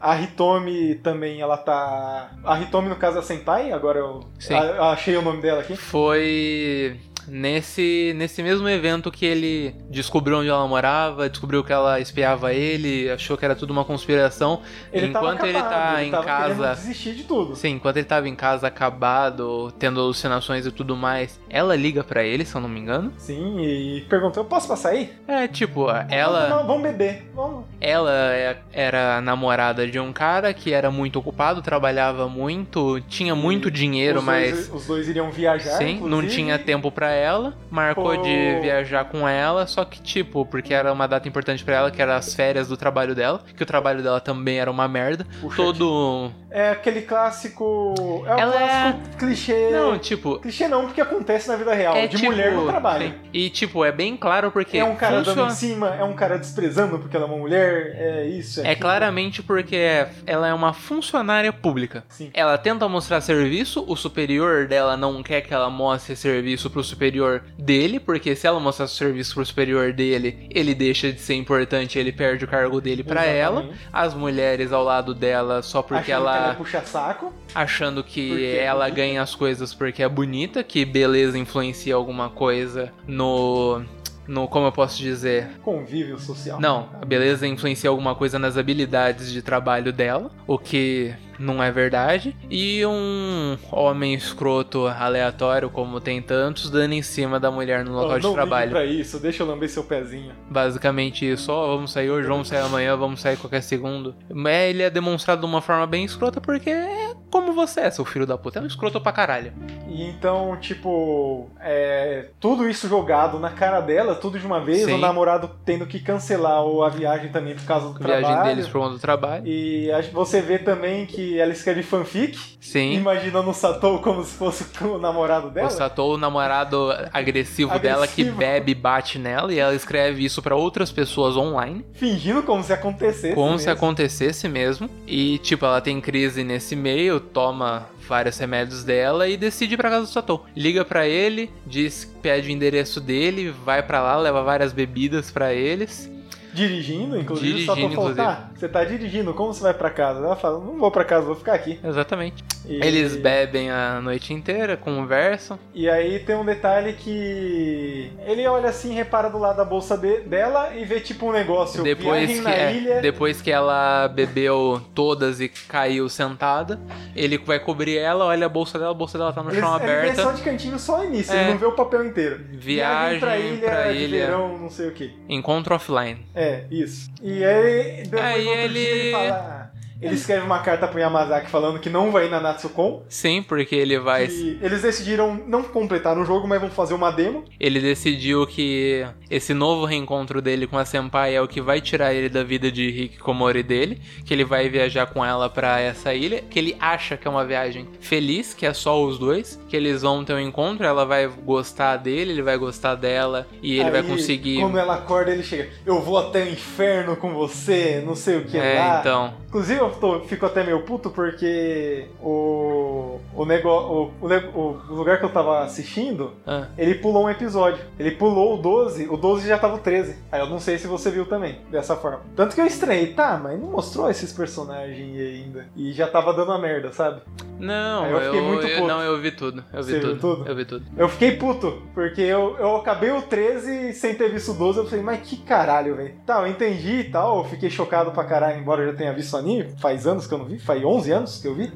S1: A Hitomi também, ela tá. A Hitomi, no caso, é a Senpai, agora eu
S2: Sim.
S1: a- achei o nome dela aqui.
S2: Foi nesse, nesse mesmo evento que ele descobriu onde ela morava, descobriu que ela espiava ele, achou que era tudo uma conspiração. enquanto
S1: tava
S2: ele
S1: acabado,
S2: tá
S1: ele
S2: em
S1: tava querendo
S2: casa.
S1: desistir de tudo.
S2: Sim, enquanto ele tava em casa acabado, tendo alucinações e tudo mais, ela liga pra ele, se eu não me engano.
S1: Sim, e perguntou: eu posso passar aí?
S2: É, tipo, ela,
S1: Não, vamos beber. Vamos.
S2: ela é- era namorada de um cara que era muito ocupado, trabalhava muito, tinha muito dinheiro,
S1: os,
S2: mas
S1: dois, os dois iriam viajar.
S2: sim, não
S1: inclusive.
S2: tinha tempo pra ela. Marcou
S1: Pô.
S2: de viajar com ela, só que tipo, porque era uma data importante pra ela, que era as férias do trabalho dela, que o trabalho dela também era uma merda.
S1: Puxa,
S2: Todo,
S1: [LAUGHS] É aquele clássico. É o
S2: Ela é-
S1: clássico clichê.
S2: não, tipo,
S1: Clichê não, porque acontece na vida real.
S2: é
S1: de
S2: tipo,
S1: mulher no trabalho.
S2: sim. E tipo, é bem claro porque
S1: É um cara
S2: funciona.
S1: dando em cima, é um cara desprezando porque ela é uma mulher, é isso, é,
S2: É
S1: aquilo.
S2: claramente porque ela é uma funcionária pública.
S1: Sim.
S2: Ela tenta mostrar serviço, o superior dela não quer que ela mostre serviço pro superior dele, porque se ela mostrar serviço pro superior dele, ele deixa de ser importante, ele perde o cargo dele pra ela.
S1: Exatamente.
S2: As mulheres ao lado dela só porque
S1: Achando que
S2: ela tá
S1: é puxa saco.
S2: achando que
S1: Porque é
S2: ela
S1: bonita.
S2: ganha as coisas porque é bonita, que beleza influencia alguma coisa no no como eu posso dizer,
S1: Convívio social.
S2: não, a beleza influencia alguma coisa nas habilidades de trabalho dela, o que não é verdade. E um homem escroto aleatório, como tem tantos, dando em cima da mulher no
S1: Oh,
S2: local
S1: não
S2: de
S1: ligue
S2: trabalho.
S1: pra isso, deixa eu lamber seu pezinho.
S2: Basicamente isso, ó, vamos sair hoje, vamos sair amanhã, vamos sair qualquer segundo. Mas ele é demonstrado de uma forma bem escrota porque é como você é, seu filho da puta. É um escroto pra caralho.
S1: E então, tipo, é, tudo isso jogado na cara dela, tudo de uma vez,
S2: Sim.
S1: o namorado tendo que cancelar o- a viagem também por causa do
S2: Viagem
S1: trabalho.
S2: deles por conta do trabalho.
S1: E acho que você vê também que ela escreve fanfic,
S2: Sim.
S1: imaginando o Satou como se fosse [LAUGHS] o namorado dela.
S2: O Satou, o namorado agressivo dela que
S1: Agressivo.
S2: bebe e bate nela, e ela escreve isso pra outras pessoas online,
S1: Fingindo como se acontecesse.
S2: como se
S1: mesmo.
S2: acontecesse mesmo. E, tipo, ela tem crise nesse meio, toma vários remédios dela e decide ir pra casa do Satou. Liga pra ele, diz, pede o endereço dele, vai pra lá, leva várias bebidas pra eles.
S1: Dirigindo, inclusive, o Satou
S2: Dirigindo,
S1: falou: tá, você tá dirigindo, como você vai pra casa? Ela fala: não vou pra casa, vou ficar aqui.
S2: Exatamente.
S1: E-
S2: Eles bebem a noite inteira, conversam.
S1: E aí tem um detalhe que ele olha assim, repara do lado da bolsa de- dela e vê tipo um negócio
S2: Depois
S1: viagem
S2: que,
S1: na
S2: é,
S1: ilha.
S2: depois que ela bebeu todas e caiu sentada, ele vai cobrir ela, olha a bolsa dela, a bolsa dela tá no
S1: Ele,
S2: chão
S1: ele vê só
S2: aberta.
S1: de cantinho só início,
S2: É.
S1: ele não vê o papel inteiro.
S2: Viagem
S1: pra ilha,
S2: pra
S1: de
S2: ilha.
S1: verão, não sei o que.
S2: Encontro offline.
S1: É, isso. E aí, depois
S2: Aí
S1: no outro dia,
S2: É, ele-
S1: ele fala. Ele escreve uma carta pro Yamazaki falando que não vai ir na Natsukon.
S2: Sim, porque ele vai.
S1: Que eles decidiram não completar o jogo, mas vão fazer uma demo.
S2: Ele decidiu que esse novo reencontro dele com a Senpai é o que vai tirar ele da vida de Hikikomori dele. Que ele vai viajar com ela pra essa ilha. Que ele acha que é uma viagem feliz, que é só os dois. Que eles vão ter um encontro, ela vai gostar dele, ele vai gostar dela. E ele vai
S1: Aí,
S2: conseguir.
S1: Quando ela acorda, ele chega. Eu vou até o inferno com você, não sei o que lá.
S2: É, então.
S1: Inclusive, eu tô- fico até meio puto porque o, o, negócio, o, ne- o lugar que eu tava assistindo,
S2: Ah.
S1: ele pulou um episódio. Ele pulou o 12, o 12 já tava o 13. Aí eu não sei se você viu também, dessa forma. Tanto que eu estranhei, tá, mas não mostrou esses personagens aí ainda. E já tava dando a merda, sabe?
S2: Não,
S1: Aí
S2: eu,
S1: eu fiquei muito
S2: eu-
S1: puto.
S2: não, eu vi tudo. Eu vi
S1: Você viu
S2: tudo,
S1: tudo?
S2: Eu
S1: [LAUGHS]
S2: vi tudo. [LAUGHS]
S1: Eu fiquei puto, porque eu, eu acabei o 13 sem ter visto o 12. Eu falei, mas que caralho, velho. Tá, eu entendi e tal, eu fiquei chocado pra caralho, embora eu já tenha visto o anime. Faz anos que eu não vi, faz 11 anos que eu vi.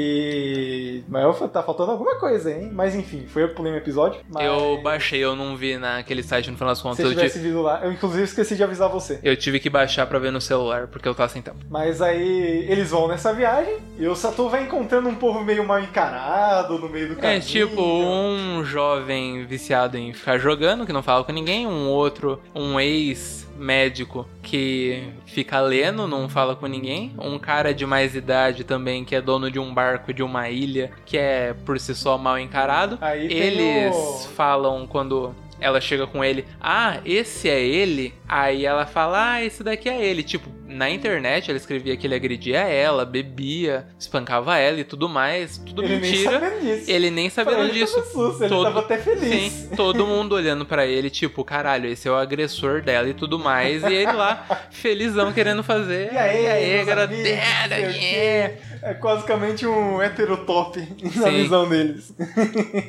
S1: E. Mas eu fa- tá faltando alguma coisa, hein? Mas enfim, foi eu que pulei um episódio. Mas
S2: Eu baixei, eu não vi naquele site no final das contas.
S1: Se eu
S2: Eu tive,
S1: tivesse vindo lá, eu inclusive esqueci de avisar você.
S2: eu tive que baixar pra ver no celular, porque eu tava sem tempo.
S1: Mas aí eles vão nessa viagem e o Sato vai encontrando um povo meio mal encarado no meio do caminho.
S2: É tipo um jovem viciado em ficar jogando, que não fala com ninguém, um outro, um ex-médico que fica lendo, não fala com ninguém, um cara de mais idade também que é dono de um barco de uma ilha, que é por si só mal encarado.
S1: Aí tem
S2: Eles
S1: o-
S2: falam quando ela chega com ele, ah, esse é ele. Aí ela fala, ah, esse daqui é ele. Tipo, na internet ela escrevia que ele agredia ela, bebia, espancava ela e tudo mais. Tudo
S1: ele
S2: mentira.
S1: Nem sabendo disso.
S2: Ele nem sabendo
S1: Pra ele
S2: disso.
S1: tava susto, ele
S2: Todo-
S1: tava até feliz.
S2: Sim, todo mundo olhando pra ele, tipo, caralho, esse é o agressor dela e tudo mais. E ele lá, felizão, querendo fazer.
S1: E aí,
S2: e aí,
S1: meus
S2: garotada,
S1: amigos, não sei o
S2: yeah.
S1: É basicamente um heterotop [LAUGHS] na
S2: Sim.
S1: visão deles. [LAUGHS]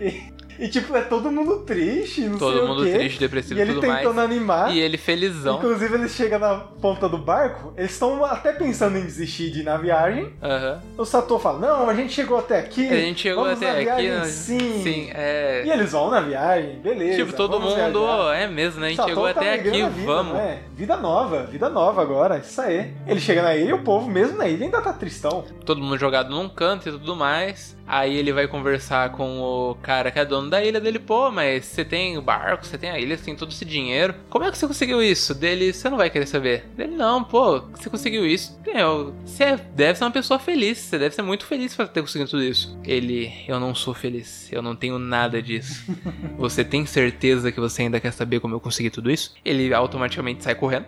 S1: e, e, tipo, é todo mundo triste, não sei
S2: Todo
S1: o
S2: mundo
S1: quê.
S2: triste, depressivo
S1: E
S2: e
S1: ele
S2: tudo
S1: tentando
S2: mais.
S1: animar.
S2: E ele felizão.
S1: Inclusive, eles chegam na ponta do barco, eles estão até pensando em desistir de ir na viagem.
S2: Aham.
S1: O Sator fala: Não, a gente chegou até aqui.
S2: A gente chegou
S1: vamos
S2: até
S1: na
S2: aqui.
S1: Viagem,
S2: né?
S1: sim.
S2: Sim, é.
S1: E eles vão na viagem, beleza.
S2: tipo, todo
S1: vamos
S2: mundo.
S1: viajar.
S2: É mesmo, né? A gente
S1: Sator
S2: chegou
S1: tá
S2: até
S1: vivendo
S2: aqui,
S1: a vida,
S2: vamos.
S1: né? Vida nova, vida nova agora, isso aí. Ele chega na ilha e o povo, mesmo na ilha, ainda tá tristão.
S2: Todo mundo jogado num canto e tudo mais. Aí ele vai conversar com o cara que é dono da ilha dele. Pô, mas você tem o barco, você tem a ilha, você tem todo esse dinheiro. Como é que você conseguiu isso? Dele, você não vai querer saber. Dele, não, pô, você conseguiu isso. Meu, você deve ser uma pessoa feliz. Você deve ser muito feliz pra ter conseguido tudo isso. Ele, eu não sou feliz. Eu não tenho nada disso. Você tem certeza que você ainda quer saber como eu consegui tudo isso? Ele automaticamente sai correndo.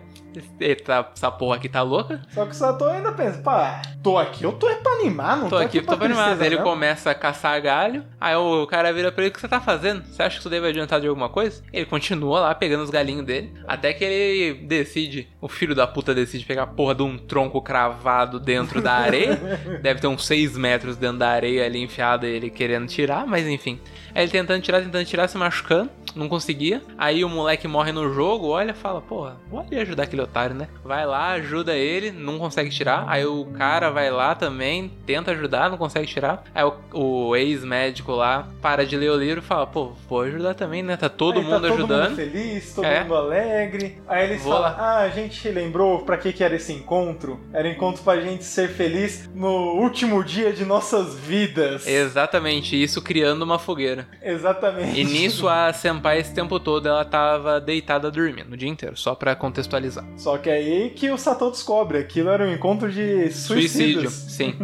S2: Eita, essa porra aqui tá louca.
S1: Só que o Sator ainda pensa, pá, tô aqui, eu tô é pra animar, não
S2: Tô aqui,
S1: pra
S2: tô animado.
S1: tristeza,
S2: Ele
S1: não.
S2: começa a caçar galho. Aí o cara vira pra ele: O que você tá fazendo? Você acha que isso daí vai adiantar de alguma coisa? Ele continua lá pegando os galinhos dele. Até que ele decide, o filho da puta decide pegar a porra de um tronco cravado dentro
S1: [LAUGHS]
S2: da areia. Deve ter uns 6 metros É, dentro da areia ali enfiado ele querendo tirar, mas enfim. Aí ele tentando tirar, tentando tirar, se machucando. não conseguia. Aí o moleque morre no jogo, olha, fala, porra, vou ali ajudar aquele otário, né? Vai lá, ajuda ele, não consegue tirar. Aí o cara vai lá também, tenta ajudar, não consegue tirar. Aí o, o ex-médico lá para de ler o livro e fala, pô, vou ajudar também, né? Tá todo
S1: Aí tá
S2: mundo
S1: Todo
S2: ajudando.
S1: mundo feliz, todo
S2: É.
S1: mundo alegre. Aí eles
S2: Vou
S1: falam: Ah, a gente lembrou pra que, que era esse encontro? Era encontro pra gente ser feliz no último dia de nossas vidas.
S2: Exatamente, isso criando uma fogueira.
S1: Exatamente.
S2: E nisso a Senpai esse tempo todo ela tava deitada dormindo o dia inteiro, só pra contextualizar.
S1: Só que aí que o Satô descobre: aquilo era um encontro de
S2: Suicídio,
S1: suicidas.
S2: sim.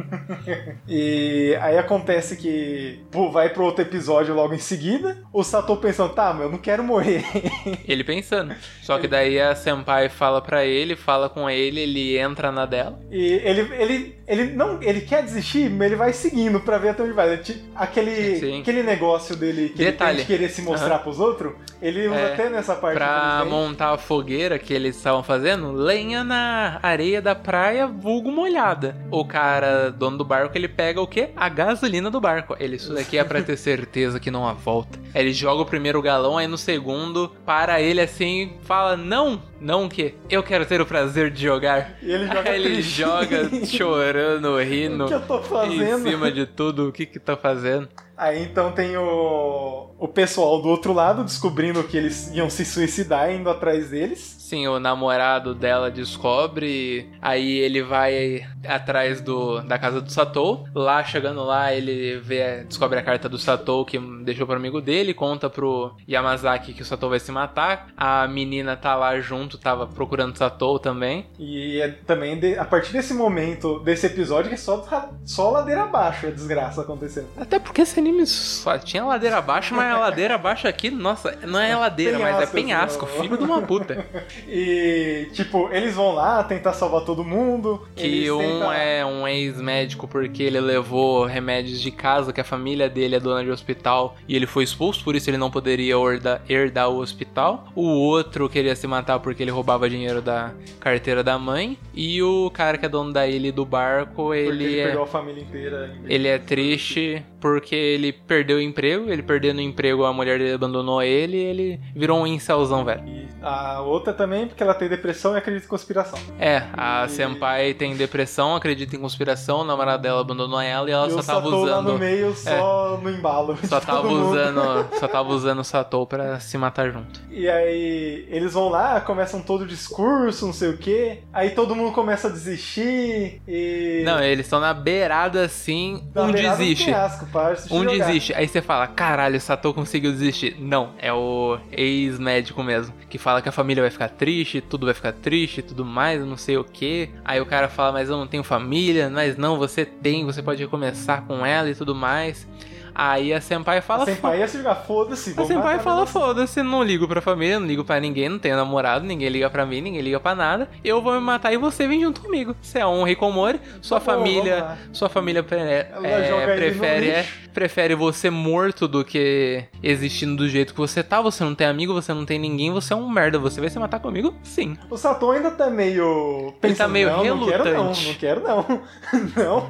S1: E aí acontece que pô, vai pro outro episódio logo em seguida. O Satô pensando: Tá, mas eu não quero morrer. [LAUGHS]
S2: Ele pensando. Só que daí a Senpai fala pra ele, fala com ele, ele entra na dela.
S1: E ele, ele, ele não ele quer desistir, mas ele vai seguindo pra ver até onde vai. Ele ti- Aquele,
S2: Sim.
S1: aquele negócio dele que
S2: Detalhe.
S1: ele tem de querer se mostrar pros outros, ele usa
S2: É,
S1: até nessa parte.
S2: Pra
S1: infelizmente.
S2: montar a fogueira que eles estavam fazendo, lenha na areia da praia, vulgo molhada. O cara, dono do barco, ele pega o quê? A gasolina do barco. Ele, isso daqui é pra ter certeza que não há volta. Aí Ele joga o primeiro galão, aí no segundo, para ele assim, fala, não, não o quê? Eu quero ter o prazer de jogar.
S1: E ele joga
S2: Aí [LAUGHS] ele
S1: triste. [LAUGHS]
S2: joga chorando,
S1: O
S2: rindo.
S1: que eu tô
S2: Em
S1: fazendo?
S2: cima de tudo, o que que tá fazendo?
S1: Aí então tem o, o pessoal do outro lado descobrindo que eles iam se suicidar indo atrás deles.
S2: Sim, o namorado dela descobre, aí ele vai atrás do, da casa do Satou. Lá, chegando lá, ele vê, descobre a carta do Satou que deixou pro amigo dele, conta pro Yamazaki que o Satou vai se matar. A menina tá lá junto, tava procurando o Satou também.
S1: E é também de- a partir desse momento, desse episódio, que é só, só ladeira abaixo a desgraça acontecendo.
S2: Até porque esse anime só tinha ladeira abaixo, mas a ladeira abaixo aqui, nossa, não é ladeira, mas é
S1: Penhascos,
S2: penhasco,
S1: não.
S2: filho de uma puta.
S1: E, tipo, eles vão lá tentar salvar todo mundo.
S2: Que
S1: eles
S2: um
S1: tentam-
S2: é um ex-médico porque ele levou remédios de casa, que a família dele é dona de hospital e ele foi expulso, por isso ele não poderia herda- herdar o hospital. O outro queria se matar porque ele roubava dinheiro da carteira da mãe. E o cara que é dono da ilha e do barco,
S1: Porque ele
S2: ele é.
S1: pegou a família inteira. em-
S2: Ele é triste porque ele perdeu o emprego, ele perdendo o emprego, a mulher dele abandonou ele e ele virou um incelzão, velho.
S1: E a outra também, porque ela tem depressão e acredita em conspiração.
S2: É, a
S1: E-
S2: Senpai tem depressão, acredita em conspiração, o namorado dela abandonou ela e ela
S1: e
S2: só
S1: o
S2: tava
S1: Satou lá no
S2: usando. É.
S1: meio, só no embalo. de
S2: Só
S1: todo
S2: tava
S1: mundo.
S2: usando. Só tava usando o Satou pra se matar junto.
S1: E aí eles vão lá, começam todo o discurso, não sei o quê. Aí todo mundo começa a desistir e. é
S2: Não, eles estão na beirada assim,
S1: dá
S2: um
S1: uma beirada no
S2: desiste.
S1: penhasco pra se
S2: Um
S1: jogar.
S2: desiste. Aí você fala, caralho, o Satou conseguiu desistir. Não, é o ex-médico mesmo. Que fala que a família vai ficar triste, tudo vai ficar triste, tudo mais, não sei o que. Aí o cara fala, mas eu não tenho família, mas não, você tem, você pode recomeçar com ela e tudo mais. Aí a Senpai fala,
S1: A Senpai ia se jogar, foda-se.
S2: A
S1: vamos
S2: senpai
S1: matar
S2: fala,
S1: todo mundo.
S2: foda-se, não ligo pra família, não ligo pra ninguém, não tenho namorado, ninguém liga pra mim, ninguém liga pra nada. Eu vou me matar e você vem junto comigo. Você é um Rikomori, sua
S1: Tá bom,
S2: família,
S1: vamos lá.
S2: sua família pre-
S1: Ela
S2: é,
S1: joga ele no
S2: prefere, é,
S1: lixo.
S2: prefere você morto do que existindo do jeito que você tá. Você não tem amigo, você não tem ninguém, você é um merda. Você vai se matar comigo? Sim.
S1: O Saturn ainda tá meio. Pensando,
S2: meio
S1: não,
S2: relutante."
S1: Não quero não, [LAUGHS] não quero não.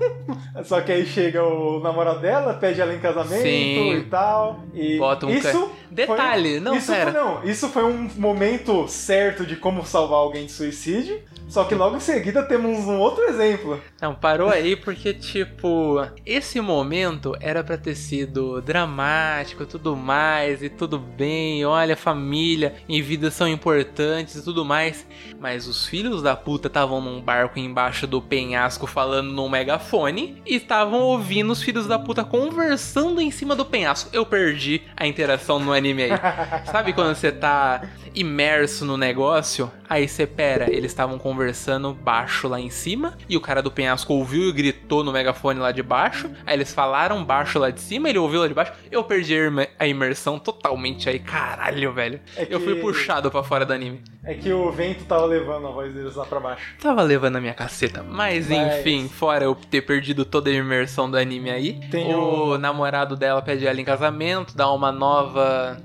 S1: não. Só que aí chega o namorado dela, pede ela em casamento
S2: Sim.
S1: e tal. E
S2: Bota um
S1: isso.
S2: Detalhe, não,
S1: isso
S2: pera.
S1: Foi, não, isso foi um momento certo de como salvar alguém de suicídio. Só que logo em seguida temos um outro exemplo.
S2: Não, parou aí porque, tipo, esse momento era pra ter sido dramático, tudo mais, e tudo bem, olha, família e vida são importantes e tudo mais. Mas os filhos da puta estavam num barco embaixo do penhasco falando num megafone e estavam ouvindo os filhos da puta conversando em cima do penhasco. Eu perdi a interação no anime aí. Sabe quando você tá imerso no negócio? Aí você pera, eles estavam conversando baixo lá em cima, e o cara do penhasco ouviu e gritou no megafone lá de baixo. Aí eles falaram baixo lá de cima, ele ouviu lá de baixo. Eu perdi a irme- a imersão totalmente aí, caralho, velho.
S1: É
S2: Eu fui
S1: que-
S2: puxado pra fora do anime.
S1: É que o vento tava levando a voz deles lá pra baixo.
S2: Tava levando a minha caceta,
S1: Mas-
S2: mas, enfim, fora eu ter perdido toda a imersão do anime aí,
S1: Tem
S2: o namorado dela pede ela em casamento, dá uma nova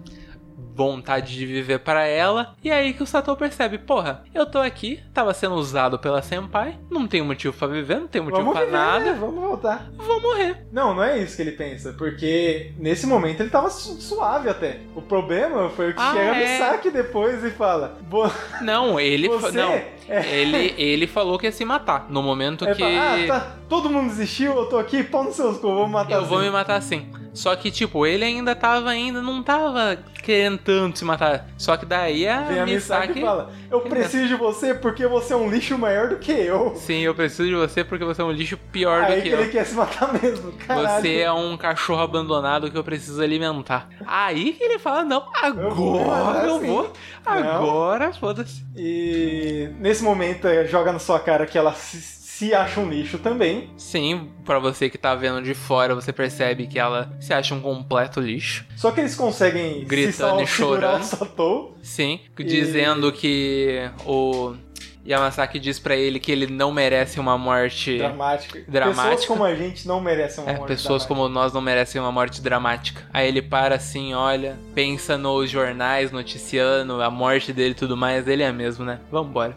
S2: vontade de viver pra ela. E é aí que o Sato percebe, porra, eu tô aqui, tava sendo usado pela senpai, não tem motivo pra viver, não tem motivo
S1: Vamos
S2: pra
S1: viver,
S2: nada,
S1: né? vamos voltar.
S2: vou morrer.
S1: Não, não é isso que ele pensa, porque nesse momento ele tava su- suave até. O problema foi o que
S2: Ah,
S1: chega
S2: é.
S1: no saque depois e fala: "Bo-
S2: Não, ele fa-
S1: Você
S2: não,
S1: é-
S2: ele ele falou que ia se matar no momento
S1: Aí
S2: que
S1: fala, ah, tá, todo mundo desistiu, eu tô aqui, pau nos seus cu, vou matar
S2: Eu vou
S1: assim."
S2: me matar sim. Só que, tipo, ele ainda tava, ainda não tava querendo tanto se matar. Só que daí a
S1: Vem a Misaki
S2: Misaki...
S1: e fala: Eu preciso de você porque você é um lixo maior do que eu.
S2: Sim, eu preciso de você porque você é um lixo pior
S1: Aí
S2: do que
S1: que
S2: eu.
S1: ele quer se matar mesmo, caralho.
S2: Você é um cachorro abandonado que eu preciso alimentar. Aí que ele fala, não,
S1: Eu vou me
S2: agora
S1: matar,
S2: eu
S1: sim.
S2: vou. Agora, foda-se.
S1: E nesse momento eh, joga na sua cara que ela se, se acha um lixo também.
S2: Sim, pra você que tá vendo de fora, você percebe que ela se acha um completo lixo.
S1: Só que eles conseguem
S2: Gritando
S1: se sal-
S2: e
S1: segurar
S2: chorando.
S1: o Satou.
S2: Sim,
S1: E-
S2: dizendo que o Yamasaki diz pra ele que ele não merece uma morte.
S1: Dramática. Pessoas
S2: Dramática.
S1: como a gente não merecem um uma
S2: É,
S1: morte
S2: pessoas
S1: dramática.
S2: como nós não merecem uma morte dramática. Aí ele para assim, olha, pensa nos jornais noticiando a morte dele e tudo mais. Ele é mesmo, né? Vambora.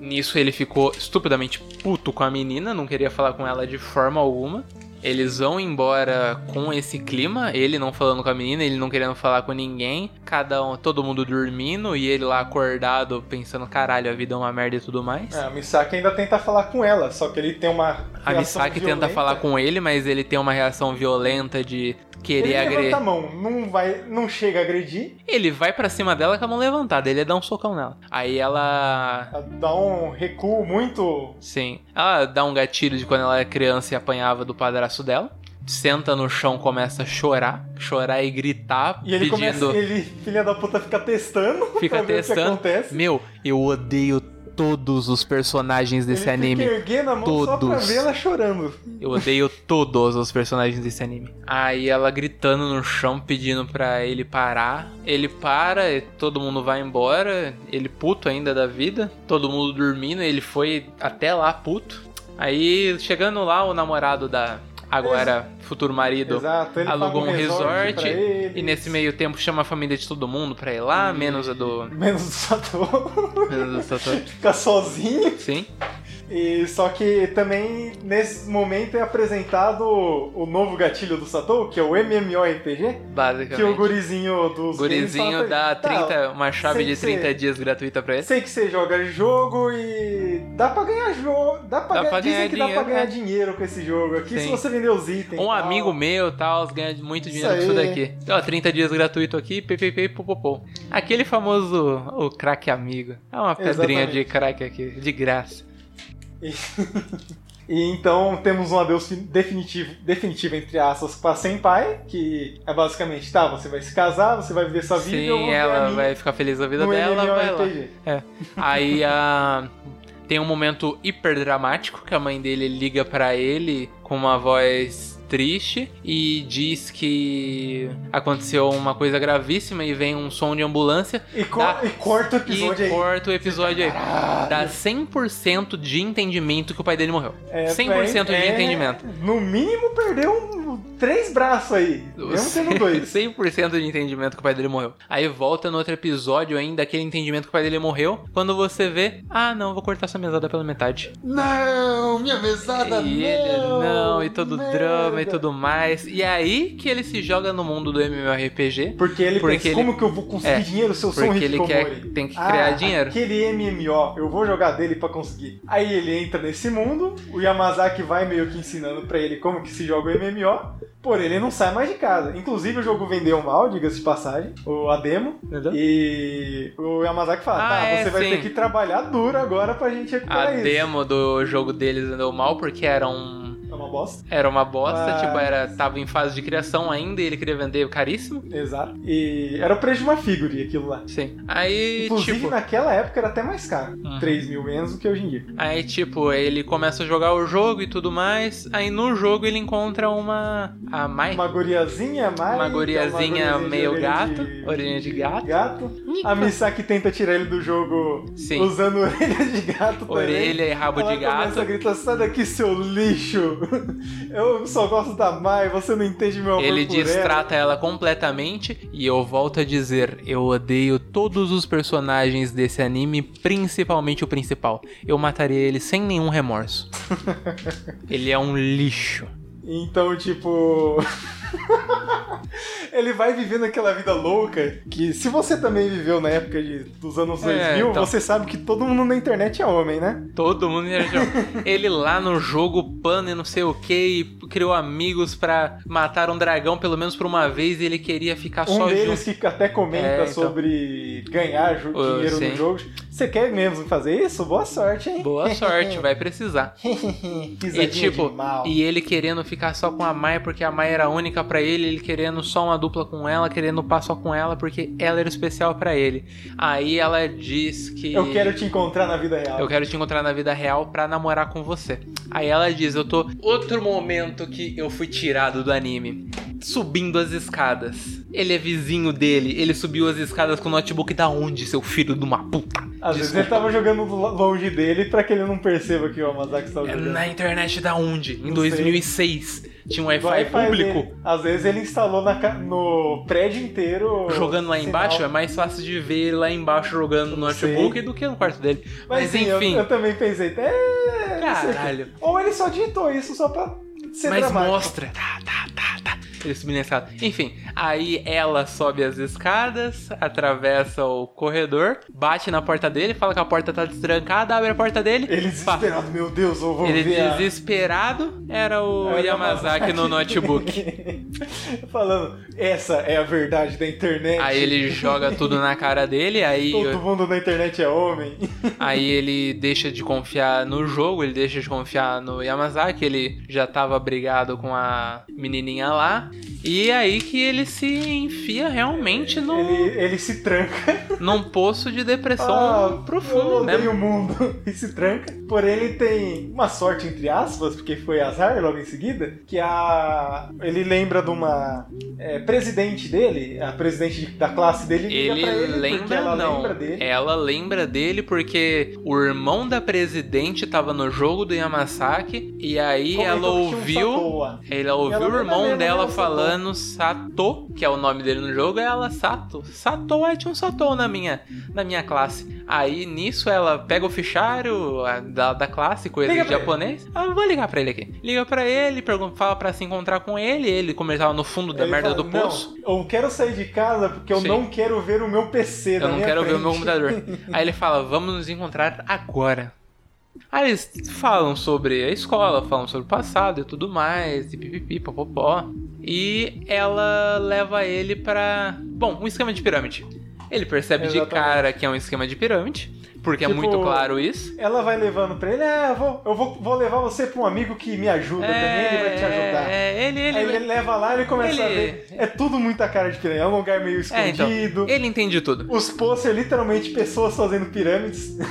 S2: Nisso ele ficou estupidamente puto com a menina, não queria falar com ela de forma alguma. Eles vão embora com esse clima, ele não falando com a menina, ele não querendo falar com ninguém, cada um, todo mundo dormindo e ele lá acordado pensando, caralho, a vida é uma merda e tudo mais.
S1: É, a Misaki ainda tenta falar com ela, só que ele tem uma.
S2: A
S1: reação
S2: Misaki tenta
S1: violenta.
S2: falar com ele, mas ele tem uma reação violenta de
S1: ele.
S2: querer
S1: Ele levanta
S2: agredir.
S1: a mão, não, vai, não chega a agredir,
S2: Ele vai pra cima dela com a mão levantada, ele dá um socão nela. Aí ela.
S1: dá um recuo muito.
S2: Sim. Ela dá um gatilho de quando ela era criança e apanhava do padrasto dela. Senta no chão, começa a chorar. Chorar e gritar,
S1: E ele
S2: pedindo.
S1: começa. Ele, filha da puta, fica testando. [LAUGHS]
S2: Fica
S1: pra ver
S2: testando.
S1: O que acontece.
S2: Meu, eu odeio todos os personagens
S1: ele
S2: desse anime.
S1: Fica erguendo a mão só pra
S2: Todos.
S1: ver ela chorando.
S2: Eu odeio todos os personagens desse anime. Aí ela gritando no chão, pedindo pra ele parar. Ele para, e todo mundo vai embora. Ele puto ainda da vida. Todo mundo dormindo, ele foi até lá puto. Aí chegando lá, o namorado da. Agora, futuro marido.
S1: Exato, ele
S2: alugou
S1: paga
S2: um resort,
S1: pra eles.
S2: E nesse meio tempo chama a família de todo mundo pra ir lá, menos a do.
S1: Menos [LAUGHS] o Sato.
S2: Menos a do Satoru.
S1: fica sozinho.
S2: Sim.
S1: E só que também nesse momento é apresentado o novo gatilho do Satou, que é o MMORPG,
S2: Basicamente.
S1: que o gurizinho dos games
S2: gurizinho
S1: fala pra
S2: dá
S1: ele, "Tá,
S2: 30, uma chave
S1: sei
S2: de
S1: que você-
S2: 30 dias gratuita pra ele.
S1: Sei que você joga jogo e dá pra ganhar jogo, dá pra,
S2: Dá
S1: ganhar,
S2: pra
S1: dizem
S2: ganhar
S1: que dá
S2: dinheiro,
S1: pra ganhar
S2: né?
S1: dinheiro com esse jogo aqui se
S2: Sim.
S1: você vender os itens. e
S2: Um
S1: tal.
S2: amigo meu, tal, ganha muito dinheiro com
S1: Isso
S2: isso
S1: aí.
S2: daqui. Ó, 30 dias gratuito aqui, ppp, popopô. Aquele famoso, o craque amigo. É uma pedrinha
S1: Exatamente.
S2: de craque aqui, de graça.
S1: E então temos um adeus fin- definitivo, definitivo entre aspas pra Senpai, que é basicamente, tá, você vai se casar, você vai viver sua vida e eu vou
S2: Sim,
S1: viver um a Um
S2: ela
S1: minha
S2: vai ficar feliz da vida
S1: no
S2: dela, vai lá.
S1: [LAUGHS] MMORPG.
S2: Aí a. Tem um momento hiper dramático que a mãe dele liga pra ele com uma voz triste e diz que aconteceu uma coisa gravíssima e vem um som de ambulância
S1: E, co-
S2: Dá-
S1: e corta o episódio
S2: Tá. e
S1: aí.
S2: corta o episódio aí. Dá 100% de entendimento que o pai dele morreu. 100% de
S1: é-
S2: entendimento.
S1: No mínimo perdeu um- três braços aí. Mesmo tendo
S2: [LAUGHS]
S1: dois.
S2: 100% de entendimento que o pai dele morreu. Aí volta no outro episódio ainda, aquele entendimento que o pai dele morreu. Quando você vê, ah, não, vou cortar essa mesada pela metade.
S1: Não, minha mesada
S2: e ele, não, e todo drama e tudo mais. E é aí que ele se joga no mundo do MMORPG.
S1: Porque ele
S2: Porque
S1: pensa,
S2: ele-
S1: como que eu vou conseguir
S2: É,
S1: dinheiro se eu sou um
S2: Porque ele
S1: Hikikomori?
S2: quer, tem que criar
S1: Ah,
S2: dinheiro.
S1: Aquele MMO, eu vou jogar dele pra conseguir. Aí ele entra nesse mundo, o Yamazaki vai meio que ensinando pra ele como que se joga o MMO, porém ele não sai mais de casa. Inclusive o jogo vendeu mal, diga-se de passagem, o a demo,
S2: Entendeu?
S1: e o Yamazaki fala,
S2: Ah,
S1: tá,
S2: é,
S1: você vai
S2: sim.
S1: ter que trabalhar duro agora pra gente
S2: A
S1: recuperar É isso.
S2: demo do jogo deles andou mal porque era um
S1: É uma bosta.
S2: Era uma bosta,
S1: Mas-
S2: tipo, era, tava em fase de criação ainda e ele queria vender caríssimo.
S1: Exato. E era o preço de uma figure aquilo lá.
S2: Sim. Aí,
S1: Inclusive,
S2: tipo,
S1: naquela época era até mais caro.
S2: Uhum.
S1: 3 mil menos do que hoje em dia.
S2: aí, tipo, ele começa a jogar o jogo e tudo mais. Aí no jogo ele encontra uma. A Mai.
S1: Uma guriazinha mais.
S2: Uma guriazinha
S1: de
S2: meio
S1: orelha
S2: gato, orelha de gato.
S1: A Misaki tenta tirar ele do jogo
S2: Sim.
S1: usando [LAUGHS] orelha de gato também.
S2: Orelha e rabo
S1: Ela
S2: de gato.
S1: começa a gritar, sai daqui, seu lixo! [LAUGHS] Eu só gosto da Mai, você não entende meu amor
S2: Ele
S1: por ela.
S2: destrata ela completamente e eu volto a dizer, eu odeio todos os personagens desse anime, principalmente o principal. Eu mataria ele sem
S1: [LAUGHS]
S2: nenhum remorso. ele é um lixo.
S1: Então, tipo. [LAUGHS] ele vai vivendo aquela vida louca que, se você também viveu na época de- dos anos
S2: É,
S1: 2000,
S2: então.
S1: você sabe que todo mundo na internet é homem, né?
S2: Todo mundo já já- Ele lá no jogo pano e não sei o que, e criou amigos pra matar um dragão pelo menos por uma vez e ele queria ficar
S1: um
S2: Tá
S1: [LAUGHS]
S2: só
S1: deles
S2: junto.
S1: que até comenta
S2: É, então.
S1: sobre ganhar ju-
S2: Oh,
S1: dinheiro
S2: sim.
S1: nos jogos. Você quer mesmo fazer isso? Boa sorte, hein?
S2: Boa sorte, vai precisar. E
S1: Risadinha
S2: tipo,
S1: de mal.
S2: e ele querendo ficar só com a Mai porque a Mai era única pra ele, ele querendo só uma dupla com ela, querendo pá só com ela porque ela era especial pra ele. Aí ela diz que
S1: Eu quero te encontrar na vida real.
S2: eu quero te encontrar na vida real pra namorar com você. Aí ela diz, eu tô outro momento que eu fui tirado do anime, subindo as escadas. Ele é vizinho dele, ele subiu as escadas com o notebook da onde, seu filho de uma puta?
S1: Às vezes ele tava jogando lo- longe dele pra que ele não perceba que o Amazaki estava
S2: É
S1: jogando.
S2: Na internet da onde? Em
S1: Não sei.
S2: 2006 tinha um
S1: Do
S2: Wi-Fi
S1: Wi-Fi
S2: público.
S1: dele. Às vezes ele instalou na ca- no prédio inteiro.
S2: jogando lá
S1: sinal.
S2: embaixo, é mais fácil de ver ele lá embaixo jogando no
S1: Sei.
S2: notebook do que no quarto dele. Mas,
S1: sim, eu-
S2: enfim,
S1: Eu, também pensei. É,
S2: Caralho.
S1: Ou ele só digitou isso só pra ser
S2: mas
S1: dramático.
S2: mostra. Tá, tá, tá, tá. Ele subindo a escada. Enfim, aí ela sobe as escadas, atravessa o corredor, bate na porta dele, fala que a porta tá destrancada, abre a porta dele.
S1: Ele
S2: pá.
S1: desesperado, meu Deus, eu vou
S2: Ele
S1: ver. a-
S2: desesperado era o
S1: a
S2: Yamazaki no
S1: [LAUGHS]
S2: notebook.
S1: [LAUGHS] Falando, essa é a verdade da internet.
S2: Aí ele joga tudo na cara dele, aí
S1: Todo mundo na internet é homem.
S2: Aí ele deixa de confiar no jogo, ele deixa de confiar no Yamazaki, ele já tava brigado com a menininha lá. E é aí que ele se enfia realmente no,
S1: Ele, ele se tranca.
S2: num poço de depressão
S1: Ah, eu
S2: profunda
S1: odeio
S2: mesmo.
S1: o mundo [LAUGHS] e se tranca. Porém, ele tem uma sorte, entre aspas, porque foi azar logo em seguida, que a... ele lembra de uma é, presidente dele, a presidente da classe dele liga
S2: Ele,
S1: pra ele porque
S2: lembra,
S1: ela
S2: não.
S1: lembra dele.
S2: Ela lembra dele porque o irmão da presidente tava no jogo do Yamazaki e aí
S1: Comentou
S2: ela
S1: é que
S2: ouviu.
S1: tinha um Satoa.
S2: Ela ouviu
S1: Ela
S2: o
S1: não
S2: irmão
S1: lembra,
S2: dela
S1: não, Sato.
S2: falando Sato, que é o nome dele no jogo, e ela Sato. Sato é tinha um Sato na minha, na minha classe. Aí nisso ela pega o fichário a- da, da classe, coisa
S1: Liga
S2: de
S1: pra
S2: japonês. Ah, vou ligar pra ele aqui. Liga pra ele, pergunta, fala pra se encontrar com ele. Ele começava no fundo da
S1: Ele
S2: merda
S1: fala,
S2: do poço.
S1: Não, eu quero sair de casa porque eu
S2: Sim.
S1: não quero ver o meu PC na
S2: Eu não
S1: minha
S2: quero ver o meu
S1: frente."
S2: computador. Aí ele fala, vamos nos encontrar agora. Aí eles falam sobre a escola, falam sobre o passado e tudo mais, e pipipi, popopó. E ela leva ele pra. Bom, um esquema de pirâmide. Ele percebe de
S1: Exatamente.
S2: cara que é um esquema de pirâmide, porque é
S1: Tipo,
S2: muito claro isso.
S1: Ela vai levando pra ele, ah, eu vou, eu vou, vou levar você pra um amigo que me ajuda também, ele vai te ajudar.
S2: É, ele, ele,
S1: Aí ele leva lá e ele começa a ver. É tudo muita cara de pirâmide. É um lugar meio
S2: é, então,
S1: escondido.
S2: ele entende tudo.
S1: Os poços é literalmente pessoas fazendo pirâmides. [LAUGHS]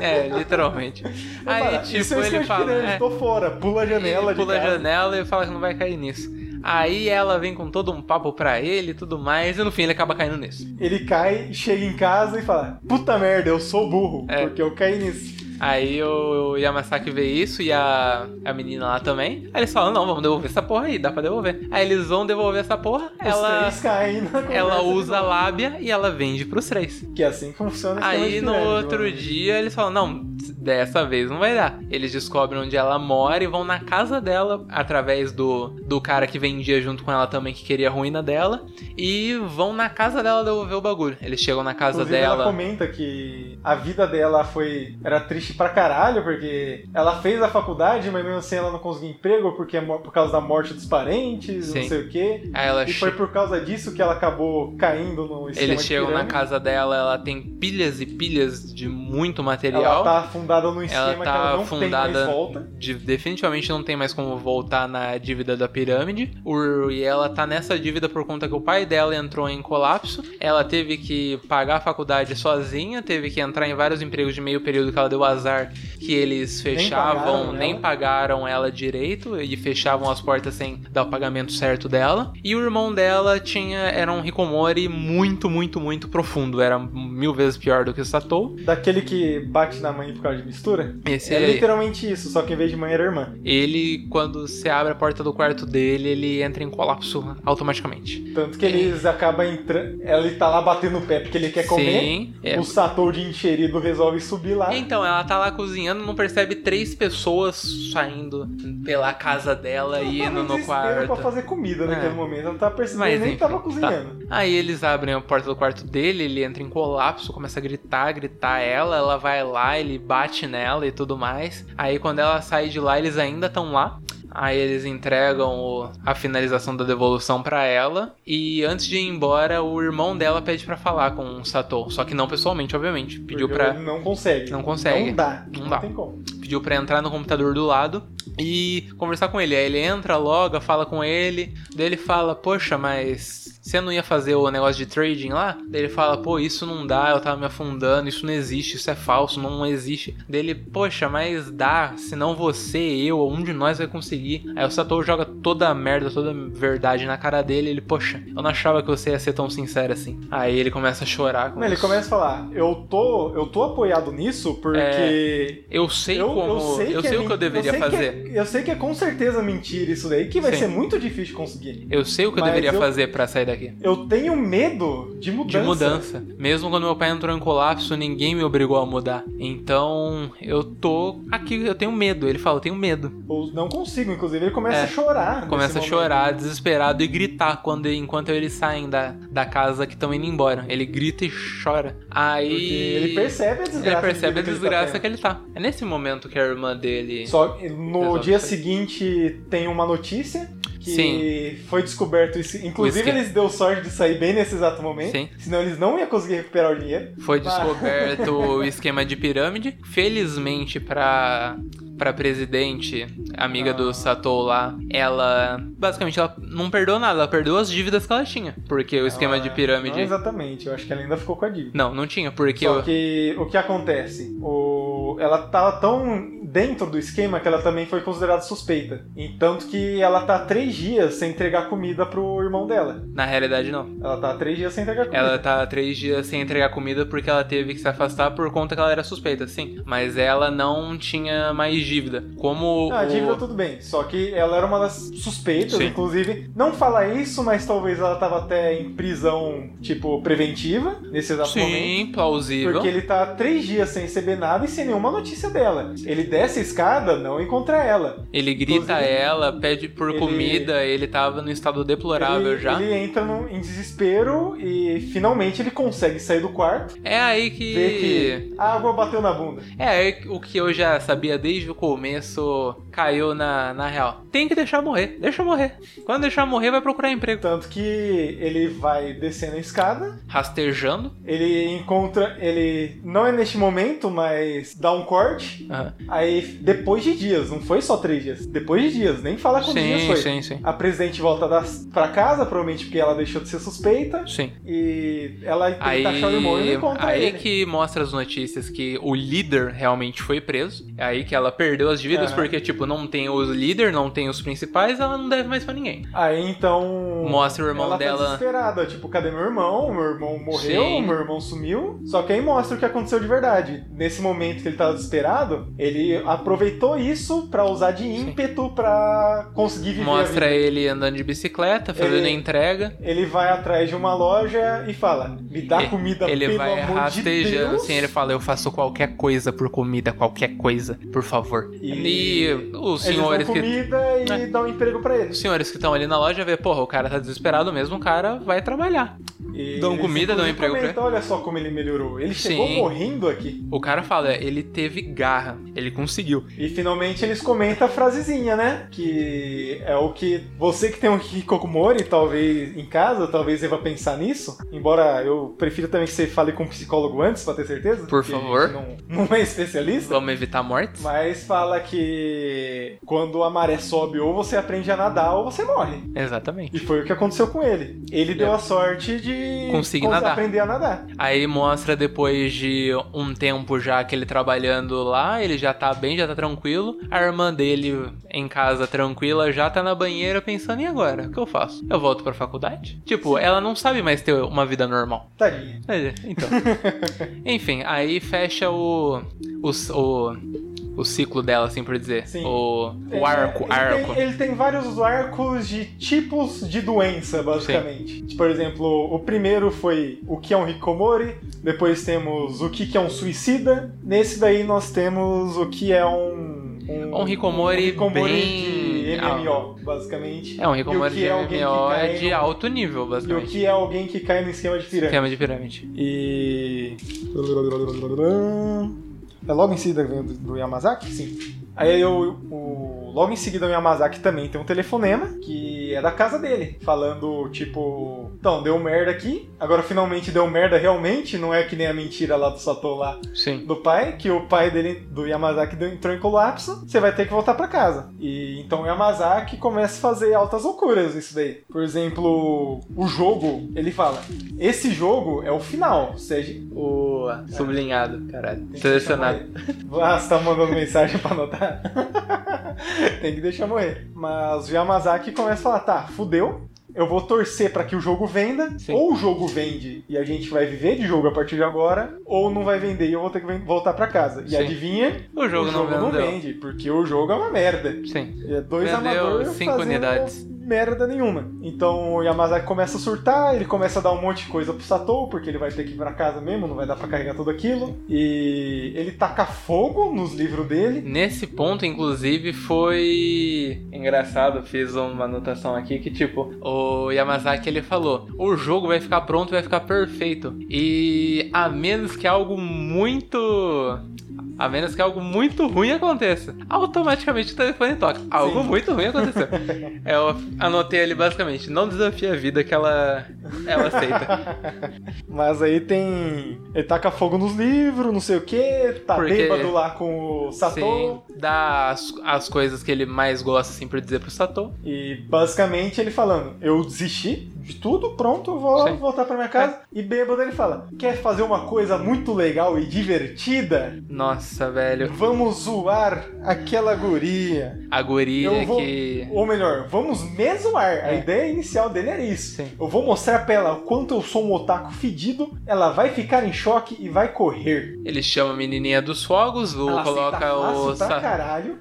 S2: É, literalmente.
S1: Fala,
S2: Aí, tipo,
S1: Isso é um esquema
S2: ele
S1: de
S2: fala.
S1: pirâmide,
S2: é.
S1: tô fora. Pula a janela
S2: Ele pula
S1: de
S2: a
S1: casa.
S2: janela e fala que não vai cair nisso. Aí ela vem com todo um papo pra ele e tudo mais, e no fim ele acaba caindo nisso.
S1: Ele cai, chega em casa e fala: Puta merda, eu sou burro,
S2: É.
S1: porque eu caí nisso.
S2: Aí o Yamasaki vê isso e a, a menina lá também. Aí eles falam: não, vamos devolver essa porra aí, dá pra devolver. Aí eles vão devolver essa porra,
S1: Os
S2: ela,
S1: três caem na conversa
S2: ela
S1: de
S2: usa a
S1: novo.
S2: lábia e ela vende pros três.
S1: Que é assim que funciona o esquema
S2: Aí
S1: de
S2: no
S1: pirâmide, né?
S2: outro
S1: mano.
S2: dia eles falam: não, dessa vez não vai dar. Eles descobrem onde ela mora e vão na casa dela, através do, do cara que vendia junto com ela também, que queria a ruína dela, e vão na casa dela devolver o bagulho. Eles chegam na casa
S1: Inclusive,
S2: dela.
S1: ela comenta que a vida dela foi era triste pra caralho, porque ela fez a faculdade, mas mesmo assim ela não conseguiu emprego porque é mo- por causa da morte dos parentes,
S2: Sim.
S1: não sei o quê.
S2: Aí ela
S1: E foi por causa disso que ela acabou caindo no esquema
S2: eles
S1: de
S2: chegam na
S1: pirâmide.
S2: casa dela, ela tem pilhas e pilhas de muito
S1: Ela
S2: material.
S1: tá afundada num esquema
S2: Ela
S1: que ela
S2: tá
S1: não tem
S2: afundada.
S1: mais volta.
S2: de- definitivamente não tem mais como voltar na dívida da pirâmide. O, e ela tá nessa dívida por conta que o pai dela entrou em colapso. Ela teve que pagar a faculdade sozinha, teve que entrar em vários empregos de meio período que ela deu azar que eles fechavam,
S1: pagaram
S2: nem
S1: ela.
S2: pagaram ela direito e fechavam as portas sem dar o pagamento certo dela. E o irmão dela tinha era um hikomori muito, muito, muito profundo. Era mil vezes pior do que o Satou.
S1: Daquele que bate na mãe por causa de mistura?
S2: Esse
S1: É
S2: aí-
S1: literalmente isso, só que em vez de mãe era irmã.
S2: ele, quando se abre a porta do quarto dele, ele entra em colapso automaticamente.
S1: Tanto que eles acabam entrando. Ele tá lá batendo o pé porque ele quer comer.
S2: Sim, é.
S1: O Satou de encherido resolve subir lá.
S2: Então, ela tá lá cozinhando, não percebe três pessoas saindo pela casa dela e
S1: Ela tá
S2: indo no
S1: desespero pra
S2: quarto.
S1: fazer comida naquele
S2: É.
S1: momento. Ela não tá percebendo
S2: Mas,
S1: nem
S2: enfim,
S1: que tava
S2: tá.
S1: cozinhando.
S2: Aí eles abrem a porta do quarto dele, ele entra em colapso, começa a gritar, gritar ela, ela vai lá, ele bate nela e tudo mais. Aí quando ela sai de lá, eles ainda estão lá. Aí eles entregam o- a finalização da devolução pra ela e antes de ir embora, o irmão dela pede pra falar com o Sator, só que não pessoalmente, obviamente. Pediu
S1: Porque
S2: pra
S1: ele Não consegue.
S2: não consegue.
S1: Não dá.
S2: Não dá.
S1: tem como.
S2: pediu pra entrar no computador do lado e conversar com ele. Aí ele entra, loga, fala com ele, daí ele fala: "Poxa, mas você não ia fazer o negócio de trading lá?" Daí ele fala: "Pô, isso não dá, eu tava me afundando, isso não existe, isso é falso, não existe". Daí ele: "Poxa, mas dá, senão você, eu ou um de nós vai conseguir". Aí o Satoru joga toda a merda, toda a verdade na cara dele, ele: "Poxa, eu não achava que você ia ser tão sincero assim". Aí ele começa a chorar com
S1: Não, ele
S2: isso.
S1: começa a falar, eu tô, eu tô apoiado nisso porque
S2: Eu sei
S1: eu,
S2: É, como,
S1: eu sei, que, é
S2: o que eu
S1: men-
S2: deveria
S1: eu sei que é-
S2: fazer.
S1: eu sei que é com certeza mentira isso daí, que vai
S2: Sim.
S1: ser muito difícil conseguir.
S2: Eu sei o que eu
S1: Mas
S2: deveria
S1: eu-
S2: fazer pra sair daqui.
S1: Eu tenho medo de mudança.
S2: De mudança. Mesmo quando meu pai entrou em colapso, ninguém me obrigou a mudar. Então, eu tô aqui, eu tenho medo. Ele fala, eu tenho medo.
S1: Eu não consigo, inclusive. Ele começa
S2: É.
S1: a chorar.
S2: Começa a
S1: nesse momento.
S2: chorar, desesperado, e gritar quando, enquanto eles saem da, da casa que estão indo embora. Ele grita e chora. Aí.
S1: Porque ele percebe a desgraça.
S2: Ele
S1: de
S2: percebe a
S1: vida
S2: desgraça
S1: que
S2: que
S1: ele
S2: ele tá. É nesse momento que a irmã dele.
S1: tá tendo. Só no
S2: Resolve
S1: dia
S2: isso.
S1: seguinte tem uma notícia que
S2: Sim.
S1: foi descoberto isso. Inclusive,
S2: Whisky.
S1: eles deu sorte de sair bem nesse exato momento.
S2: Sim.
S1: Senão eles não iam conseguir recuperar o dinheiro.
S2: Foi descoberto o esquema de pirâmide. Felizmente pra para presidente, amiga
S1: Ah.
S2: do Satou lá, ela basicamente ela não perdoou nada, ela perdoou as dívidas que ela tinha, porque o esquema
S1: Ela- é
S2: de
S1: Não
S2: pirâmide não,
S1: Ah, exatamente, eu acho que ela ainda ficou com a dívida.
S2: não, tinha, porque
S1: Só
S2: o-
S1: que o que acontece? O... Ela tava tão dentro do esquema que ela também foi considerada suspeita. E tanto que ela tá há três dias sem entregar comida pro irmão dela.
S2: na realidade não.
S1: Ela tá há três dias sem entregar comida.
S2: Ela tá há três dias sem entregar comida porque ela teve que se afastar por conta que ela era suspeita, sim. Mas ela não tinha mais dívida. Como
S1: Não, Ah, a
S2: o-
S1: dívida tá tudo bem, só que ela era uma das suspeitas,
S2: Sim.
S1: inclusive. Não fala isso, mas talvez ela tava até em prisão, tipo, preventiva, nesse exato momento.
S2: sim, plausível.
S1: Porque ele tá há três dias sem receber nada e sem nenhuma notícia dela. Ele desce a escada, não encontra ela.
S2: Ele grita a
S1: Inclusive,
S2: ela, pede por
S1: ele-
S2: comida, ele tava no estado deplorável
S1: ele,
S2: já.
S1: ele entra no- em desespero e finalmente ele consegue sair do quarto,
S2: É aí que...
S1: vê que a água bateu na bunda.
S2: É aí que o que eu já sabia desde o começo caiu na, na real. Tem que deixar morrer, deixa morrer. Quando deixar morrer, vai procurar emprego.
S1: Tanto que ele vai descendo a escada,
S2: Rastejando.
S1: ele encontra. Ele. Não é neste momento, mas dá um corte.
S2: Aham.
S1: Aí, depois de dias, não foi só três dias. Depois de dias, nem fala Tá com dias
S2: Sim,
S1: foi.
S2: sim, sim.
S1: A presidente volta das, pra casa, provavelmente porque ela deixou de ser suspeita.
S2: Sim.
S1: E ela tenta
S2: Aí,
S1: achar o irmão e não encontra
S2: aí
S1: tá ele.
S2: que mostra as notícias que o líder realmente foi preso. É aí que ela perdeu as dívidas,
S1: Aham.
S2: porque, tipo, não tem os líder, não tem os principais, ela não deve mais pra ninguém.
S1: Aí então.
S2: Mostra o irmão
S1: ela
S2: dela.
S1: Tá desesperada, tipo, cadê meu irmão? Meu irmão morreu,
S2: Sim.
S1: meu irmão sumiu. Só que aí mostra o que aconteceu de verdade. Nesse momento que ele tava desesperado, ele aproveitou isso pra usar de ímpeto pra conseguir viver. a
S2: Mostra
S1: vida. É.
S2: ele andando de bicicleta, fazendo
S1: Ele-
S2: entrega.
S1: Ele vai atrás de uma loja e fala: Me dá comida
S2: Ele
S1: Então, pelo
S2: vai
S1: amor de
S2: rastejando,
S1: Deus.
S2: assim, ele fala, eu faço qualquer coisa por comida, qualquer coisa, por favor. E,
S1: E-
S2: os
S1: Eles dão
S2: senhores que.
S1: comida e dão emprego pra
S2: Os
S1: eles.
S2: senhores que estão ali na loja vê, porra, o cara tá desesperado mesmo, o cara vai trabalhar.
S1: E
S2: Dão
S1: eles,
S2: comida, dão
S1: inclusive,
S2: emprego pra
S1: comentam, Olha só como ele melhorou. Ele chegou
S2: Sim.
S1: morrendo aqui.
S2: O cara fala, "É, ele teve garra, ele conseguiu.
S1: E finalmente eles comentam a frasezinha, né? Que é o que você que tem um Hikokumori, talvez em casa, talvez deva pensar nisso. Embora eu prefiro também que você fale com um psicólogo antes, pra ter certeza.
S2: Por
S1: porque a gente
S2: favor.
S1: Não, não é especialista.
S2: Vamos evitar mortes.
S1: Mas fala que quando a maré sobe, ou você aprende a nadar, ou você morre.
S2: Exatamente.
S1: E foi o que aconteceu com ele. Ele deu a sorte de
S2: Conseguir
S1: cons-
S2: nadar.
S1: aprender a nadar.
S2: Aí mostra depois de um tempo já que ele trabalhando lá, ele já tá bem, já tá tranquilo. A irmã dele em casa tranquila já tá na banheira pensando: e agora? O que eu faço? Eu volto pra faculdade? Tipo, ela não sabe mais ter uma vida normal.
S1: Tadinha.
S2: É, Então.
S1: [LAUGHS]
S2: Enfim, aí fecha o. o, o o ciclo dela, assim por dizer.
S1: Sim.
S2: O,
S1: Ele-
S2: o arco,
S1: ele
S2: arco.
S1: Tem, ele tem vários arcos de tipos de doença, basicamente. Por exemplo, o primeiro foi o que é um hikomori, depois temos o que que é um suicida, nesse daí nós temos o que é um...
S2: Um hikomori bem-
S1: de MMO, basicamente.
S2: É um
S1: E
S2: Hikomori
S1: o que
S2: de
S1: é alguém que
S2: MMO é
S1: cai
S2: de
S1: no-
S2: alto nível,
S1: E o
S2: basicamente.
S1: que é alguém que cai no esquema de pirâmide.
S2: Esquema de pirâmide.
S1: E. É logo em seguida vem o do, do Yamazaki? Sim. Aí eu, o, logo em seguida o Yamazaki também tem um telefonema que é da casa dele, falando tipo: Então, deu merda aqui, agora finalmente deu merda realmente, não é que nem a mentira lá do Sato lá
S2: Sim.
S1: do pai, que o pai dele, do Yamazaki, deu- entrou em colapso, você vai ter que voltar pra casa. E então o Yamazaki começa a fazer altas loucuras isso daí. Por exemplo, o jogo, ele fala: esse jogo é o final. Ou seja,
S2: O sublinhado, caralho.
S1: tem que
S2: Selecionado.
S1: deixar morrer. Ah, você tá mandando mensagem pra anotar? [LAUGHS] tem que deixar morrer. Mas o Yamazaki começa a falar: tá, fudeu. Eu vou torcer pra que o jogo venda,
S2: Sim.
S1: ou o jogo vende e a gente vai viver de jogo a partir de agora, ou não vai vender e eu vou ter que ven- voltar pra casa. E
S2: Sim.
S1: adivinha,
S2: O jogo,
S1: o jogo
S2: não
S1: não
S2: vendeu.
S1: vende, porque o jogo é uma merda.
S2: Sim.
S1: É dois
S2: Vendeu
S1: amadores
S2: cinco
S1: fazendo
S2: unidades.
S1: merda nenhuma. Então o Yamazaki começa a surtar, ele começa a dar um monte de coisa pro Satou, porque ele vai ter que ir pra casa mesmo, não vai dar pra carregar tudo aquilo. E ele taca fogo nos livros dele.
S2: Nesse ponto, inclusive, foi engraçado. Fiz uma anotação aqui que, tipo, o Yamazaki ele falou: o jogo vai ficar pronto, vai ficar perfeito. E a menos que algo muito. A menos que algo muito ruim aconteça. Automaticamente o telefone toca. Algo
S1: Sim.
S2: muito ruim
S1: [LAUGHS]
S2: aconteceu. Eu anotei ali basicamente: não desafia a vida que ela, ela aceita.
S1: Mas aí tem. Ele taca fogo nos livros, não sei o que, tá
S2: Porque-
S1: bêbado lá com o Satou.
S2: Sim, dá as, as coisas que ele mais gosta, assim, pra dizer pro Sato.
S1: E basicamente ele falando, eu desisti de tudo, pronto, eu vou
S2: Sim.
S1: voltar pra minha casa. E bêbado ele fala, quer fazer uma coisa muito legal e divertida?
S2: Nossa, velho.
S1: Vamos zoar aquela guria.
S2: A guria
S1: Eu vou-
S2: que.
S1: Ou melhor, vamos me zoar. A
S2: É.
S1: ideia inicial dele era isso.
S2: Sim.
S1: Eu vou mostrar pra ela o quanto eu sou um otaku fedido, ela vai ficar em choque e vai correr.
S2: Ele chama a menininha dos fogos, o
S1: Ela
S2: coloca
S1: aceita
S2: o
S1: fácil pra
S2: sa-
S1: caralho.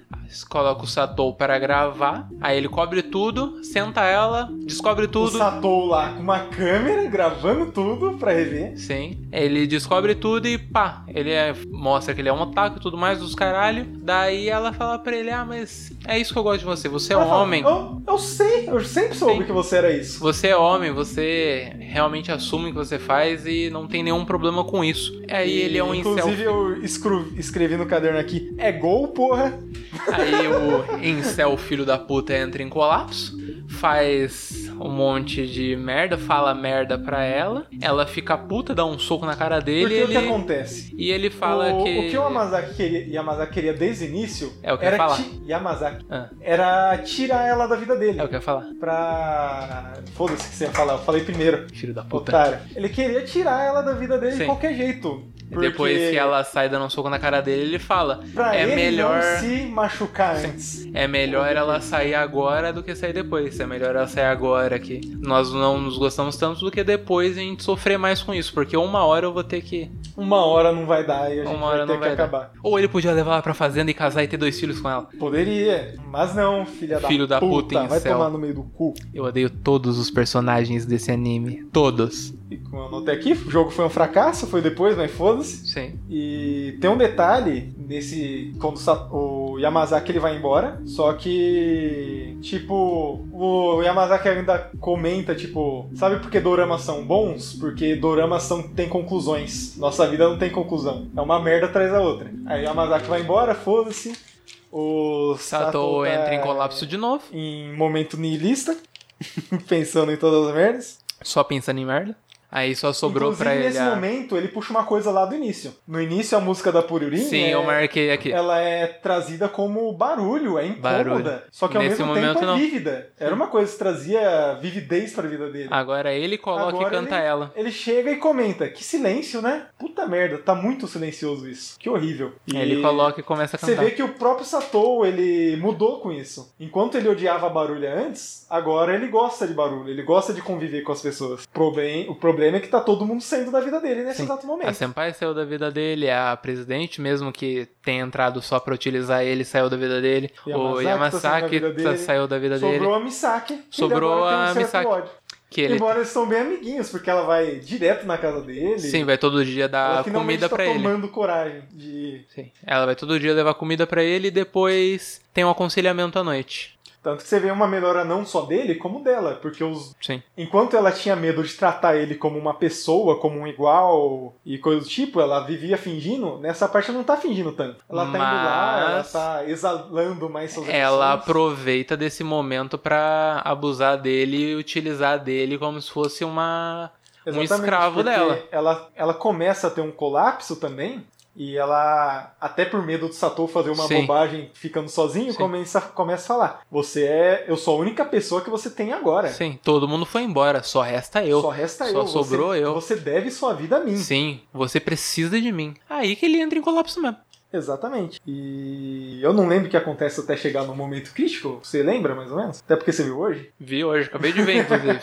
S2: coloca o Satou para gravar, aí ele cobre tudo, senta ela, descobre
S1: O
S2: tudo.
S1: Satou lá com uma câmera gravando tudo pra rever.
S2: Sim. Ele descobre tudo e pá, ele é- mostra que ele é um otaku e tudo mais dos caralho. Daí ela fala pra ele: "Ah, mas é isso que eu gosto de você, você é
S1: Ela
S2: um
S1: fala,
S2: homem".
S1: Eu, eu sei, eu sempre soube
S2: Sim.
S1: que você era isso.
S2: Você é homem, você realmente assume o que você faz e não tem nenhum problema com isso. Aí ele é um incel
S1: Inclusive, eu escru- escrevi no caderno aqui: é gol, porra.
S2: [LAUGHS] Aí o incel filho da puta entra em colapso, faz um monte de merda, fala merda pra ela, ela fica puta, dá um soco na cara dele
S1: Porque o
S2: ele,
S1: que acontece?
S2: e ele fala
S1: o,
S2: que...
S1: o que o Yamazaki queria, Yamazaki queria desde o início
S2: É o que eu
S1: era,
S2: ia falar.
S1: ti- Yamazaki,
S2: Ah.
S1: era tirar ela da vida dele.
S2: É o que eu ia falar,
S1: Pra. Foda-se o que você ia falar, eu falei primeiro,
S2: filho da puta.
S1: otário. Ele queria tirar ela da vida dele
S2: Sim.
S1: de qualquer jeito. porque
S2: Depois que ela sai dando um soco na cara dele, ele fala,
S1: Pra
S2: é
S1: ele
S2: melhor-
S1: não se machucar antes.
S2: é melhor ela sair agora do que sair depois, é melhor ela sair agora que nós não nos gostamos tanto do que depois a gente sofrer mais com isso, porque uma hora eu vou ter que...
S1: Uma hora não vai dar e a gente
S2: Uma hora
S1: vai ter
S2: não
S1: que
S2: vai dar.
S1: acabar.
S2: Ou ele podia levar ela pra fazenda e casar e ter dois filhos com ela.
S1: Poderia, mas não, filha da
S2: Filho da puta,
S1: vai
S2: incel.
S1: tomar no meio do cu.
S2: Eu odeio todos os personagens desse anime. Todos.
S1: E como eu anotei aqui, o jogo foi um fracasso, foi depois, mas foda-se.
S2: Sim.
S1: E tem um detalhe nesse. Quando o Sa- o Yamazaki ele vai embora. Só que. Tipo, o Yamazaki ainda comenta, tipo, sabe por que doramas são bons? Porque doramas são, tem conclusões. Nossa vida não tem conclusão. É uma merda atrás da outra. Aí o Yamazaki vai embora, foda-se. O
S2: Sato
S1: tá
S2: entra em colapso de novo,
S1: Em momento niilista, [LAUGHS] pensando em todas as merdas.
S2: só pensando em merda. Aí só sobrou
S1: Inclusive,
S2: pra ele.
S1: nesse
S2: a-
S1: momento, ele puxa uma coisa lá do início. No início, a música da Pururim
S2: Sim,
S1: é,
S2: eu marquei aqui.
S1: ela é trazida como barulho, é incômoda.
S2: Barulho.
S1: Só que ao
S2: Nesse
S1: mesmo
S2: momento,
S1: tempo é
S2: não.
S1: vívida. Era uma coisa que trazia vividez pra vida dele.
S2: Agora ele coloca
S1: Agora
S2: e canta
S1: ele-
S2: ela.
S1: Ele chega e comenta, que silêncio, né? Puta merda, tá muito silencioso isso. Que horrível. E
S2: É, Ele coloca e começa a
S1: Você
S2: cantar.
S1: vê que o próprio Satou, ele mudou com isso. Enquanto ele odiava barulho antes, agora ele gosta de barulho, ele gosta de conviver com as pessoas. Problem, o problema é que tá todo mundo saindo da vida dele nesse
S2: Sim.
S1: exato
S2: A
S1: momento.
S2: Senpai saiu da vida dele, a presidente, mesmo que tenha entrado só pra utilizar ele, saiu da vida dele. o
S1: Yamazaki
S2: Yamasaki
S1: tá saindo da vida
S2: tá-
S1: dele.
S2: saiu da vida
S1: Sobrou
S2: dele.
S1: a Misaki. e
S2: Sobrou
S1: agora tem um
S2: a
S1: certo
S2: Misaki.
S1: ódio.
S2: Que ele,
S1: Embora eles são bem amiguinhos, porque ela vai direto na casa dele.
S2: sim, vai todo dia
S1: ela
S2: dar
S1: finalmente
S2: comida
S1: tá
S2: pra ele.
S1: tomando coragem de
S2: Sim. Ela vai todo dia levar comida pra ele e depois tem um aconselhamento à noite.
S1: Tanto que você vê uma melhora não só dele, como dela. Porque os...
S2: Sim.
S1: enquanto ela tinha medo de tratar ele como uma pessoa, como um igual e coisa do tipo, ela vivia fingindo, nessa parte ela não tá fingindo tanto. Ela tá indo lá, ela
S2: Mas-
S1: tá exalando mais suas
S2: Ela
S1: emoções.
S2: aproveita desse momento pra abusar dele e utilizar dele como se fosse uma. um
S1: Exatamente,
S2: escravo
S1: porque
S2: dela.
S1: Ela, ela começa a ter um colapso também. E ela, até por medo do Satou fazer uma
S2: Sim.
S1: bobagem ficando sozinho,
S2: Sim.
S1: começa, começa a falar: Você é. Eu sou a única pessoa que você tem agora.
S2: Sim, todo mundo foi embora, só resta eu.
S1: É. Só um. resta
S2: Só
S1: eu. você-
S2: sobrou eu.
S1: Você deve sua vida a mim.
S2: Sim, você precisa de mim. Aí que ele entra em colapso mesmo.
S1: Exatamente. E eu não lembro o que acontece até chegar no momento crítico. Você lembra, mais ou menos? Até porque você viu hoje.
S2: Vi hoje, acabei de ver, inclusive.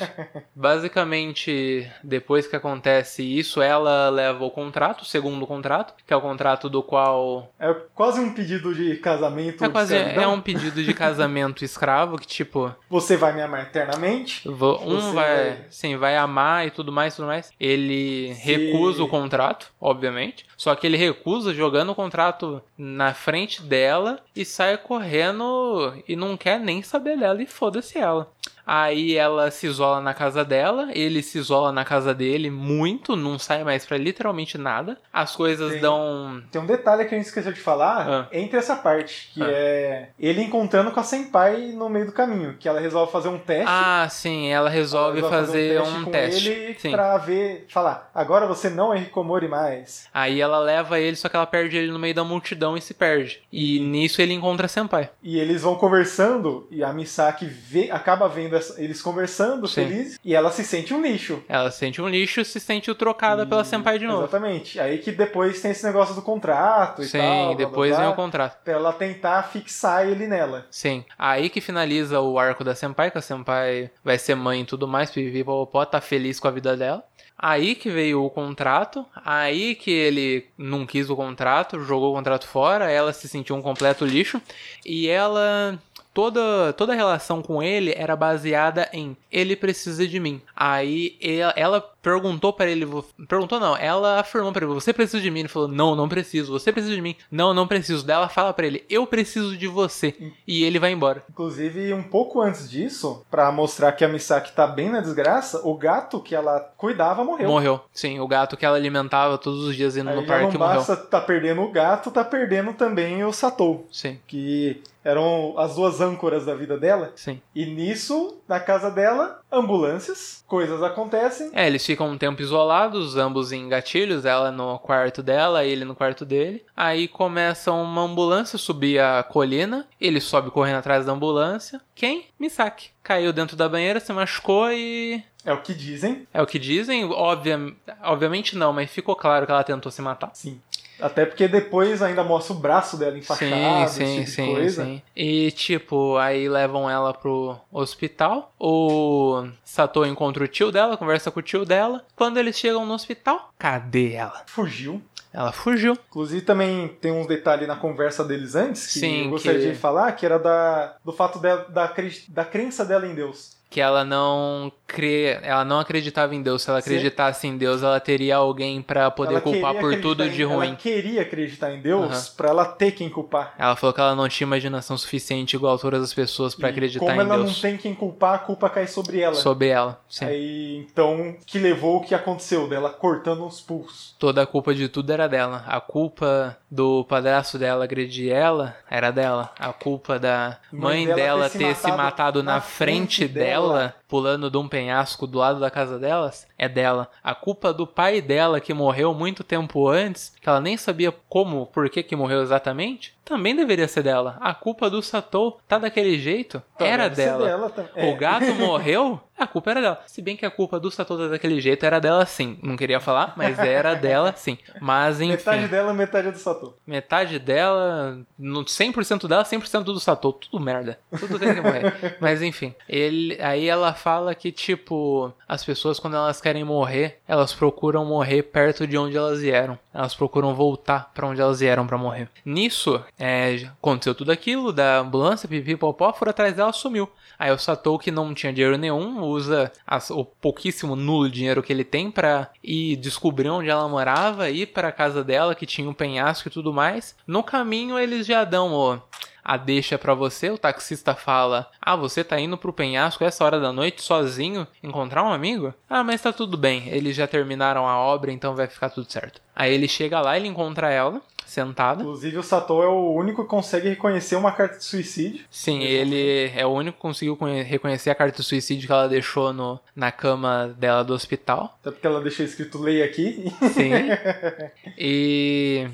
S2: Basicamente, depois que acontece isso, ela leva o contrato, o segundo contrato, que é o contrato do qual.
S1: É quase um pedido de casamento.
S2: É
S1: de
S2: quase é
S1: escravidão.
S2: um pedido de casamento escravo, que tipo,
S1: Você vai me amar eternamente.
S2: vo-
S1: Você
S2: um
S1: vai-
S2: vai, sim, vai amar e tudo mais, tudo mais. Ele
S1: Se-
S2: recusa o contrato, obviamente. Só que ele recusa jogando o contrato na frente dela e sai correndo e não quer nem saber dela e foda-se ela. Aí ela se isola na casa dela, ele se isola na casa dele muito, não sai mais pra literalmente nada. As coisas
S1: Sim.
S2: dão.
S1: Tem um detalhe que a gente esqueceu de falar
S2: Ah.
S1: entre essa parte, que
S2: Ah.
S1: é ele encontrando com a Senpai no meio do caminho, que ela resolve fazer um teste.
S2: Ah, sim, ela
S1: ela
S2: resolve
S1: resolve
S2: fazer um
S1: com
S2: teste.
S1: ele
S2: sim.
S1: pra ver, falar, agora você não é Hikomori mais.
S2: Aí ela leva ele, só que ela perde ele no meio da multidão e se perde. E nisso ele encontra a Senpai.
S1: E eles vão conversando, e a Misaki vê, acaba vendo essa- eles conversando,
S2: Sim.
S1: felizes, e ela se sente um lixo.
S2: Ela se sente um lixo e se sente trocada
S1: Hum,
S2: pela Senpai de novo.
S1: Exatamente. Aí que depois tem esse negócio do contrato e
S2: Sim,
S1: tal. blá,
S2: depois
S1: blá,
S2: vem
S1: blá,
S2: o contrato.
S1: Pra ela tentar fixar ele nela.
S2: Sim. Aí que finaliza o arco da Senpai, que a Senpai vai ser mãe e tudo mais, pipi, popopó, tá feliz com a vida dela. Aí que veio o contrato, aí que ele não quis o contrato, jogou o contrato fora, ela se sentiu um completo lixo. E ela. Toda, toda a relação com ele era baseada em ele precisa de mim. Aí ela, ela perguntou pra ele, vo- perguntou não, ela afirmou pra ele, você precisa de mim? Ele falou, não, não preciso, você precisa de mim? Não, não preciso. Daí ela fala pra ele, eu preciso de você. E ele vai embora.
S1: Inclusive, um pouco antes disso, pra mostrar que a Misaki tá bem na desgraça, o gato que ela cuidava morreu.
S2: Morreu. Sim, o gato que ela alimentava todos os dias indo
S1: Aí
S2: no
S1: já
S2: parque
S1: não
S2: morreu.
S1: basta tá perdendo o gato, tá perdendo também o Satou,
S2: Sim,
S1: que eram as duas âncoras da vida dela.
S2: sim.
S1: E nisso, na casa dela, ambulâncias, coisas acontecem.
S2: É, eles ficam um tempo isolados, ambos em gatilhos, ela no quarto dela, ele no quarto dele. Aí começa uma ambulância subir a colina, ele sobe correndo atrás da ambulância. Quem? Misaki. Caiu dentro da banheira, se machucou e.
S1: É o que dizem,
S2: É o que dizem, obvia- obviamente não, mas ficou claro que ela tentou se matar.
S1: sim. Até porque depois ainda mostra o braço dela enfaixado, esse tipo de coisa.
S2: E tipo, aí levam ela pro hospital. O Sato encontra o tio dela, conversa com o tio dela. Quando eles chegam no hospital, cadê ela?
S1: Fugiu.
S2: Ela fugiu.
S1: Inclusive também tem uns detalhes na conversa deles antes que
S2: Sim,
S1: eu gostaria
S2: que-
S1: de falar, que era da, do fato dela, da, cre- da crença dela em Deus.
S2: Que ela não crê, ela não acreditava em Deus. Se ela
S1: Sim.
S2: acreditasse em Deus, ela teria alguém pra poder
S1: Ela
S2: culpar
S1: queria né?
S2: por
S1: acreditar
S2: tudo
S1: em-
S2: de ruim.
S1: Ela queria acreditar em Deus pra ela ter quem culpar.
S2: Ela falou que ela não tinha imaginação suficiente igual a todas as pessoas pra
S1: E
S2: acreditar
S1: como
S2: em
S1: ela
S2: Deus.
S1: não tem quem culpar, a culpa cai sobre ela.
S2: Sobre ela. Sim.
S1: Aí, então, que levou o que aconteceu dela cortando os pulsos.
S2: Toda a culpa de tudo era dela. A culpa do padrasto dela agredir ela era dela. A culpa da
S1: Mãe
S2: mãe,
S1: dela
S2: dela
S1: ter se
S2: ter se
S1: matado
S2: matado
S1: na
S2: na frente
S1: frente dela
S2: dela pulando de um penhasco do lado da casa delas é dela. A culpa do pai dela que morreu muito tempo antes, que ela nem sabia como, por que que morreu exatamente, também deveria ser dela. A culpa do Satou tá daquele jeito,
S1: Também
S2: era
S1: Então, deve ser
S2: dela.
S1: tam- é,
S2: O gato morreu, a culpa era dela. Se bem que a culpa do Satou tá daquele jeito era dela sim. Não queria falar, mas era dela sim. Mas enfim.
S1: Metade dela, metade do Sato.
S2: Metade dela, no 100% dela, 100% do Satou, tudo merda. Tudo tem que morrer. Mas enfim, ele, aí ela fala que tipo, as pessoas quando elas querem morrer, elas procuram morrer perto de onde elas vieram. Elas procuram voltar pra onde elas vieram pra morrer. Nisso, é, aconteceu tudo aquilo da ambulância, pipi popó, foram atrás dela, sumiu. Aí o Satou, que não tinha dinheiro nenhum, usa as- o pouquíssimo nulo dinheiro que ele tem pra ir descobrir onde ela morava, ir pra casa dela, que tinha um penhasco e tudo mais. No caminho, eles já dão ó, a deixa pra você. O taxista fala: Ah, você tá indo pro penhasco essa hora da noite sozinho encontrar um amigo? Ah, mas tá tudo bem, eles já terminaram a obra, então vai ficar tudo certo. Aí ele chega lá, ele encontra ela, sentada.
S1: Inclusive, o Sato é o único que consegue reconhecer uma carta de suicídio.
S2: Sim, ele é o único que conseguiu conhe- reconhecer a carta de suicídio que ela deixou no, na cama dela do hospital.
S1: Até porque ela deixou escrito lei aqui. [LAUGHS]
S2: Sim. [LAUGHS] e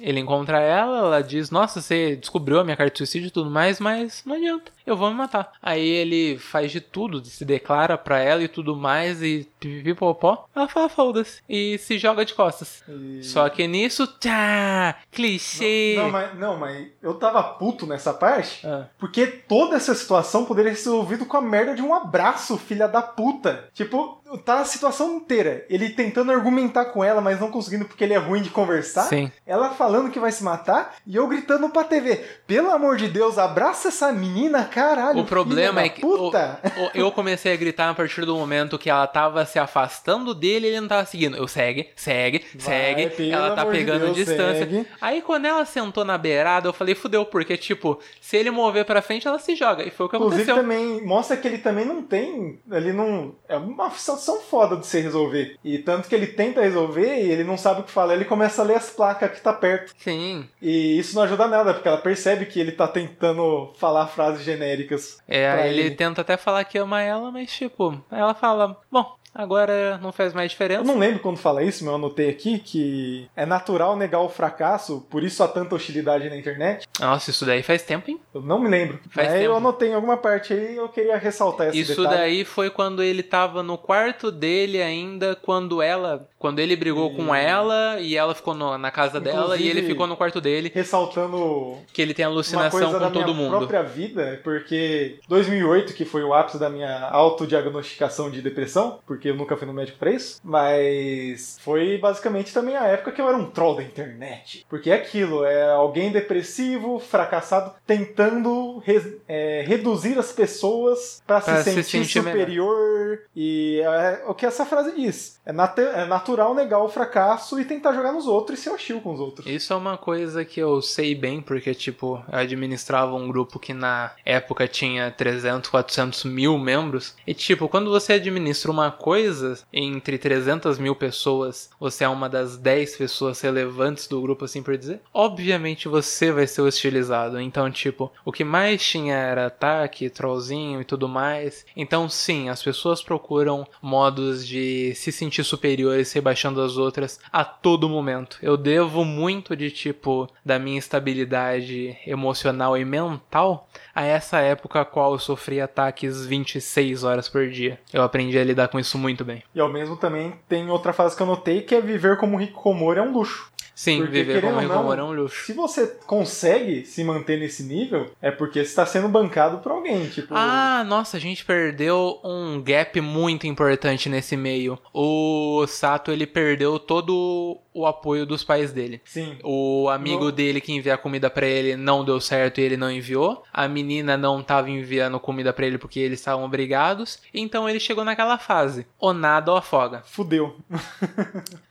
S2: ele encontra ela, ela diz: Nossa, você descobriu a minha carta de suicídio e tudo mais, mas não adianta, eu vou me matar. Aí ele faz de tudo, se declara pra ela e tudo mais, e pipipopó. Ela fala: Foda-se, e se joga de costas.
S1: E-
S2: Só que nisso, tá! Clichê!
S1: Não, mas, não, mas eu tava puto nessa parte.
S2: Ah.
S1: Porque toda essa situação poderia ser resolvida com a merda de um abraço, filha da puta. Tipo, tá a situação inteira. Ele tentando argumentar com ela, mas não conseguindo porque ele é ruim de conversar.
S2: Sim.
S1: Ela falando que vai se matar e eu gritando pra TV: Pelo amor de Deus, abraça essa menina, caralho.
S2: O problema
S1: filha da
S2: é que-
S1: Puta!
S2: O- Eu comecei a gritar a partir do momento que ela tava se afastando dele e ele não tava seguindo. Eu segue, segue,
S1: Vai,
S2: [LAUGHS] segue.
S1: pelo
S2: Ela tá
S1: amor de
S2: pegando
S1: Deus,
S2: distância.
S1: segue.
S2: Aí quando ela sentou na beirada, eu falei, fudeu, porque, tipo, se ele mover pra frente, ela se joga. E foi o que
S1: Inclusive,
S2: Então aconteceu.
S1: também mostra que ele também não tem. Ele não. É uma situação foda de se resolver. E tanto que ele tenta resolver e ele não sabe o que falar, ele começa a ler as placas que tá perto.
S2: Sim.
S1: E isso não ajuda nada, porque ela percebe que ele tá tentando falar frases genéricas.
S2: É,
S1: Pra
S2: aí ele,
S1: ele.
S2: tenta até falar que ama ela, mas, tipo, ela fala, bom, agora não faz mais diferença.
S1: Eu não lembro quando fala isso, mas eu anotei aqui que é natural negar o fracasso, por isso há tanta hostilidade na internet.
S2: Nossa, isso daí faz tempo, hein?
S1: Eu não me lembro.
S2: Faz
S1: mas
S2: tempo.
S1: eu anotei em alguma parte aí eu queria ressaltar esse
S2: Isso
S1: detalhe.
S2: daí foi quando ele tava no quarto dele ainda, quando ela. Quando ele brigou com ela e ela ficou no- na casa dela e
S1: Hum.
S2: ele
S1: Inclusive-
S2: ficou no quarto dele,
S1: Ressaltando
S2: que ele tem
S1: uma
S2: alucinação
S1: coisa
S2: com
S1: da
S2: todo
S1: minha
S2: mundo.
S1: própria vida, é porque 2008, que foi o ápice da minha autodiagnosticação de depressão, porque eu nunca fui no médico pra isso, mas foi basicamente também a época que eu era um troll da internet. Porque é aquilo, é alguém depressivo, fracassado, tentando re- é, reduzir as pessoas pra
S2: Pra
S1: se
S2: se
S1: sentir,
S2: sentir melhor.
S1: superior. E é o que essa frase diz. É, nat- é natural negar o fracasso e tentar jogar nos outros e ser hostil com os outros.
S2: Isso é uma coisa que eu sei bem, porque, tipo, eu administrava um grupo que na época tinha 300, 400 mil membros. E, tipo, quando você administra uma coisa entre 300 mil pessoas, você é uma das 10 pessoas relevantes do grupo, assim por dizer. Obviamente você vai ser hostilizado. Então, tipo, o que mais tinha era ataque, trollzinho e tudo mais. Então, sim, as pessoas procuram modos de se sentir superiores, rebaixando as outras a todo momento. Eu devo muito de tipo da minha estabilidade emocional e mental a essa época a qual eu sofri ataques 26 horas por dia. Eu aprendi a lidar com isso muito bem.
S1: E ao mesmo também tem outra frase que eu notei que é viver como Hikikomori é um luxo.
S2: Sim,
S1: Porque,
S2: viver como
S1: querendo ou não,
S2: rigor é um luxo.
S1: Se você consegue se manter nesse nível, é porque você está sendo bancado por alguém. Tipo,
S2: Ah, nossa, a gente perdeu um gap muito importante nesse meio. O Sato, ele perdeu todo o apoio dos pais dele.
S1: sim.
S2: O amigo
S1: No-
S2: dele que envia comida pra ele não deu certo e ele não enviou. A menina não tava enviando comida pra ele porque eles estavam obrigados. Então ele chegou naquela fase: ou nada ou afoga.
S1: Fudeu.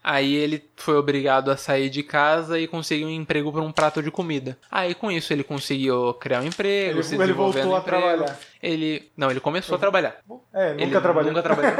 S2: Aí ele foi obrigado a sair de casa e conseguiu um emprego por um prato de comida. Aí com isso ele conseguiu criar um emprego,
S1: Ele,
S2: se
S1: ele
S2: desenvolvendo
S1: voltou a
S2: emprego.
S1: trabalhar.
S2: Ele. Não, ele começou a trabalhar.
S1: É, nunca
S2: ele
S1: trabalhei.
S2: Nunca
S1: [LAUGHS]
S2: trabalhou.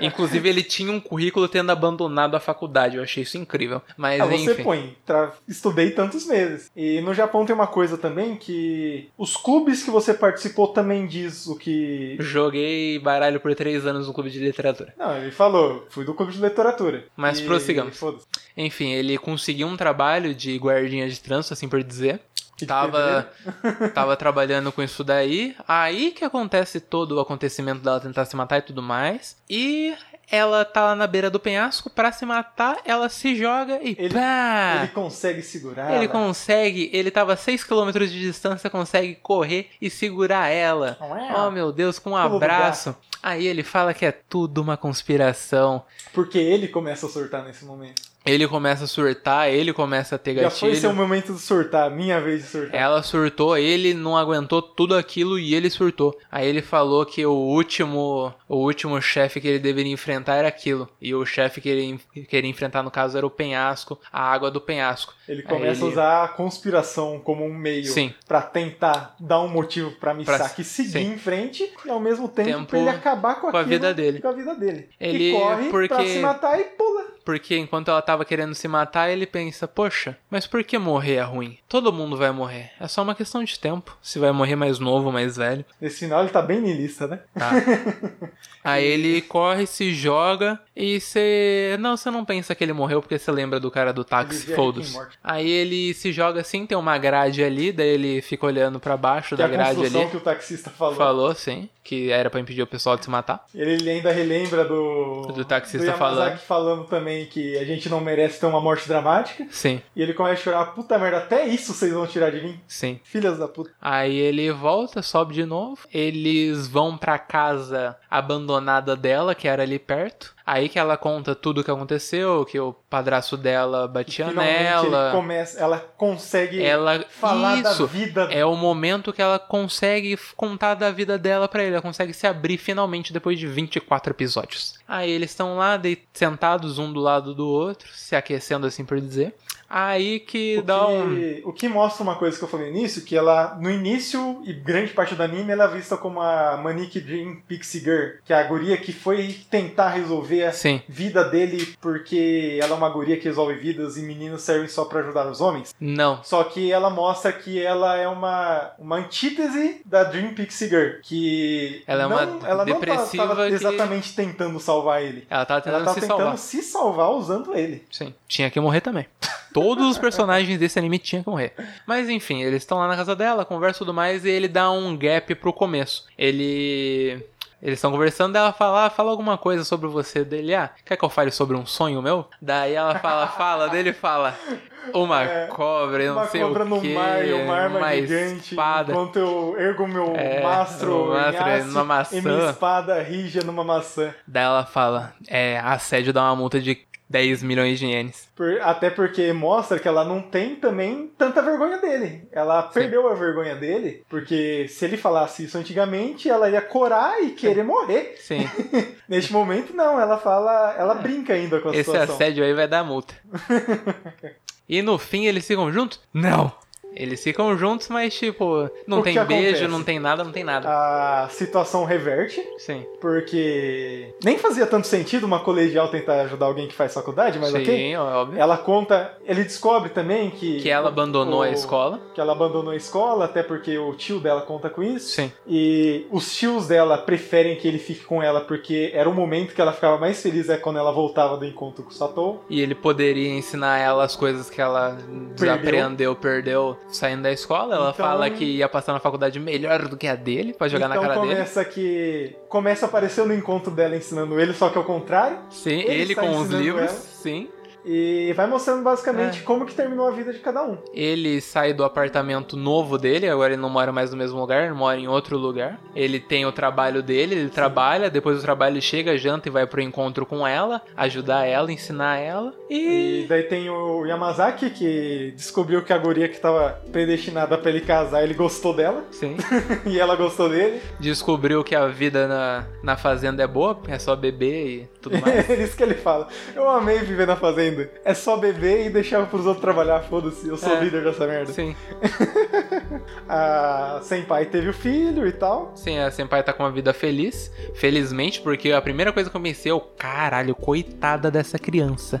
S2: Inclusive, ele tinha um currículo tendo abandonado a faculdade. Eu achei isso incrível. Mas
S1: Ah,
S2: enfim.
S1: você põe, tra- estudei tantos meses. E no Japão tem uma coisa também que os clubes que você participou também diz o que.
S2: Joguei baralho por três anos no clube de literatura.
S1: Não, ele falou, fui do clube de literatura.
S2: Mas
S1: E-
S2: prossigamos.
S1: foda-se.
S2: Enfim, ele conseguiu um trabalho de guardinha de trânsito, assim por dizer.
S1: de
S2: Tava, [LAUGHS]
S1: [LAUGHS]
S2: tava trabalhando com isso daí. Aí que acontece todo o acontecimento dela tentar se matar e tudo mais. E ela tá lá na beira do penhasco pra se matar, ela se joga e
S1: Ele-
S2: pá!
S1: Ele consegue segurar.
S2: Ah. Ele
S1: né?
S2: consegue, ele tava a 6km de distância, consegue correr e segurar ela.
S1: Não é?
S2: Oh meu Deus, com um
S1: Eu vou brigar.
S2: abraço. Aí ele fala que é tudo uma conspiração.
S1: Porque ele começa a surtar nesse momento.
S2: Ele começa a surtar, ele começa a ter
S1: Já foi seu
S2: gatilho.
S1: momento de surtar, minha vez de surtar.
S2: Ela surtou, ele não aguentou tudo aquilo e ele surtou. Aí ele falou que o último, o último chefe que ele deveria enfrentar era aquilo. E o chefe que ele en- queria enfrentar no caso era o penhasco, a água do penhasco.
S1: Ele começa
S2: É. ele-
S1: a usar a conspiração como um meio
S2: Sim.
S1: pra tentar dar um motivo pra Misaki
S2: Pra-
S1: seguir
S2: sim.
S1: em frente e ao mesmo tempo,
S2: Tempo
S1: pra ele acabar com,
S2: com a
S1: aquilo
S2: vida dele.
S1: e Com a vida dele.
S2: Ele-
S1: e corre pra
S2: porque-
S1: se matar e pula.
S2: Porque enquanto ela tava querendo se matar, ele pensa: Poxa, mas por que morrer é ruim? Todo mundo vai morrer. É só uma questão de tempo. Se vai morrer mais novo, mais velho.
S1: Nesse final ele tá bem niilista, né? [LAUGHS]
S2: Tá. Aí ele corre, se joga e você. Não, você não pensa que ele morreu porque você lembra do cara do
S1: Ele
S2: táxi,
S1: vê a
S2: Ah, foda-se.
S1: Rick and Morty.
S2: Aí ele se joga assim, tem uma grade ali, daí ele fica olhando pra
S1: Que
S2: baixo
S1: é
S2: da
S1: a
S2: grade
S1: construção
S2: ali.
S1: que o taxista falou.
S2: Falou, sim, que era pra impedir o pessoal de se matar.
S1: Ele ainda relembra do.
S2: Do taxista
S1: do Yamazaki falando também que a gente não merece ter uma morte dramática.
S2: Sim,
S1: E ele começa a chorar, puta merda, até isso vocês vão tirar de mim.
S2: sim.
S1: Filhas da puta.
S2: Aí ele volta, sobe de novo. Eles vão pra casa abandonada dela, que era ali perto. Aí que ela conta tudo o que aconteceu, que o padrasto dela batia
S1: Finalmente
S2: nela.
S1: ele começa, ela consegue
S2: Ela
S1: falar da
S2: isso
S1: vida
S2: é o momento que ela consegue contar da vida dela pra ele, ela consegue se abrir finalmente depois de 24 episódios. Aí eles estão lá dei- sentados um do lado do outro, se aquecendo assim por dizer. Aí que
S1: O
S2: dá
S1: que,
S2: um
S1: o que mostra uma coisa que eu falei no início, que ela, no início e grande parte do anime, ela é vista como a Manic Dream Pixie Girl, que é a guria que foi tentar resolver a
S2: sim,
S1: vida dele porque ela é uma guria que resolve vidas e meninos servem só pra ajudar os homens.
S2: não,
S1: Só que ela mostra que ela é uma, uma antítese da Dream Pixie Girl, que
S2: Ela é uma
S1: não,
S2: d-
S1: ela
S2: depressiva
S1: não tava
S2: que-
S1: exatamente tentando salvar ele.
S2: ela tá
S1: Ela
S2: tentando
S1: tá
S2: se
S1: tentando
S2: salvar.
S1: se salvar usando ele.
S2: Sim, tinha que morrer também. Todos os personagens desse anime tinham que morrer. Mas enfim, eles estão lá na casa dela, conversam e tudo mais, e ele dá um gap pro começo. Ele. Eles estão conversando, ela fala, ah, fala alguma coisa sobre você dele. Ah, quer que eu fale sobre um sonho meu? Daí ela
S1: [LAUGHS]
S2: fala, fala, dele fala. Uma
S1: É,
S2: cobra, não
S1: uma
S2: sei
S1: cobra
S2: o
S1: no
S2: quê,
S1: mar e uma arma gigante.
S2: espada.
S1: Enquanto eu ergo meu
S2: É,
S1: mastro,
S2: o mastro
S1: em aço
S2: numa maçã.
S1: e minha espada rija numa maçã.
S2: Daí ela fala, é, assédio dá uma multa de 10 milhões de ienes.
S1: Por- até porque mostra que ela não tem também tanta vergonha dele. Ela perdeu a vergonha dele, porque se ele falasse isso antigamente, ela ia corar e querer morrer.
S2: Sim,
S1: Neste momento, não, ela fala, ela brinca ainda com a
S2: É. Esse
S1: situação.
S2: assédio aí vai
S1: [LAUGHS]
S2: dar multa. e no fim eles ficam juntos? Não! Eles ficam juntos, mas tipo, não
S1: O
S2: tem
S1: que
S2: beijo,
S1: acontece?
S2: não tem nada, não tem nada.
S1: A situação reverte,
S2: Sim.
S1: porque nem fazia tanto sentido uma colegial tentar ajudar alguém que faz faculdade, mas
S2: Sim,
S1: ok.
S2: é óbvio.
S1: Ela conta, ele descobre também que.
S2: Que ela abandonou a
S1: o-
S2: escola.
S1: Que ela abandonou a escola, até porque o tio dela conta com isso.
S2: Sim.
S1: E os tios dela preferem que ele fique com ela porque era o momento que ela ficava mais feliz é quando ela voltava do encontro com o Satou.
S2: E ele poderia ensinar ela as coisas que ela desaprendeu, perdeu saindo da escola. Ela
S1: Então-
S2: fala que ia passar na faculdade melhor do que a dele, pra jogar
S1: então
S2: na cara dele.
S1: começa que começa a aparecer no encontro dela ensinando ele, só que ao contrário,
S2: Sim,
S1: ele
S2: ele,
S1: está
S2: com os
S1: ensinando
S2: livros,
S1: ela.
S2: sim.
S1: e vai mostrando basicamente
S2: É.
S1: como que terminou a vida de cada um.
S2: Ele sai do apartamento novo dele, agora ele não mora mais no mesmo lugar, ele mora em outro lugar. Ele tem o trabalho dele, ele trabalha, depois do trabalho ele chega, janta e vai pro encontro com ela, ajudar ela, ensinar ela.
S1: E
S2: E.
S1: daí tem o Yamazaki que descobriu que a guria que tava predestinada pra ele casar, ele gostou dela [LAUGHS]
S2: Sim.
S1: e ela gostou dele. [LAUGHS]
S2: Descobriu que a vida na, na fazenda é boa, é só beber e tudo mais.
S1: [LAUGHS] É isso que ele fala. Eu amei viver na fazenda, ainda. É só beber e deixar pros outros trabalhar, foda-se, eu sou
S2: É.
S1: líder dessa merda.
S2: Sim,
S1: A Senpai teve o filho e tal. [LAUGHS]
S2: sim, a Senpai tá com uma vida feliz. Felizmente, porque a primeira coisa que eu pensei é o caralho, coitada dessa criança.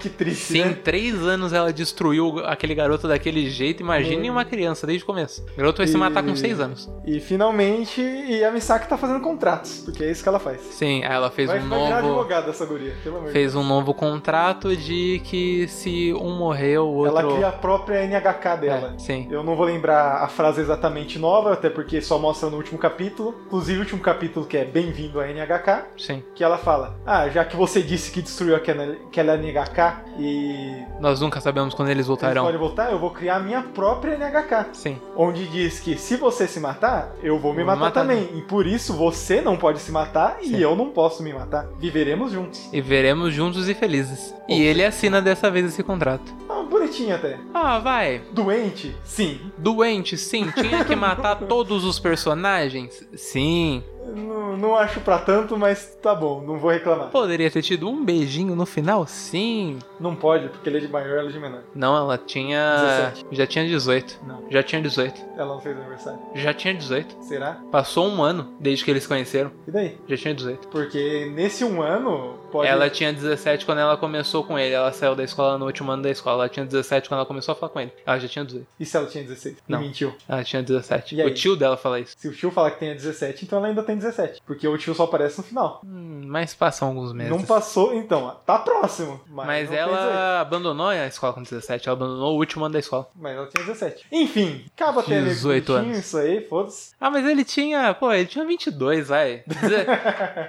S1: Que triste,
S2: Se
S1: né?
S2: em três anos ela destruiu aquele garoto daquele jeito, imagine uma criança desde o começo. O garoto vai se matar com
S1: É. E-
S2: seis anos.
S1: E finalmente, e a Misaki tá fazendo contratos, porque é isso que ela faz.
S2: Sim, aí ela fez
S1: Vai,
S2: um
S1: vai virar
S2: novo.
S1: advogada essa guria, pelo amor de
S2: Fez um novo contrato de que se um morrer, o
S1: Deus.
S2: outro.
S1: Ela cria a própria NHK dela.
S2: é, Sim.
S1: Eu não vou lembrar a frase exatamente nova, até porque só mostra no último capítulo. Inclusive, o último capítulo que é Bem-vindo à NHK,
S2: Sim.
S1: que ela fala: Ah, já que você disse que destruiu aquela, aquela NHK e
S2: Nós nunca sabemos quando eles
S1: vocês
S2: voltarão.
S1: podem voltar, eu vou criar a minha própria NHK.
S2: Sim.
S1: Onde diz que se você se matar, eu vou me
S2: Vou me
S1: matar,
S2: matar
S1: também. E por isso você não pode se matar
S2: Sim.
S1: e eu não posso me matar. Viveremos juntos.
S2: E veremos juntos e felizes. E ele assina dessa vez esse contrato.
S1: Ah, bonitinho até.
S2: Ah, vai.
S1: Doente? Sim.
S2: Doente, sim. Tinha que
S1: [LAUGHS]
S2: matar todos os personagens? Sim.
S1: Não, não acho pra tanto, mas tá bom, não vou reclamar.
S2: Poderia ter tido um beijinho no final? Sim.
S1: Não pode, porque ele é de maior e ela é de menor.
S2: Não, ela tinha.
S1: 17.
S2: Já tinha 18.
S1: Não.
S2: Já tinha 18.
S1: Ela não fez aniversário.
S2: Já tinha 18.
S1: Será?
S2: Passou um ano desde que eles se conheceram.
S1: E daí?
S2: Já tinha 18.
S1: Porque nesse um ano, pode.
S2: Ela é tinha 17 quando ela começou com ele. Ela saiu da escola no último ano da escola. Ela tinha 17 quando ela começou a falar com ele. Ela já tinha 18.
S1: E se ela tinha 16?
S2: Não.
S1: E mentiu.
S2: Ela tinha 17.
S1: E aí?
S2: O tio dela fala isso.
S1: Se o tio falar que tem a 17, então ela ainda tem 17. Porque o tio só aparece no final.
S2: Hum, mas passam alguns meses.
S1: Não passou, então, tá próximo. Mas,
S2: Mas
S1: não tem 18.
S2: ela abandonou a escola com 17, ela abandonou o último ano da escola.
S1: Mas ela tinha 17. Enfim, acaba tendo
S2: 18
S1: bonitinho
S2: anos.
S1: isso aí, foda-se.
S2: Ah, mas ele tinha, pô, ele tinha 22,
S1: [LAUGHS]
S2: vai. Deze-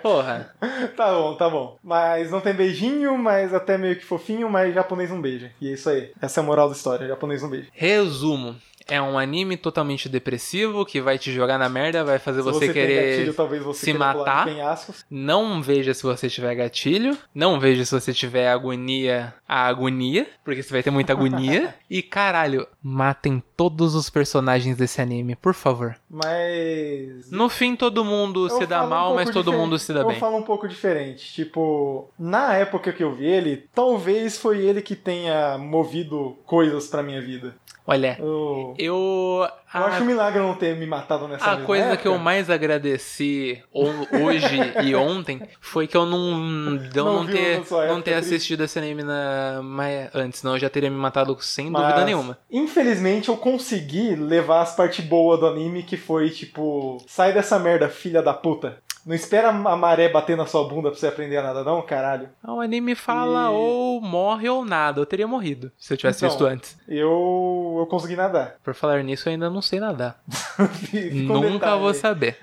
S2: Porra.
S1: Tá bom, tá bom. Mas não tem beijinho, mas até meio que fofinho, mas japonês não beija. E é isso aí. Essa é a moral da história, japonês não beija.
S2: Resumo. É um anime totalmente depressivo que vai te jogar na merda, vai fazer
S1: Se
S2: você,
S1: tem
S2: querer
S1: gatilho, talvez você
S2: se
S1: queira pular de
S2: matar.
S1: penhascos.
S2: Não veja se você tiver gatilho. Não veja se você tiver agonia. A agonia. Porque você vai ter
S1: [LAUGHS]
S2: muita agonia. e caralho, matem todos os personagens desse anime, por favor.
S1: Mas.
S2: No fim, todo mundo
S1: Eu
S2: se dá
S1: falo um
S2: mal,
S1: pouco
S2: mas todo
S1: diferente.
S2: mundo se dá
S1: eu
S2: bem.
S1: falo um pouco diferente. Tipo, na época que eu vi ele, talvez foi ele que tenha movido coisas pra minha vida.
S2: Olha,
S1: Eu,
S2: eu.
S1: eu acho um milagre não ter me matado nessa
S2: Ah, A
S1: mesma
S2: coisa
S1: época.
S2: que eu mais agradeci on- hoje e ontem foi que eu não de eu
S1: Não
S2: não,
S1: viu
S2: ter,
S1: na sua
S2: não
S1: época,
S2: ter
S1: é triste.
S2: assistido esse anime na, mais antes, senão eu já teria me matado sem
S1: Mas,
S2: dúvida nenhuma.
S1: Infelizmente eu consegui levar as partes boas do anime que foi tipo, sai dessa merda, filha da puta. Não espera a maré bater na sua bunda pra você aprender nada não, caralho.
S2: O É um anime fala
S1: E-
S2: ou morre ou nada. Eu teria morrido se eu tivesse
S1: Então.
S2: visto antes.
S1: Eu eu consegui nadar. [LAUGHS]
S2: Por falar nisso, eu ainda não sei nadar.
S1: Fica um
S2: Nunca
S1: detalhe.
S2: vou saber.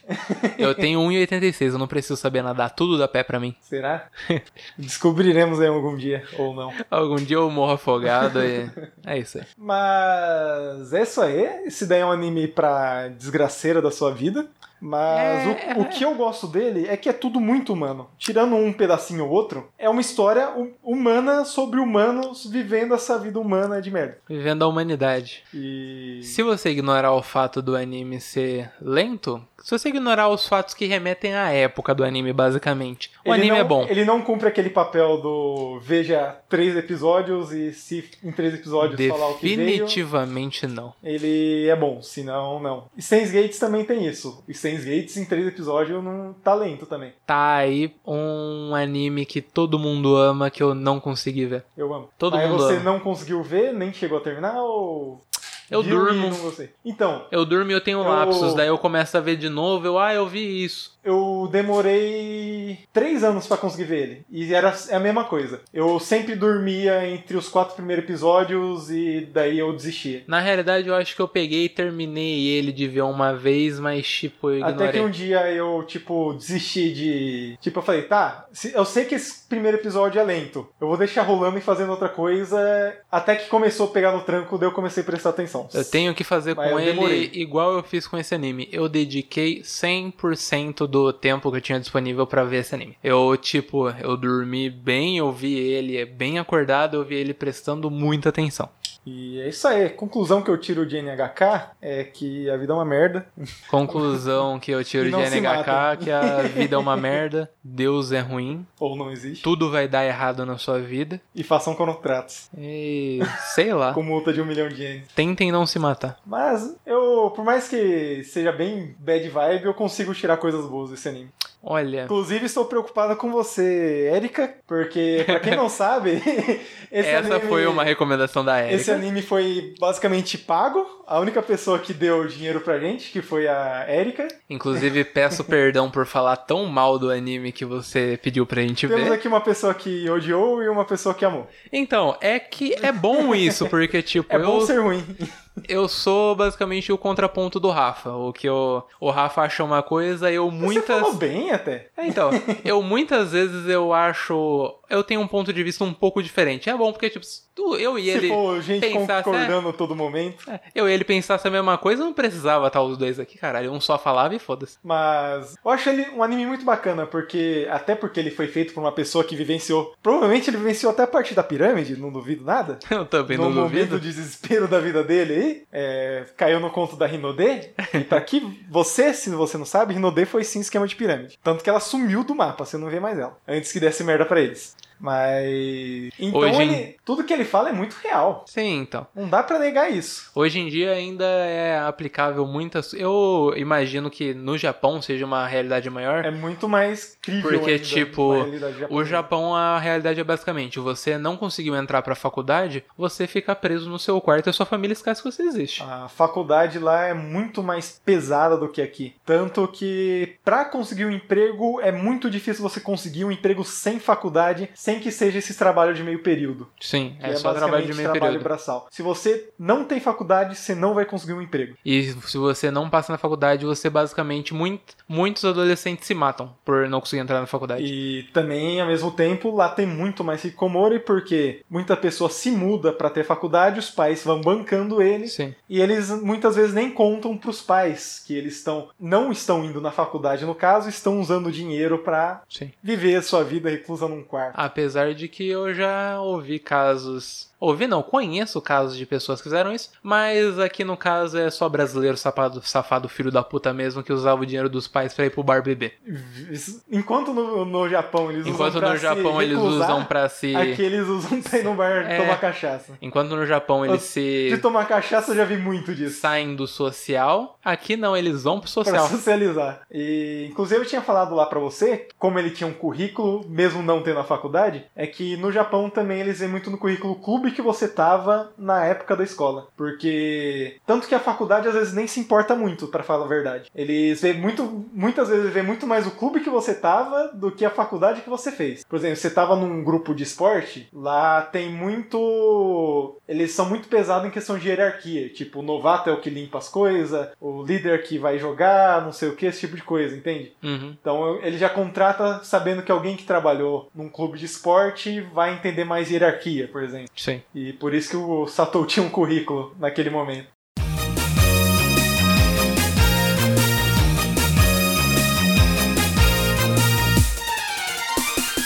S2: Eu tenho 1,86, eu não preciso saber nadar. Tudo dá pé pra mim.
S1: Será? [LAUGHS] Descobriremos aí algum dia ou não.
S2: Algum dia eu morro afogado e. É isso aí.
S1: Mas é isso aí. Esse daí é um anime pra desgraceira da sua vida. Mas
S2: É.
S1: o, o que eu gosto dele é que é tudo muito humano. Tirando um pedacinho ou outro, é uma história hu- humana sobre humanos vivendo essa vida humana de merda.
S2: Vivendo a humanidade.
S1: E.
S2: Se você ignorar o fato do anime ser lento, se você ignorar os fatos que remetem à época do anime, basicamente, o
S1: ele
S2: anime
S1: não-
S2: é bom.
S1: Ele não cumpre aquele papel do veja três episódios e se em três episódios falar o que veio.
S2: Definitivamente não.
S1: Ele é bom, se não, não. E Stains Gates também tem isso. E Stains Gates em três episódios não tá lento também.
S2: Tá aí um anime que todo mundo ama que eu não consegui ver.
S1: Eu amo.
S2: Todo
S1: Mas
S2: mundo
S1: você
S2: ama.
S1: não conseguiu ver, nem chegou a terminar ou.
S2: Eu
S1: viu
S2: durmo.
S1: E não gostei. Então,
S2: Eu durmo e eu tenho
S1: Eu-
S2: lapsos, daí eu começo a ver de novo, eu, ah, eu vi isso.
S1: eu demorei três anos pra conseguir ver ele. E era é a mesma coisa. Eu sempre dormia entre os quatro primeiros episódios e daí eu desistia.
S2: Na realidade, eu acho que eu peguei e terminei ele de ver uma vez, mas tipo, eu ignorei.
S1: Até que um dia eu, tipo, desisti de. Tipo, eu falei, tá, se- eu sei que esse primeiro episódio é lento. Eu vou deixar rolando e fazendo outra coisa. Até que começou a pegar no tranco, daí eu comecei a prestar atenção.
S2: Eu tenho que fazer
S1: Mas
S2: com
S1: eu
S2: ele
S1: demorei.
S2: igual eu fiz com esse anime. Eu dediquei 100% do tempo que eu tinha disponível pra ver esse anime. Eu, tipo, é eu dormi bem, eu vi ele bem acordado, eu vi ele prestando muita atenção.
S1: E é isso aí. Conclusão que eu tiro de NHK é que a vida é uma merda.
S2: Conclusão que eu
S1: [LAUGHS]
S2: tiro
S1: E não
S2: de
S1: se
S2: NHK,
S1: matem.
S2: que a vida é uma merda, Deus é ruim,
S1: Ou não existe.
S2: tudo vai dar errado na sua vida.
S1: E façam contratos.
S2: E sei lá.
S1: Com multa de um milhão de ienes.
S2: Tentem não se matar.
S1: Mas eu, por mais que seja bem bad vibe, eu consigo tirar coisas boas desse anime.
S2: Olha,
S1: Inclusive, estou preocupado com você, Erika, porque, pra quem não sabe, [LAUGHS] esse
S2: essa
S1: anime-
S2: foi uma recomendação da Erika.
S1: Esse anime foi basicamente pago. A única pessoa que deu dinheiro pra gente, que foi a Erika.
S2: Inclusive, peço perdão por falar tão mal do anime que você pediu pra gente
S1: Temos
S2: ver.
S1: aqui uma pessoa que odiou e uma pessoa que amou.
S2: Então, é que é bom isso, porque,
S1: [LAUGHS]
S2: tipo,
S1: É bom
S2: eu,
S1: ser ruim.
S2: eu sou basicamente o contraponto do Rafa. O que eu, o Rafa acha uma coisa, eu
S1: Você
S2: muitas.
S1: falou bem até.
S2: É, então, eu muitas vezes eu acho. Eu tenho um ponto de vista um pouco diferente. É bom porque, tipo, se tu- eu e
S1: Se
S2: ele.
S1: for Tipo, gente
S2: pensasse,
S1: concordando a todo momento.
S2: é, Eu e ele pensasse a mesma coisa, não precisava estar os dois aqui, caralho. Um só falava e foda-se. [LAUGHS]
S1: Mas eu acho ele um anime muito bacana, porque até porque ele foi feito por uma pessoa que vivenciou. Provavelmente ele vivenciou até a parte da pirâmide, não duvido nada.
S2: Eu também
S1: no
S2: não
S1: momento
S2: duvido.
S1: de desespero da vida dele aí, é, caiu no conto da
S2: [LAUGHS]
S1: Rinode. E pra que você, se você não sabe, Rinode foi sim esquema de pirâmide. Tanto que ela sumiu do mapa, você não vê mais ela. Antes que desse merda pra eles. Mas. Então
S2: Hoje em-
S1: ele- tudo que ele fala é muito real.
S2: Sim, então.
S1: Não dá pra negar isso.
S2: Hoje em dia ainda é aplicável muitas. Eu imagino que no Japão seja uma realidade maior.
S1: É muito mais crível.
S2: Porque,
S1: ainda,
S2: tipo,
S1: na realidade
S2: O
S1: japonesa.
S2: Japão, a realidade é basicamente: você não conseguiu entrar pra faculdade, você fica preso no seu quarto e a sua família esquece que você existe.
S1: A faculdade lá é muito mais pesada do que aqui. Tanto que pra conseguir um emprego é muito difícil você conseguir um emprego sem faculdade, sem que seja esse trabalho de meio período.
S2: Sim,
S1: que
S2: é, só trabalho de
S1: basicamente
S2: meio
S1: trabalho
S2: período.
S1: braçal. Se você não tem faculdade, você não vai conseguir um emprego.
S2: E se você não passa na faculdade, você basicamente. Muito, muitos adolescentes se matam por não conseguir entrar na faculdade.
S1: E também, ao mesmo tempo, lá tem muito mais hikikomori porque muita pessoa se muda pra ter faculdade, os pais vão bancando eles
S2: Sim.
S1: E eles muitas vezes nem contam pros pais que eles estão não estão indo na faculdade, no caso, estão usando dinheiro pra
S2: Sim.
S1: viver a sua vida reclusa num quarto.
S2: Apesar de que eu já ouvi casos. Ouvi não, conheço casos de pessoas que fizeram isso, mas aqui no caso é só brasileiro sapado, safado, filho da puta mesmo, que usava o dinheiro dos pais pra ir pro bar beber.
S1: Isso- Enquanto no, no Japão eles
S2: Enquanto
S1: usam pra
S2: no Japão
S1: se
S2: eles
S1: reclusar,
S2: usam pra se.
S1: Aqui eles usam pra ir no bar
S2: É.
S1: tomar cachaça.
S2: Enquanto no Japão eles
S1: De
S2: se
S1: tomar cachaça eu já vi muito disso.
S2: saem do social, aqui não, eles vão pro
S1: Pra
S2: social.
S1: socializar. E, inclusive, eu tinha falado lá pra você, como ele tinha um currículo, mesmo não tendo a faculdade, é que no Japão também eles vêem muito no currículo o clube que você tava na época da escola. Porque. Tanto que a faculdade às vezes nem se importa muito, pra falar a verdade. Eles veem muito. Muitas vezes vê muito mais o clube que você tava do que a faculdade que você fez. Por exemplo, você tava num grupo de esporte, lá tem muito. Eles são muito pesados em questão de hierarquia. Tipo, o novato é o que limpa as coisas, o líder é que vai jogar, não sei o que, esse tipo de coisa, entende?
S2: Uhum.
S1: Então eu- ele já contrata sabendo que alguém que trabalhou num clube de esporte vai entender mais hierarquia, por exemplo.
S2: Sim.
S1: E por isso que o Satou tinha um currículo naquele momento.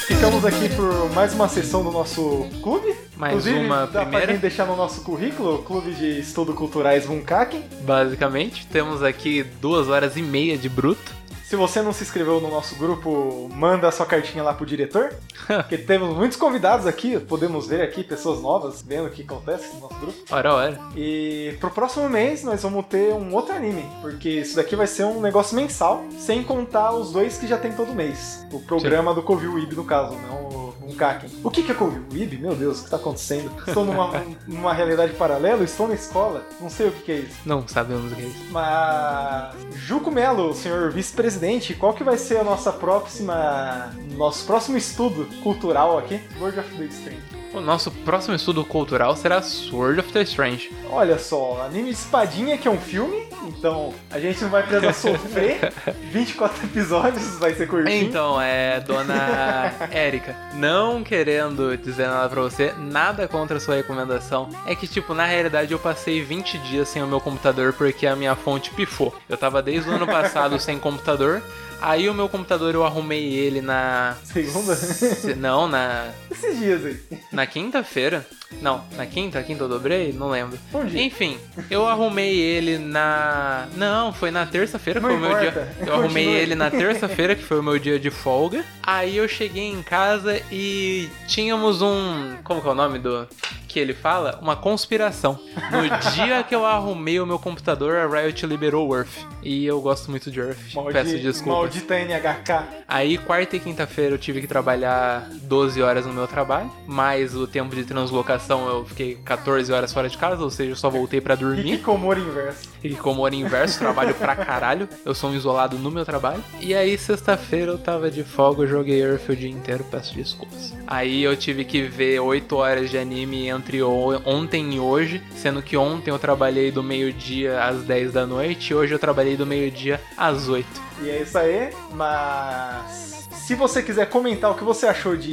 S1: Ficamos aqui por mais uma sessão do nosso clube.
S2: Mais
S1: Inclusive,
S2: uma
S1: dá pra
S2: primeira.
S1: gente deixar no nosso currículo, o Clube de Estudo Culturais Bunkaken.
S2: Basicamente, temos aqui duas horas e meia de bruto.
S1: Se você não se inscreveu no nosso grupo, manda a sua cartinha lá pro
S2: [LAUGHS]
S1: diretor. porque temos muitos convidados aqui, podemos ver aqui pessoas novas vendo o que acontece no nosso grupo.
S2: Ora, ora.
S1: E pro próximo mês nós vamos ter um outro anime, porque isso daqui vai ser um negócio mensal, sem contar os dois que já tem todo mês. O programa do Covil Ib, no caso, não o Bunkaken. O que que é Covil Ib? Meu Deus, o que tá acontecendo? Estou numa, [LAUGHS] numa realidade paralela? Estou na escola? Não sei o que que é isso.
S2: Não sabemos o que é isso.
S1: Mas. Juco Melo, senhor vice-presidente, qual que vai ser a nossa próxima. nosso próximo estudo cultural aqui? World of the Strange.
S2: O nosso próximo estudo cultural será Sword of the Strange.
S1: Olha só, anime de espadinha que é um filme, então a gente não vai precisar
S2: [LAUGHS]
S1: sofrer. 24 episódios, vai ser curtinho.
S2: Então, é, dona Érica, não querendo dizer nada pra você, nada contra a sua recomendação. É que, tipo, na realidade eu passei 20 dias sem o meu computador porque a minha fonte pifou. Eu tava desde o ano passado sem computador. Aí o meu computador eu arrumei ele na.
S1: Segunda?
S2: Se- Não, na.
S1: Esses dias aí.
S2: Na quinta-feira. Não, na quinta? A quinta eu dobrei? Não lembro.
S1: Um dia.
S2: Enfim, eu arrumei ele na. Não, foi na terça-feira que
S1: Não
S2: foi o meu dia.
S1: importa,
S2: Eu arrumei
S1: continue.
S2: ele na terça-feira, que foi o meu dia de folga. Aí eu cheguei em casa e tínhamos um. Como que é o nome do. Que ele fala? Uma conspiração.
S1: [LAUGHS]
S2: No dia que eu arrumei o meu computador, a Riot liberou o Earth. E eu gosto muito de Earth. Peço desculpas.
S1: Maldita NHK.
S2: Aí, quarta e quinta-feira, eu tive que trabalhar 12 horas no meu trabalho, mais o tempo de translocação eu fiquei 14 horas fora de casa, ou seja, eu só voltei pra
S1: [LAUGHS]
S2: dormir.
S1: Hikikomori inverso.
S2: E como hora inverso, trabalho pra caralho. Eu sou um isolado no meu trabalho. E aí, sexta-feira, eu tava de folga, eu joguei Earth o dia inteiro, peço desculpas. Aí, eu tive que ver 8 horas de anime entre o- ontem e hoje, sendo que ontem eu trabalhei do meio-dia às 10 da noite, e hoje eu trabalhei do meio-dia às 8.
S1: E é isso aí, mas. Se você quiser comentar o que você achou de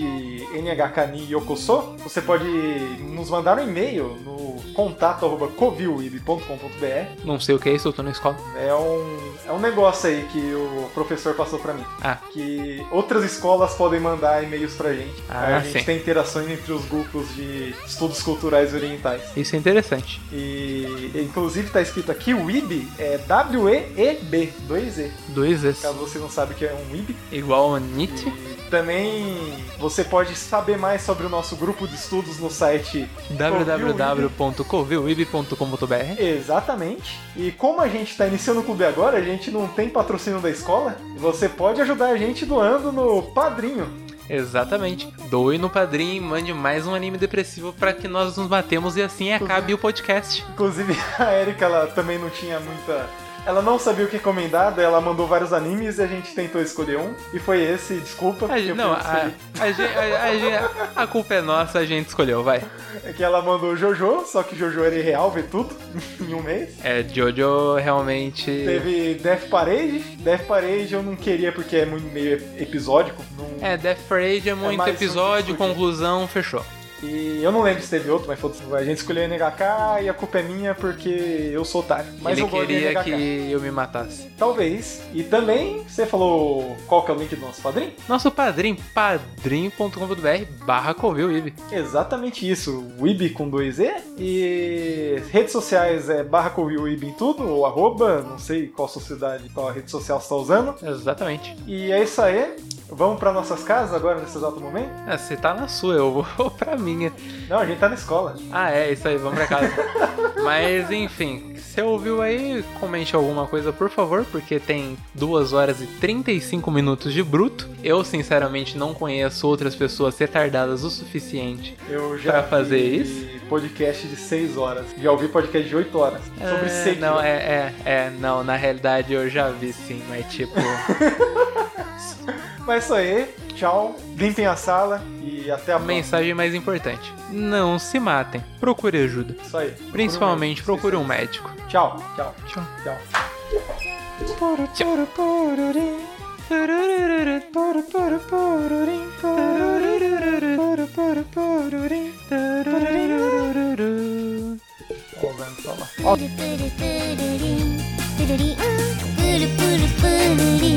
S1: NHK Ni Yokoso, você pode nos mandar um e-mail no contato.covilib.com.br.
S2: Não sei o que é isso, eu tô na escola.
S1: É um, é um negócio aí que o professor passou pra mim.
S2: Ah.
S1: Que outras escolas podem mandar e-mails pra gente.
S2: Ah,
S1: Aí a gente
S2: sim.
S1: tem interações entre os grupos de estudos culturais orientais.
S2: Isso é interessante.
S1: E inclusive tá escrito aqui o IB é W-E-E-B, 2E.
S2: Dois S.
S1: Caso você não sabe o que é um IB.
S2: Igual a NIT.
S1: E também você pode saber mais sobre o nosso grupo de estudos no site
S2: www.covilweb.com.br
S1: Exatamente. E como a gente tá iniciando o clube agora, a gente não tem patrocínio da escola, você pode ajudar a gente doando no Padrinho.
S2: Exatamente. Doe no padrinho e mande mais um anime depressivo pra que nós nos batemos e assim acabe o podcast.
S1: Inclusive [LAUGHS] a Erika ela também não tinha muita ela não sabia o que recomendar, daí ela mandou vários animes e a gente tentou escolher um. E foi esse, desculpa.
S2: A,
S1: porque
S2: gente-
S1: eu
S2: não,
S1: fui escolher.
S2: a, a, gente- a, a gente- a culpa é nossa, a gente escolheu, vai.
S1: É que ela mandou Jojo, só que Jojo era irreal, vê tudo [LAUGHS] em um mês.
S2: É, Jojo realmente.
S1: Teve Death Parade. Death Parade eu não queria porque é muito meio episódico. não-
S2: É, Death Parade é muito
S1: mais um
S2: episódio,
S1: que fugiu.
S2: conclusão, fechou.
S1: E eu não lembro se teve outro, mas foda-se. A gente escolheu NHK e a culpa é minha porque eu sou otário. Mas
S2: Ele
S1: eu gosto de
S2: queria
S1: NHK.
S2: que eu me matasse.
S1: Talvez. E também, você falou qual que é o link do nosso padrinho?
S2: Nosso padrinho, padrinho.com.br barra Covilweb.
S1: Exatamente isso. Wib com 2E. E redes sociais é barra com o Wib em tudo, ou arroba, não sei qual sociedade, qual rede social você tá usando.
S2: Exatamente.
S1: E é isso aí. Vamos para nossas casas agora, nesse exato momento?
S2: Ah, Você tá na sua, eu vou [LAUGHS] pra minha.
S1: Não, a gente tá na escola.
S2: Ah, é, isso aí, vamos pra casa. Mas enfim, se ouviu aí, comente alguma coisa, por favor, porque tem 2 horas e 35 minutos de bruto. Eu, sinceramente, não conheço outras pessoas retardadas o suficiente.
S1: Eu já
S2: Pra fazer
S1: vi
S2: isso?
S1: podcast de 6 horas. Já ouvi podcast de 8 horas. Sobre
S2: É,
S1: Sekiro.
S2: Não, é, é, é, não, na realidade eu já vi sim, mas tipo.
S1: Mas é isso aí. Tchau. Limpem a sala e até a
S2: a mensagem mais importante: não se matem, procure ajuda.
S1: próxima. Isso aí. Procure um
S2: Principalmente
S1: médico.
S2: procure um médico.
S1: Tchau. Tchau.
S2: Tchau.
S1: Tchau. Ó, o Vando tá lá.
S4: ah. プルプルプルリンプルリンプルプルプルリン ah.